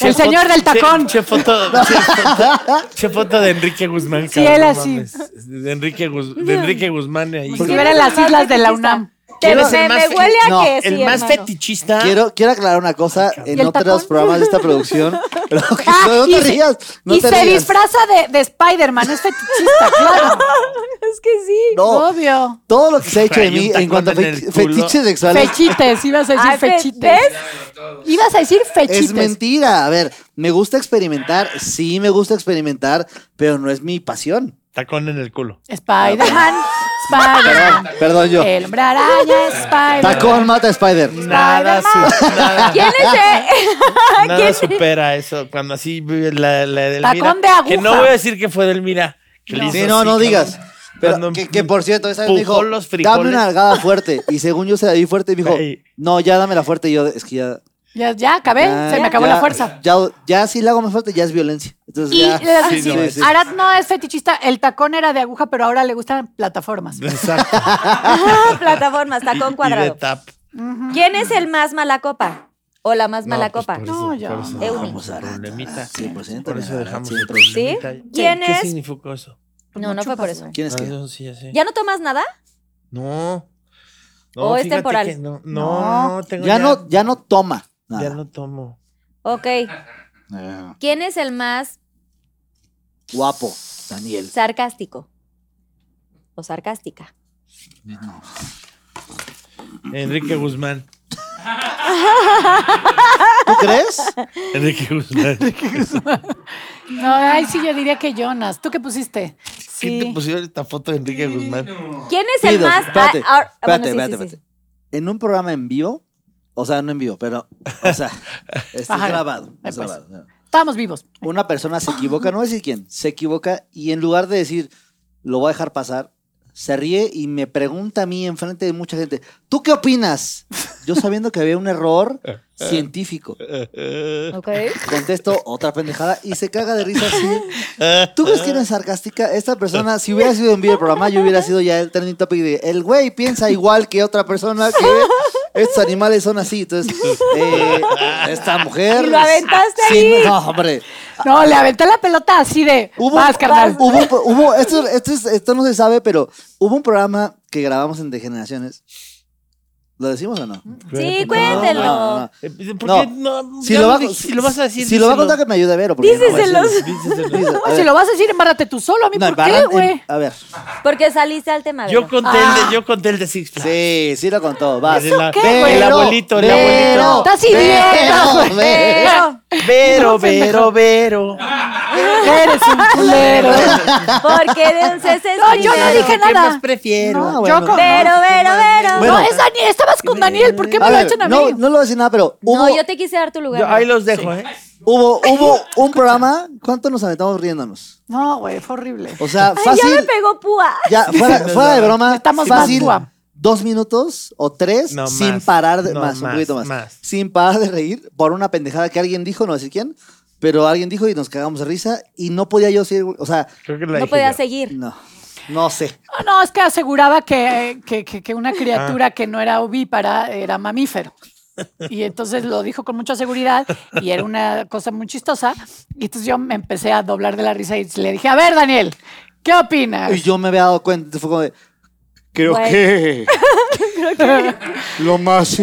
el señor del tacón. Che, che foto, che foto- che foto de Enrique Guzmán. Sí, cabrón, él no así. Pues, mames. De Enrique, Guz- de Enrique Guzmán ahí. Si eran las islas de la UNAM. Te- ¿Quién me, es el más me huele a No, que sí, El más hermano. fetichista. Quiero, quiero aclarar una cosa. En el otros tacón? programas de esta producción. pero que- Ah, no, no y te se- rías. No y te se rías. disfraza de, de Spider-Man, es fetichista, claro. Es que sí. No, Obvio. todo lo que se ha hecho de Hay un mí en tacón cuanto a en el fe- culo. fetiches sexuales Fechites, ibas a decir Ay, fechites. Ibas a decir fechites. es mentira. A ver, me gusta experimentar. Sí, me gusta experimentar, pero no es mi pasión. Tacón en el culo. Spider-Man, Spider-Man. Perdón, yo. El hombre araña, Spider-Man. Tacón mata a Spider. Nada, su- nada, ¿Quién es él? nada supera eso. Cuando así vive la, la de Elvira. Tacón de aguja. Que no voy a decir que fue de Elvira. Que le hizo Sí, no, así, no cabrón. digas. Pero Cuando que, que, por cierto, esa vez empujó me dijo, los frijoles. dame una nalgada fuerte. Y según yo se la di fuerte, y me dijo, Ey. no, ya dámela fuerte. Y yo, es que ya. Ya, ya acabé, ya- se me acabó ya- la fuerza. Ya, ya si la hago más fuerte, ya es violencia. Entonces, Y ya. le das así. no, es- Arad no es fetichista, el tacón era de aguja, pero ahora le gustan plataformas. Exacto. Plataformas, tacón Y de cuadrado. tap. ¿Quién es el más mala copa? O la más mala pues, pues, copa. No, Eh, yo no. Euni. Problemita. Sí, pues, por cierto, Por eso mira, dejamos sí, el por cierto. problemita. ¿Sí? ¿Quién ¿Qué es? significó eso? No, no fue por eso. ¿Quién es Ah, qué? no, sí, ya sé. ¿Ya no tomas nada? No. ¿O es fíjate temporal? que No, No. no, no, tengo Ya no, ya no toma. Ya Nada. no tomo. Ok. Ah, ¿Quién es el más Guapo, Daniel. sarcástico? O sarcástica. Enrique Guzmán. ¿Tú crees? Enrique Guzmán. No, ay, sí, yo diría que Jonas. ¿Tú qué pusiste? ¿Quién te Sí. pusieron esta foto de Enrique Guzmán? ¿Quién es el Pido, más... espérate, ah, ah, ah, espérate, bueno, sí, espérate, sí, sí. espérate. En un programa en vivo, o sea, no en vivo, pero, o sea, es Ajá. grabado. Ay, es pues. grabado. Estábamos vivos. Una persona se equivoca, no voy a decir quién, se equivoca y en lugar de decir, lo voy a dejar pasar, se ríe y me pregunta a mí enfrente de mucha gente, ¿tú qué opinas? Yo sabiendo que había un error científico, Ok. contesto otra pendejada y se caga de risa así. ¿Tú crees que no es sarcástica? Esta persona, si hubiera sido en vivo el programa, yo hubiera sido ya el trending topic de el güey piensa igual que otra persona que estos animales son así. Entonces, eh, esta mujer... Y lo aventaste Sí, ahí. no, hombre. No, le aventé la pelota así de. Hubo, Vas, carnal. hubo, hubo- esto, esto es- esto no se sabe, pero hubo un programa que grabamos en Degeneraciones. ¿Lo decimos o no? Sí, Cuéntelo. cuéntelo. Eh, Porque no, Si, ya lo lo va, dij- si lo vas a decir. Si lo va a díselo. contar, que me ayude a ver. Díceselos. No, si lo vas a decir, embárrate tú solo. A mí, ¿por qué, güey? A ver. Porque saliste al tema. Yo con... conté, el de, yo conté el de Six Flags. Sí, sí lo contó. Vas. ¿Eso qué, Vero, güey? El abuelito, el abuelito. Estás idiota, Vero, Vero, Vero. Vero, Vero. Eres un culero. Porque de un cese No, yo no dije ¿Qué más nada. prefiero? No, yo bueno. con- Pero, pero, pero. Bueno. no, es Daniel. Estabas con Daniel. ¿Por qué me A lo ver, echan a mí? no, no lo voy a decir nada, pero hubo, No, yo te quise dar tu lugar. Yo- ¿no? ahí los dejo, ¿eh? hubo, hubo un programa. ¿Cuánto nos aventamos riéndonos? No, güey, fue horrible. O sea, Ay, fácil. ya me pegó púa. Ya, fuera, fuera de broma, Estamos más fácil. guap. Dos minutos o tres No, sin más. parar de No, más, un más, poquito más, más. Sin parar de reír por una pendejada que alguien dijo, no voy a decir quién, pero alguien dijo y nos cagamos de risa y no podía yo decir, o sea, Creo que la No dije podía yo. seguir. no, no sé. No, no, es que aseguraba que, que- que- que una criatura que no era ovípara era mamífero. Y entonces lo dijo con mucha seguridad y era una cosa muy chistosa. Y entonces yo me empecé a doblar de la risa y le dije, a ver, Daniel, ¿qué opinas? Y yo me había dado cuenta, fue como de, creo Güey. que lo más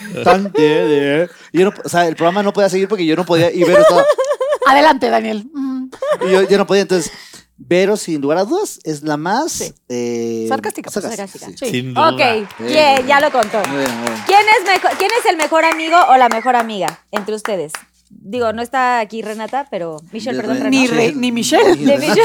importante de... y yo no- o sea, el programa no podía seguir porque yo no podía y Vero estaba- Adelante, Daniel. Mm, y yo, yo no podía, entonces Vero sin lugar a dudas es la más... eh, sarcástica. pues, sarcástica, sí. sí. Sin duda. Ok, bien, ya lo contó. Muy bien, muy bien. ¿Quién es, mejor, ¿Quién es el mejor amigo o la mejor amiga entre ustedes? Digo, no está aquí Renata, pero. Michelle, De perdón, Renata. Renata. Ni, Re- ni Michelle. Ni Renata.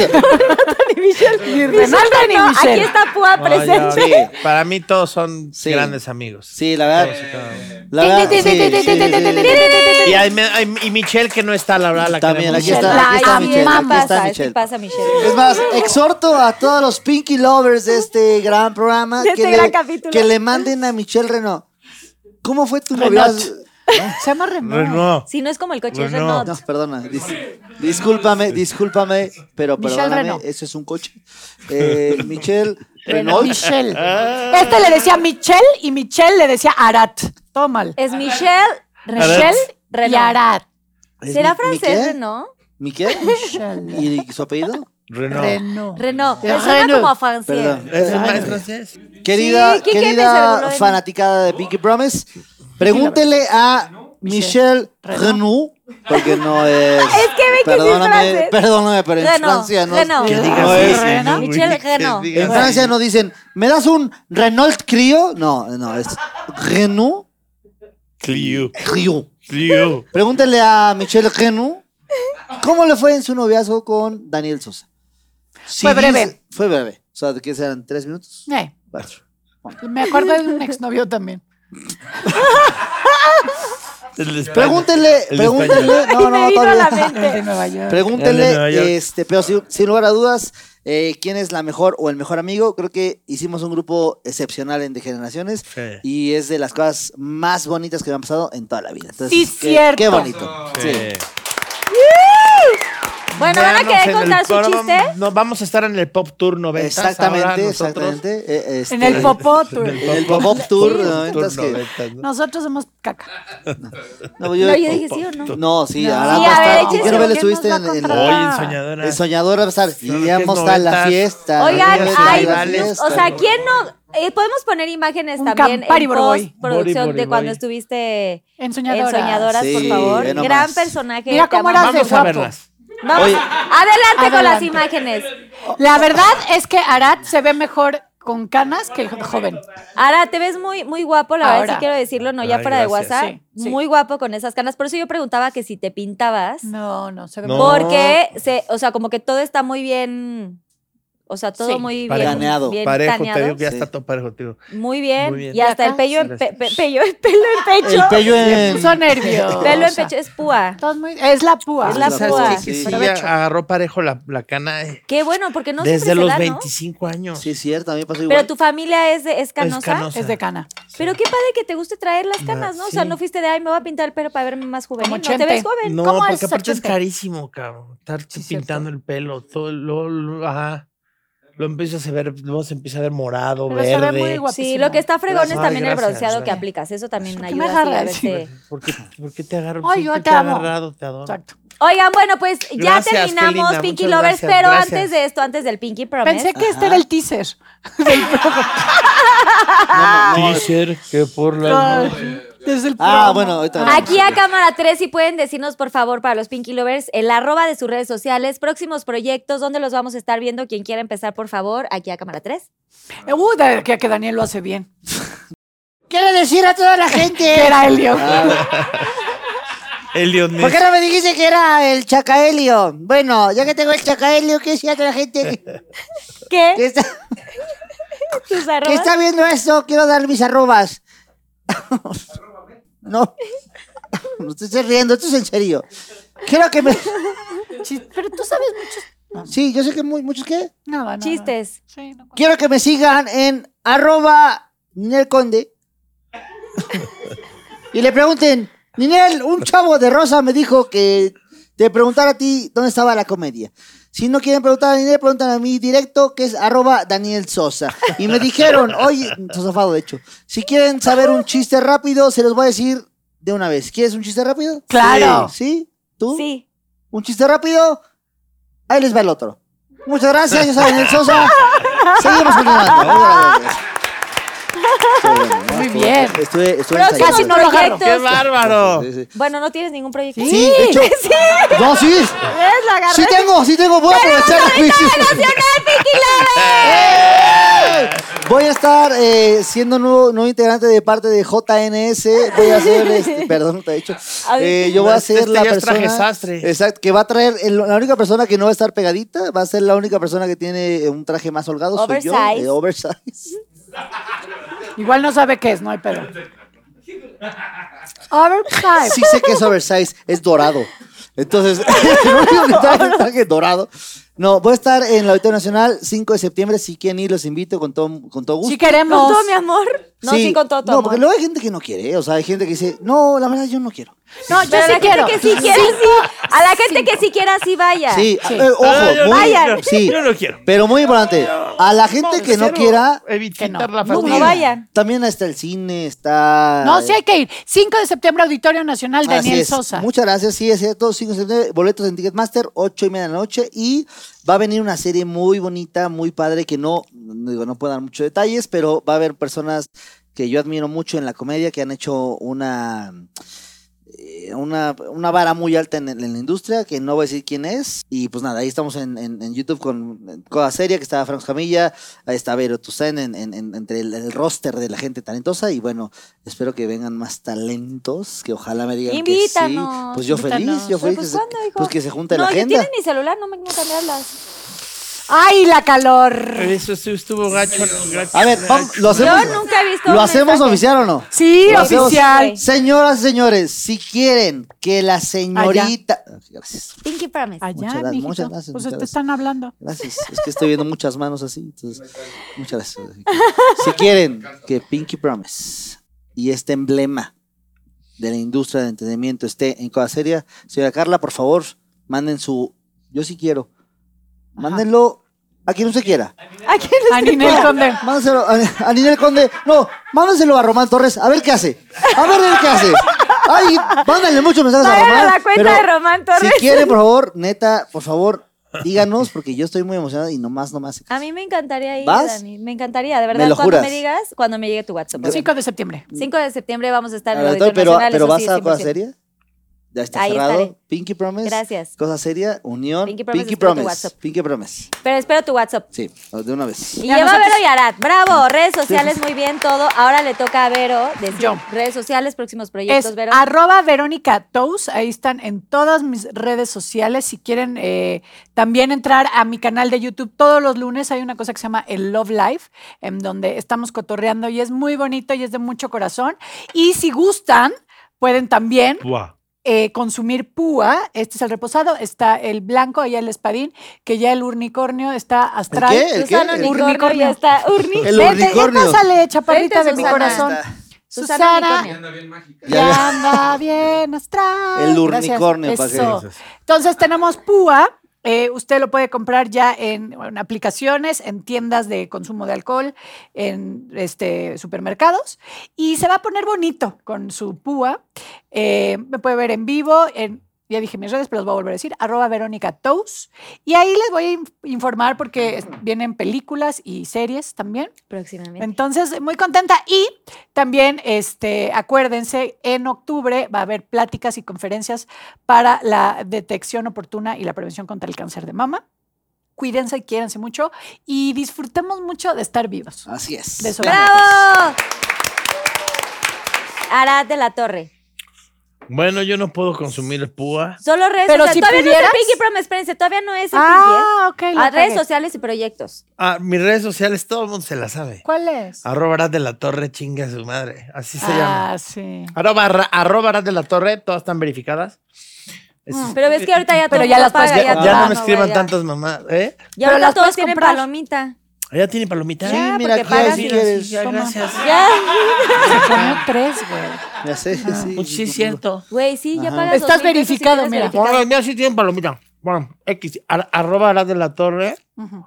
ni Michelle. Ni Renata ni no, Michelle. Aquí está Púa No, ya, presente. Para mí todos son Sí. grandes amigos. Sí, la verdad. Todos y cada uno. La verdad, sí, sí, sí. Y, hay- hay- y Michelle que no está, la verdad, la También queremos aquí mucho. está, aquí está Ay, Michelle. sí Aquí está pasa, sí Michelle. pasa, Michelle. Es más, exhorto a todos los Pinky Lovers de este gran programa De este que, gran le, capítulo. que le manden a Michelle Reno. ¿Cómo fue tu Renot. noviazgo? Se llama Renault. Renaud. Si no es como el coche, es Renault. Renault. No, perdona. dis- discúlpame, discúlpame, pero Michelle perdóname, Renaud. eso es un coche. Eh, Michelle Renault. Michelle. Este le decía Michelle y Michelle le decía Arat. Todo mal. Es Michelle, Michelle y Renault. Arat. ¿Es ¿Será Mi- francés, Miquel? Renault? ¿Miquel? Michelle. ¿Y su apellido? Renault. Renault. Renault. Ya, Me suena Renault. como a fancier. Perdón. ¿Es Ay, es no. francés? Querida, Sí, Quique me querida saludó en- fanaticada de Pinky Promise, pregúntele a Michelle Renaud, porque no es. Es que ve que sí es Perdóname, francés. perdóname, pero en Renaud, Francia no. Renaud. Que digas no es- eso, Renault. güey, Michelle que Renault. digas En eso. Francia no dicen, ¿me das un Renault Clio? No, no, es Renault Clio. Clio. Clio. Pregúntele a Michelle Renaud, ¿cómo le fue en su noviazgo con Daniel Sosa? Si Fue breve. dice- fue breve. O sea, ¿qué serán? ¿Tres minutos? Eh, Cuatro. me acuerdo de un exnovio también. El de España. Pregúntele, El pregúntele. No, me no, vino a la todavía. mente. El El de Nueva York. de Nueva York. Pregúntele, este, pero sin, sin lugar a dudas, eh, ¿quién es la mejor o el mejor amigo? Creo que hicimos un grupo excepcional en Degeneraciones Sí. y es de las cosas más bonitas que me han pasado en toda la vida. Entonces, Sí, qué, cierto. Qué bonito. Sí. Sí. Bueno, ¿van a Véanos querer en contar el su programa. chiste? No, vamos a estar en el Pop Tour 90. Exactamente, exactamente. eh, este, En el popó tú. En el pop-up tour. ¿no? Entonces que- Nosotros somos caca. no, No, yo dije sí o no. No, sí, No. ahora Sí, va a a ver, estar. ¿Y échese, qué novela ¿qué nos estuviste va a en, en contar? la, Hoy en Soñadora. El soñador va a estar. Son los Y vamos a la noventas. fiesta. Oigan, vamos a hay, la o fiesta. sea, ¿quién no? eh, podemos poner imágenes Un también Campari en Borgoy. postproducción Bori, bori, de cuando bori. estuviste Ensoñadora. en Soñadoras, por Sí, favor. ve nomás. Gran personaje. Mira te cómo amamos. eras de Vamos a guapo. verlas. Vamos, Oye. adelante, con las Adelante. imágenes. La verdad es que Arad se ve mejor con canas que joven. Ara, te ves muy, muy guapo, la verdad Ahora. sí quiero decirlo, no ya Ay, para gracias. de WhatsApp. Sí, sí. Muy guapo con esas canas. Por eso yo preguntaba que si te pintabas. No, no, se ve No. mejor. Porque, se, o sea, como que todo está muy bien. O sea, todo Sí. muy Parejo. bien. Planeado. bien Parejo, te planeado. digo que ya Sí. está todo parejo, tío. Muy bien. Muy bien. Y hasta el Acá, pello sí, en, pe- gracias. pe- pello- el pelo en pecho. El pello Se en. puso nervioso. pelo en pecho es púa. Todos muy- Es la púa. Es la Es la púa. púa, Sí, que sí, Pero ya hecho. agarró parejo la, la cana eh, Qué bueno, porque no desde siempre los se da, ¿no? 25 años. Sí, cierto, a mí me pasó igual. Pero tu familia es, de- es canosa. Es canosa. Es de cana. Pero qué padre que te guste traer las Ma- canas, ¿no? O sea, sí. no fuiste de, ay, me voy a pintar el pelo para verme más juvenil. Como No, te ves Chente. joven. No, ¿Cómo porque es aparte es 80? carísimo, cabrón. Estarte cierto. pintando el pelo, todo lo, lo- ajá. Lo empiezas a ver, luego se empieza a ver morado, Pero se ve verde. muy guapísimo. Sí, lo que está fregón es Gracias. también el Gracias, bronceado que gracias. aplicas. Eso también ¿Por qué me ayuda sí, a agarras? verte. ¿Por qué, por qué te agarro? Ay, yo Siempre te he amo. agarrado, te adoro. Exacto. Oigan, bueno, pues ya Gracias, qué terminamos linda, Pinky muchas Lovers, gracias, pero gracias. antes de esto, antes del Pinky Promise. Pensé que este era el teaser. Teaser que por la Desde el Ah, promo. bueno, ahorita Ah, vemos. Aquí a cámara 3, si pueden decirnos, por favor, para los Pinky Lovers, el arroba de sus redes sociales, próximos proyectos, dónde los vamos a estar viendo. Quien quiera empezar, por favor, aquí a cámara 3. Uh, da- que, que Daniel lo hace bien. Quiero decir a toda la gente. Que era Elio. El ¿Por qué no me dijiste que era el chacaelio? Bueno, ya que tengo el chacaelio, ¿qué decir a toda la gente que, que ¿Qué? está, ¿Tus que arrobas? está viendo esto? Quiero dar mis arrobas. No. No te estés riendo, esto es en serio. Quiero que me. Chis- Pero tú sabes muchos. Sí, yo sé que muy- muchos qué. Nada, nada. Chistes. Sí, no cuento. Quiero que me sigan en arroba Ninel Conde. y le pregunten, Ninel, un chavo de Rosa me dijo que te preguntara a ti dónde estaba la comedia. Si no quieren preguntar a Ninel, preguntan a mí directo, que es arroba Daniel Sosa. Y me dijeron, oye, Sosafado de hecho, si quieren saber un chiste rápido, se los voy a decir de una vez. ¿Quieres un chiste rápido? Claro. ¿Sí? ¿Tú? Sí. un chiste rápido. Ahí les va el otro. Muchas gracias, yo soy Daniel Sosa. Seguimos continuando. Muy bien. Estuve, estuve Próximos Casi no lo agarro. ¡Qué proyectos. bárbaro! Sí, sí. Bueno, no tienes ningún proyecto. Sí, de hecho. sí. No, sí. ¿Ves? Lo agarré. Sí tengo, sí tengo. Voy a aprovechar la crisis. ¡Eh! ¡Nacional Pinky Lovers! Voy a estar eh, siendo nuevo, nuevo integrante de parte de JNS. Voy a ser, este, perdón, te he dicho. Ay, Eh, yo voy a ser Este la ya es traje persona. sastre. Exacto, que va a traer, el- la única persona que no va a estar pegadita, va a ser la única persona que tiene un traje más holgado, soy yo, Oversize. eh, oversize. Igual no sabe qué es, no hay pedo. Overtime. sí sé que es oversize, es dorado. Entonces, el único que trae el traje dorado. No, voy a estar en la Auditorio Nacional 5 de septiembre. Si quieren ir, los invito con todo, con todo gusto. Si Con queremos. todo mi amor. No, sí, con todo tu No, amor. porque luego hay gente que no quiere. ¿eh? O sea, hay gente que dice, no, la verdad yo no quiero. No, yo Pero a sí la quiero. gente que sí quiera, sí. A la gente que sí quiera, sí vaya. Sí, Sí. eh, ojo, Ah, yo- muy- Vayan. sí, yo no quiero. Pero muy importante, a la gente que no Cero, quiera, Evitar Que no. la No, fatiga. no vayan. también está el cine, está... No, sí hay que ir. 5 de septiembre, Auditorio Nacional, Así Daniel es. Sosa. Muchas gracias, sí, es cierto. 5 de septiembre, boletos en Ticketmaster, 8 y media de la noche. Y Va a venir una serie muy bonita, muy padre, que no, digo, no puedo dar muchos detalles, pero va a haber personas que yo admiro mucho en la comedia, que han hecho una, eh, una, una vara muy alta en, en la industria, que no voy a decir quién es. Y pues nada, ahí estamos en, en- en YouTube con Coda Seria, que está Franco Camilla, ahí está Vero Toussaint, en- en- en- entre el, el roster de la gente talentosa. Y bueno, espero que vengan más talentos, que ojalá me digan que sí. Invítanos, Pues yo feliz, invítanos. yo feliz. Pues, que se- ¿cuándo, hijo? pues que se junte no, la yo agenda. tiene mi celular, no me no me hablas. ¡Ay, la calor! Eso sí estuvo gacho. gacho, A ver, vamos, lo Yo hacemos. nunca he visto. ¿Lo un hacemos mensaje. oficial o no? Sí, Lo hacemos. oficial. Señoras, señores, si quieren que Ah, la señorita. Ah, Gracias. Pinky Promise. Allá, Muchas gracias, mijito. muchas gracias, Pues muchas te gracias. están hablando. Gracias. Es que estoy viendo muchas manos así. Entonces, muchas gracias. Si quieren que Pinky Promise y este emblema de la industria del entretenimiento esté en Coda Seria, señora Carla, por favor, manden su. Yo sí quiero. Mándenlo a quien usted quiera. ¿A quién A Ninel Conde. Mándenselo a, a Ninel Conde. No, mándenselo a Román Torres. A ver qué hace. A ver qué hace. Ay, mándenle muchos mensajes a Vayan Román. a la cuenta pero de Román Torres. Si quiere, por favor, neta, por favor, díganos, porque yo estoy muy emocionada y nomás, nomás. A mí me encantaría ir, ¿Vas? Dani. Me encantaría, de verdad. lo cuando juras? me digas, cuando me llegue tu WhatsApp. por favor. 5 de septiembre. 5 de septiembre vamos a estar en el Pero, Auditorio pero, Nacional. pero eso vas sí, a cosa 100%. seria. Ya está Ahí cerrado. estaré. Pinky Promise. Gracias. Cosa seria, unión. Pinky Pinky Promise, Promise. espero tu Pinky Promise. WhatsApp. Pero espero tu WhatsApp. Sí, de una vez. Y Ya lleva a nosotros- Vero y Arat. Bravo, redes sociales, muy bien todo. Ahora le toca a Vero decir Yo. redes sociales, próximos proyectos, Es Vero. arroba Verónica Tous, ahí están en todas mis redes sociales. Si quieren eh, también entrar a mi canal de YouTube todos los lunes, hay una cosa que se llama el Love Life, en donde estamos cotorreando y es muy bonito y es de mucho corazón. Y si gustan, pueden también Buah. eh, consumir púa. Este es el reposado, está el blanco, ahí el espadín, que ya el unicornio está astral. qué? ¿El qué? Susana El Unicornio unicornio. ya está. Urni. El Vente, ya unicornio. pásale, chaparrita Vente, de mi Susana. corazón. Susana Susana, Unicornio. Ya, ya anda bien astral. El Gracias. unicornio, ¿para qué Eso. dices? Entonces tenemos Púa. eh, usted lo puede comprar ya en, en aplicaciones, en tiendas de consumo de alcohol, en este, supermercados. Y se va a poner bonito con su Púa. Eh, me puede ver en vivo, en, ya dije mis redes, pero los voy a volver a decir, arroba Verónica Tous. Y ahí les voy a in- informar porque es- vienen películas y series también. Próximamente. Entonces, muy contenta. Y también, este, acuérdense, en octubre va a haber pláticas y conferencias para la detección oportuna y la prevención contra el cáncer de mama. Cuídense, quiéranse mucho y disfrutemos mucho de estar vivos. Ah, Así es. De eso ¡Bravo! Arat de la Torre. Bueno, yo no puedo consumir púa. Solo redes Pero sociales. si todavía no pudieras- es el Pinky Promise, espérense, todavía no es el Ah, ok. Pinky. ¿eh? la A redes cagué. sociales y proyectos. Ah, mis redes sociales, todo el mundo se la sabe. ¿Cuál es? Arroba Arad de la Torre, chinga su madre. Así Ah, se llama. Ah, sí. Arroba, Arra- arroba Arad de la Torre, todas están verificadas. Es- Pero ves que ahorita Mm. ya todo Pero ya mundo las puedes paga, ver. ya, ya ya todo, no todo, me güey, escriban ya. tantas mamás, ¿eh? Y Pero ahorita las todos puedes tienen comprar. palomita. Allá tiene palomita. Ya, Sí, mira, porque aquí pagas si y- quieres. toma. gracias. Ya. Se comió tres, güey. Ya sé, sí. Pues sí, es cierto. Güey, sí, ya Ajá. pagas. Estás 2,000 pesos si verificado, quieres mira. verificar. Bueno, ya sí tienen palomita. Bueno, X, ar- arroba Arad de la Torre. Ujú.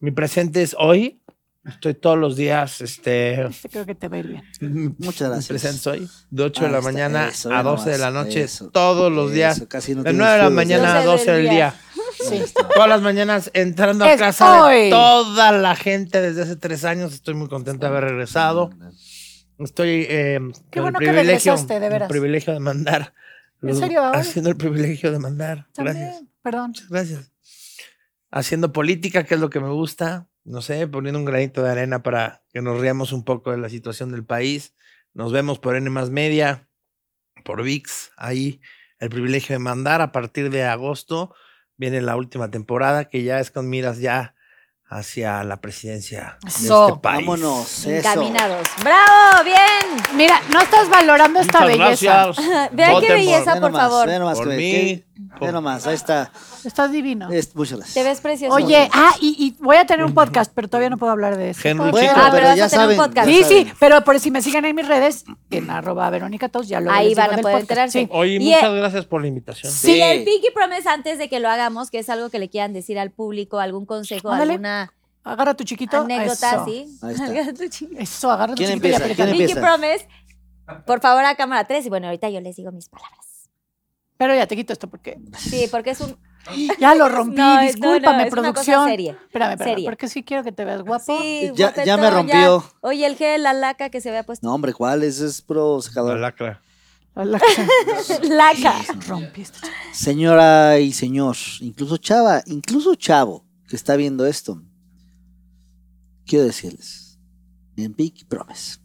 Mi presente es hoy. Estoy todos los días, este. Este creo que te va a ir bien. Muchas Mi presente gracias. soy de 8 de Ahí la está, mañana eso, a ve 12 de la nomás, noche, eso, todos los días. eso, casi no de tienes 9 de la juegos, mañana a 12 12 del del día. día. Sí. Todas las mañanas entrando a Es casa hoy. de toda la gente desde hace tres años. Estoy muy contento de haber regresado. Estoy eh, Qué con bueno que el privilegio, regresaste, de veras. El privilegio de mandar. ¿En los- serio, ahora? Haciendo el privilegio de mandar. También. Gracias. Perdón. Muchas gracias. Haciendo política, que es lo que me gusta. No sé, poniendo un granito de arena para que nos riamos un poco de la situación del país. Nos vemos por N más media, por VIX. Ahí el privilegio de mandar a partir de agosto. Viene la última temporada que ya es con miras ya hacia la presidencia de Eso. este país. Vámonos, eso. Encaminados. ¡Bravo! ¡Bien! Mira, no estás valorando esta Muchas belleza. gracias. Vean qué Voten por- belleza. Ve por nomás, favor. Ve nomás, Por que- mí, que- por- ve nomás, ahí está. Estás divino. Es- muchas gracias. Te ves precioso. Oye, ah, y, y voy a tener un podcast, pero todavía no puedo hablar de eso. Henry, Bueno, chico. Ah, pero pero vas a ya tener un saben. ya podcast. Sí, sí, saben. pero por si me siguen en mis redes, en arroba Verónica Tos, ya lo Ahí les digo van a del poder podcast. enterarse. Sí. Oye, Y, muchas eh, gracias por la invitación. Sí, Sí. el Pinky Promise antes de que lo hagamos, que es algo que le quieran decir al público, algún consejo, Ándale. alguna Agarra tu chiquito. anécdota, eso. ¿sí? Ahí está. Hagan tu ching- Eso, agarra tu ¿Quién chiquito. y empieza? apriétalo. ¿Quién Pinky empieza? Promise, por favor a cámara 3 y bueno, ahorita yo les digo mis palabras. Pero ya te quito esto porque. Sí, porque es un Ya lo rompí, No, es- no, no, discúlpame, es una cosa producción. seria, espérame, espérame, seria. porque sí quiero que te veas guapo. Sí, Ya- guapetón, ya me rompió. Oye, el gel, la laca que se había puesto. No, hombre, ¿cuál? Ese es pro La secador. lacra. Hola, que- laca. Rompí esta chica. Señora y señor, incluso chava, incluso chavo que está viendo esto, quiero decirles, en Big Promise,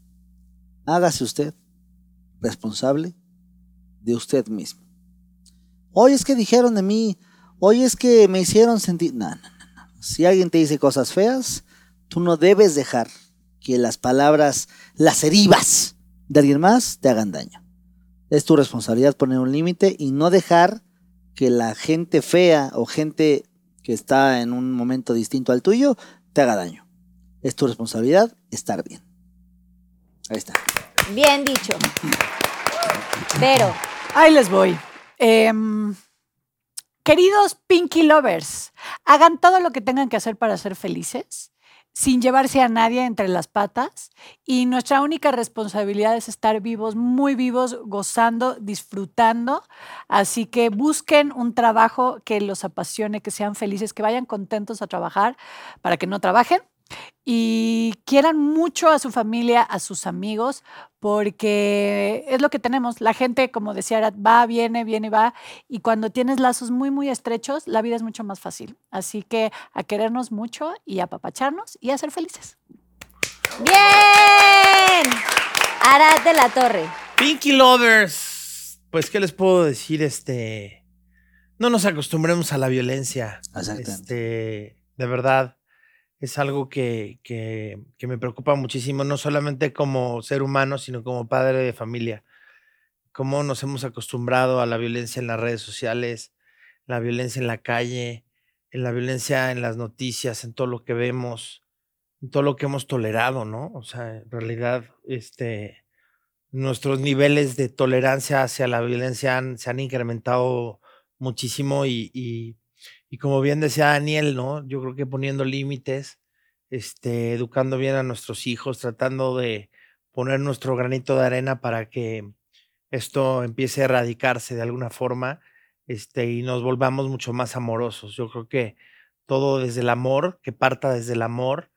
hágase usted responsable de usted mismo. Hoy es que dijeron de mí, hoy es que me hicieron sentir... No, no, no, no. Si alguien te dice cosas feas, tú no debes dejar que las palabras, las herivas de alguien más te hagan daño. Es tu responsabilidad poner un límite y no dejar que la gente fea o gente que está en un momento distinto al tuyo te haga daño. Es tu responsabilidad estar bien. Ahí está. Bien dicho. Pero, Ahí les voy. Em, queridos Pinky Lovers, hagan todo lo que tengan que hacer para ser felices, sin llevarse a nadie entre las patas. Y nuestra única responsabilidad es estar vivos, muy vivos, gozando, disfrutando. Así que busquen un trabajo que los apasione, que sean felices, que vayan contentos a trabajar para que no trabajen. Y quieran mucho a su familia, a sus amigos, porque es lo que tenemos. La gente, como decía Arad, va, viene, viene, va. Y cuando tienes lazos muy, muy estrechos, la vida es mucho más fácil. Así que a querernos mucho y a apapacharnos y a ser felices. ¡bien! Arad de la Torre. Pinky Lovers. Pues, ¿qué les puedo decir? Este. No nos acostumbremos a la violencia. Exactamente. Este, de verdad, es algo que, que- que me preocupa muchísimo, no solamente como ser humano, sino como padre de familia. Cómo nos hemos acostumbrado a la violencia en las redes sociales, la violencia en la calle, en la violencia en las noticias, en todo lo que vemos, en todo lo que hemos tolerado, ¿no? O sea, en realidad, este, nuestros niveles de tolerancia hacia la violencia han- se han incrementado muchísimo y, y, y como bien decía Daniel, ¿no? Yo creo que poniendo límites, este, educando bien a nuestros hijos, tratando de poner nuestro granito de arena para que esto empiece a erradicarse de alguna forma este, y nos volvamos mucho más amorosos. Yo creo que todo desde el amor, que parta desde el amor,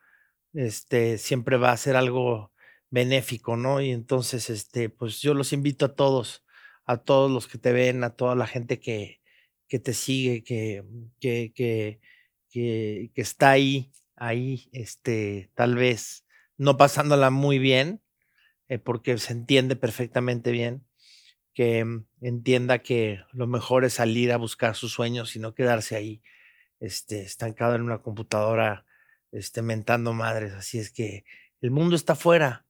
este, siempre va a ser algo benéfico, ¿no? Y entonces, este, pues yo los invito a todos, a todos los que te ven, a toda la gente que, que te sigue, que, que, que, que, que está ahí, ahí, este, tal vez no pasándola muy bien, eh, porque se entiende perfectamente bien, que mm, entienda que lo mejor es salir a buscar sus sueños y no quedarse ahí, este, estancado en una computadora, este, mentando madres. Así es que el mundo está afuera.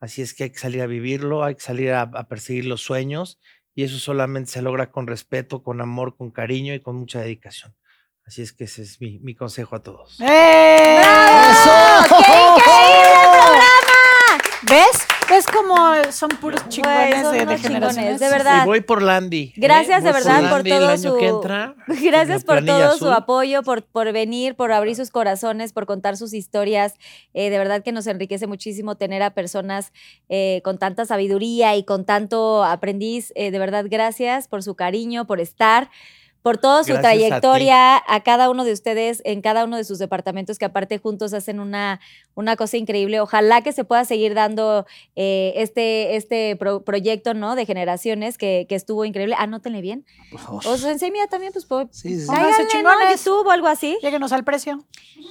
Así es que hay que salir a vivirlo, hay que salir a- a perseguir los sueños y eso solamente se logra con respeto, con amor, con cariño y con mucha dedicación. Así es que ese es mi, mi consejo a todos. ¡Eso! ¡Eh! ¡Qué increíble el programa! ¿Ves? ¿Ves cómo son puros Güey, chingones son de, de unos generaciones? chingones, de verdad. Y voy por Landy. ¿eh? Gracias, de Voy verdad, por Landy todo el año que su- entra. Gracias La por planilla todo su azul. apoyo, por, por venir, por abrir sus corazones, por contar sus historias. Eh, de verdad que nos enriquece muchísimo tener a personas eh, con tanta sabiduría y con tanto aprendiz. Eh, de verdad, gracias por su cariño, por estar, por toda su Gracias a ti. trayectoria, a, cada uno de ustedes, en cada uno de sus departamentos, que aparte juntos hacen una, una cosa increíble. Ojalá que se pueda seguir dando eh, este, este pro- proyecto ¿no? de generaciones que, que estuvo increíble. Anótenle bien. Por favor. Os enseña también, pues, por, Sí, sí, sí. Pónganse Cáiganle, ¿no? en chingones. YouTube o algo así. Lléguenos al precio.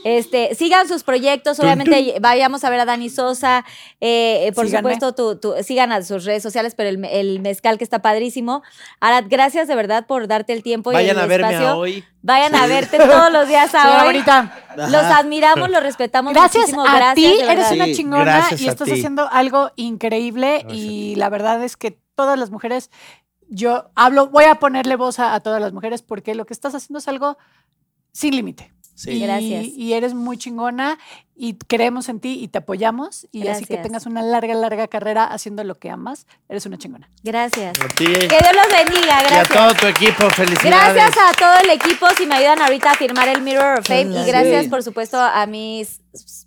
Este, sigan sus proyectos, obviamente vayamos a ver a Dani Sosa, eh, eh, por Síganme. supuesto, tu- tu- sigan a sus redes sociales, pero el, me- el mezcal que está padrísimo. Arad, gracias de verdad por darte el tiempo Vayan y el a verme espacio. a hoy. Vayan a verte todos los días Señora a hoy. bonita. Los Ajá. admiramos, los respetamos Gracias muchísimo. a gracias, ti, de eres verdad. una Sí, chingona gracias y a estás ti. haciendo algo increíble Gracias a y ti. la verdad es que todas las mujeres, yo hablo, voy a ponerle voz a, a todas las mujeres porque lo que estás haciendo es algo sin límite. Sí. Y, Gracias. Y eres muy chingona y creemos en ti y te apoyamos y así que Gracias. tengas una larga, larga carrera haciendo lo que amas. Eres una chingona. Gracias. A ti Que Dios los bendiga, y a gracias. todo tu equipo. Felicidades. Gracias a todo el equipo si me ayudan ahorita a firmar el Mirror of Fame y gracias por supuesto a mis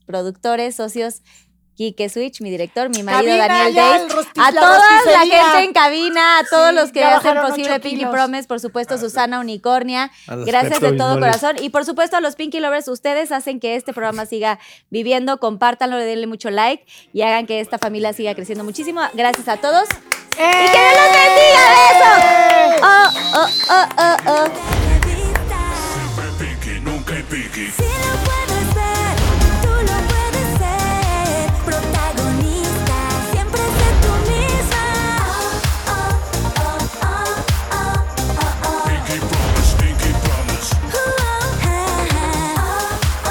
productores, socios Quique Switch, mi director, mi marido Cabina, Daniel ya, Days, el rosti- a la toda la rosticería. gente en cabina, a todos Sí, los que hacen ya bajaron posible ocho Pinky kilos. Promise, por supuesto Susana Unicornia, A los gracias de Pepto todo Bismoles. corazón y por supuesto a los Pinky Lovers, ustedes hacen que este programa siga viviendo, compártanlo, denle mucho like y hagan que esta familia siga creciendo muchísimo. Gracias a todos y que Dios los bendiga, besos. Oh, oh, oh, oh, oh. Pinky, nunca Pinky. Si lo puedes ver, tú lo puedes ser. Protagonista, siempre sé tú misma. Oh, oh, oh, oh, oh, oh, oh. Pinky promise, Pinky promise. Uh, oh, ah, ah. Oh, oh,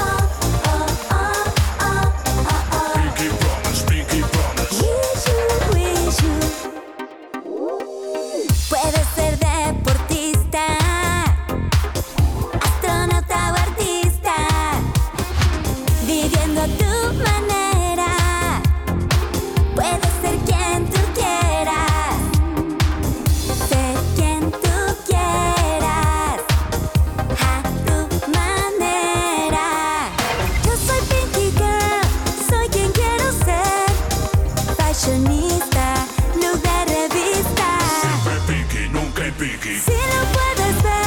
oh, oh, oh, oh, oh. Pinky promise, Pinky promise. Wish you, wish you. Puedes ser deportista, astronauta o artista, viviendo a tu manera. Puedes ser quien tú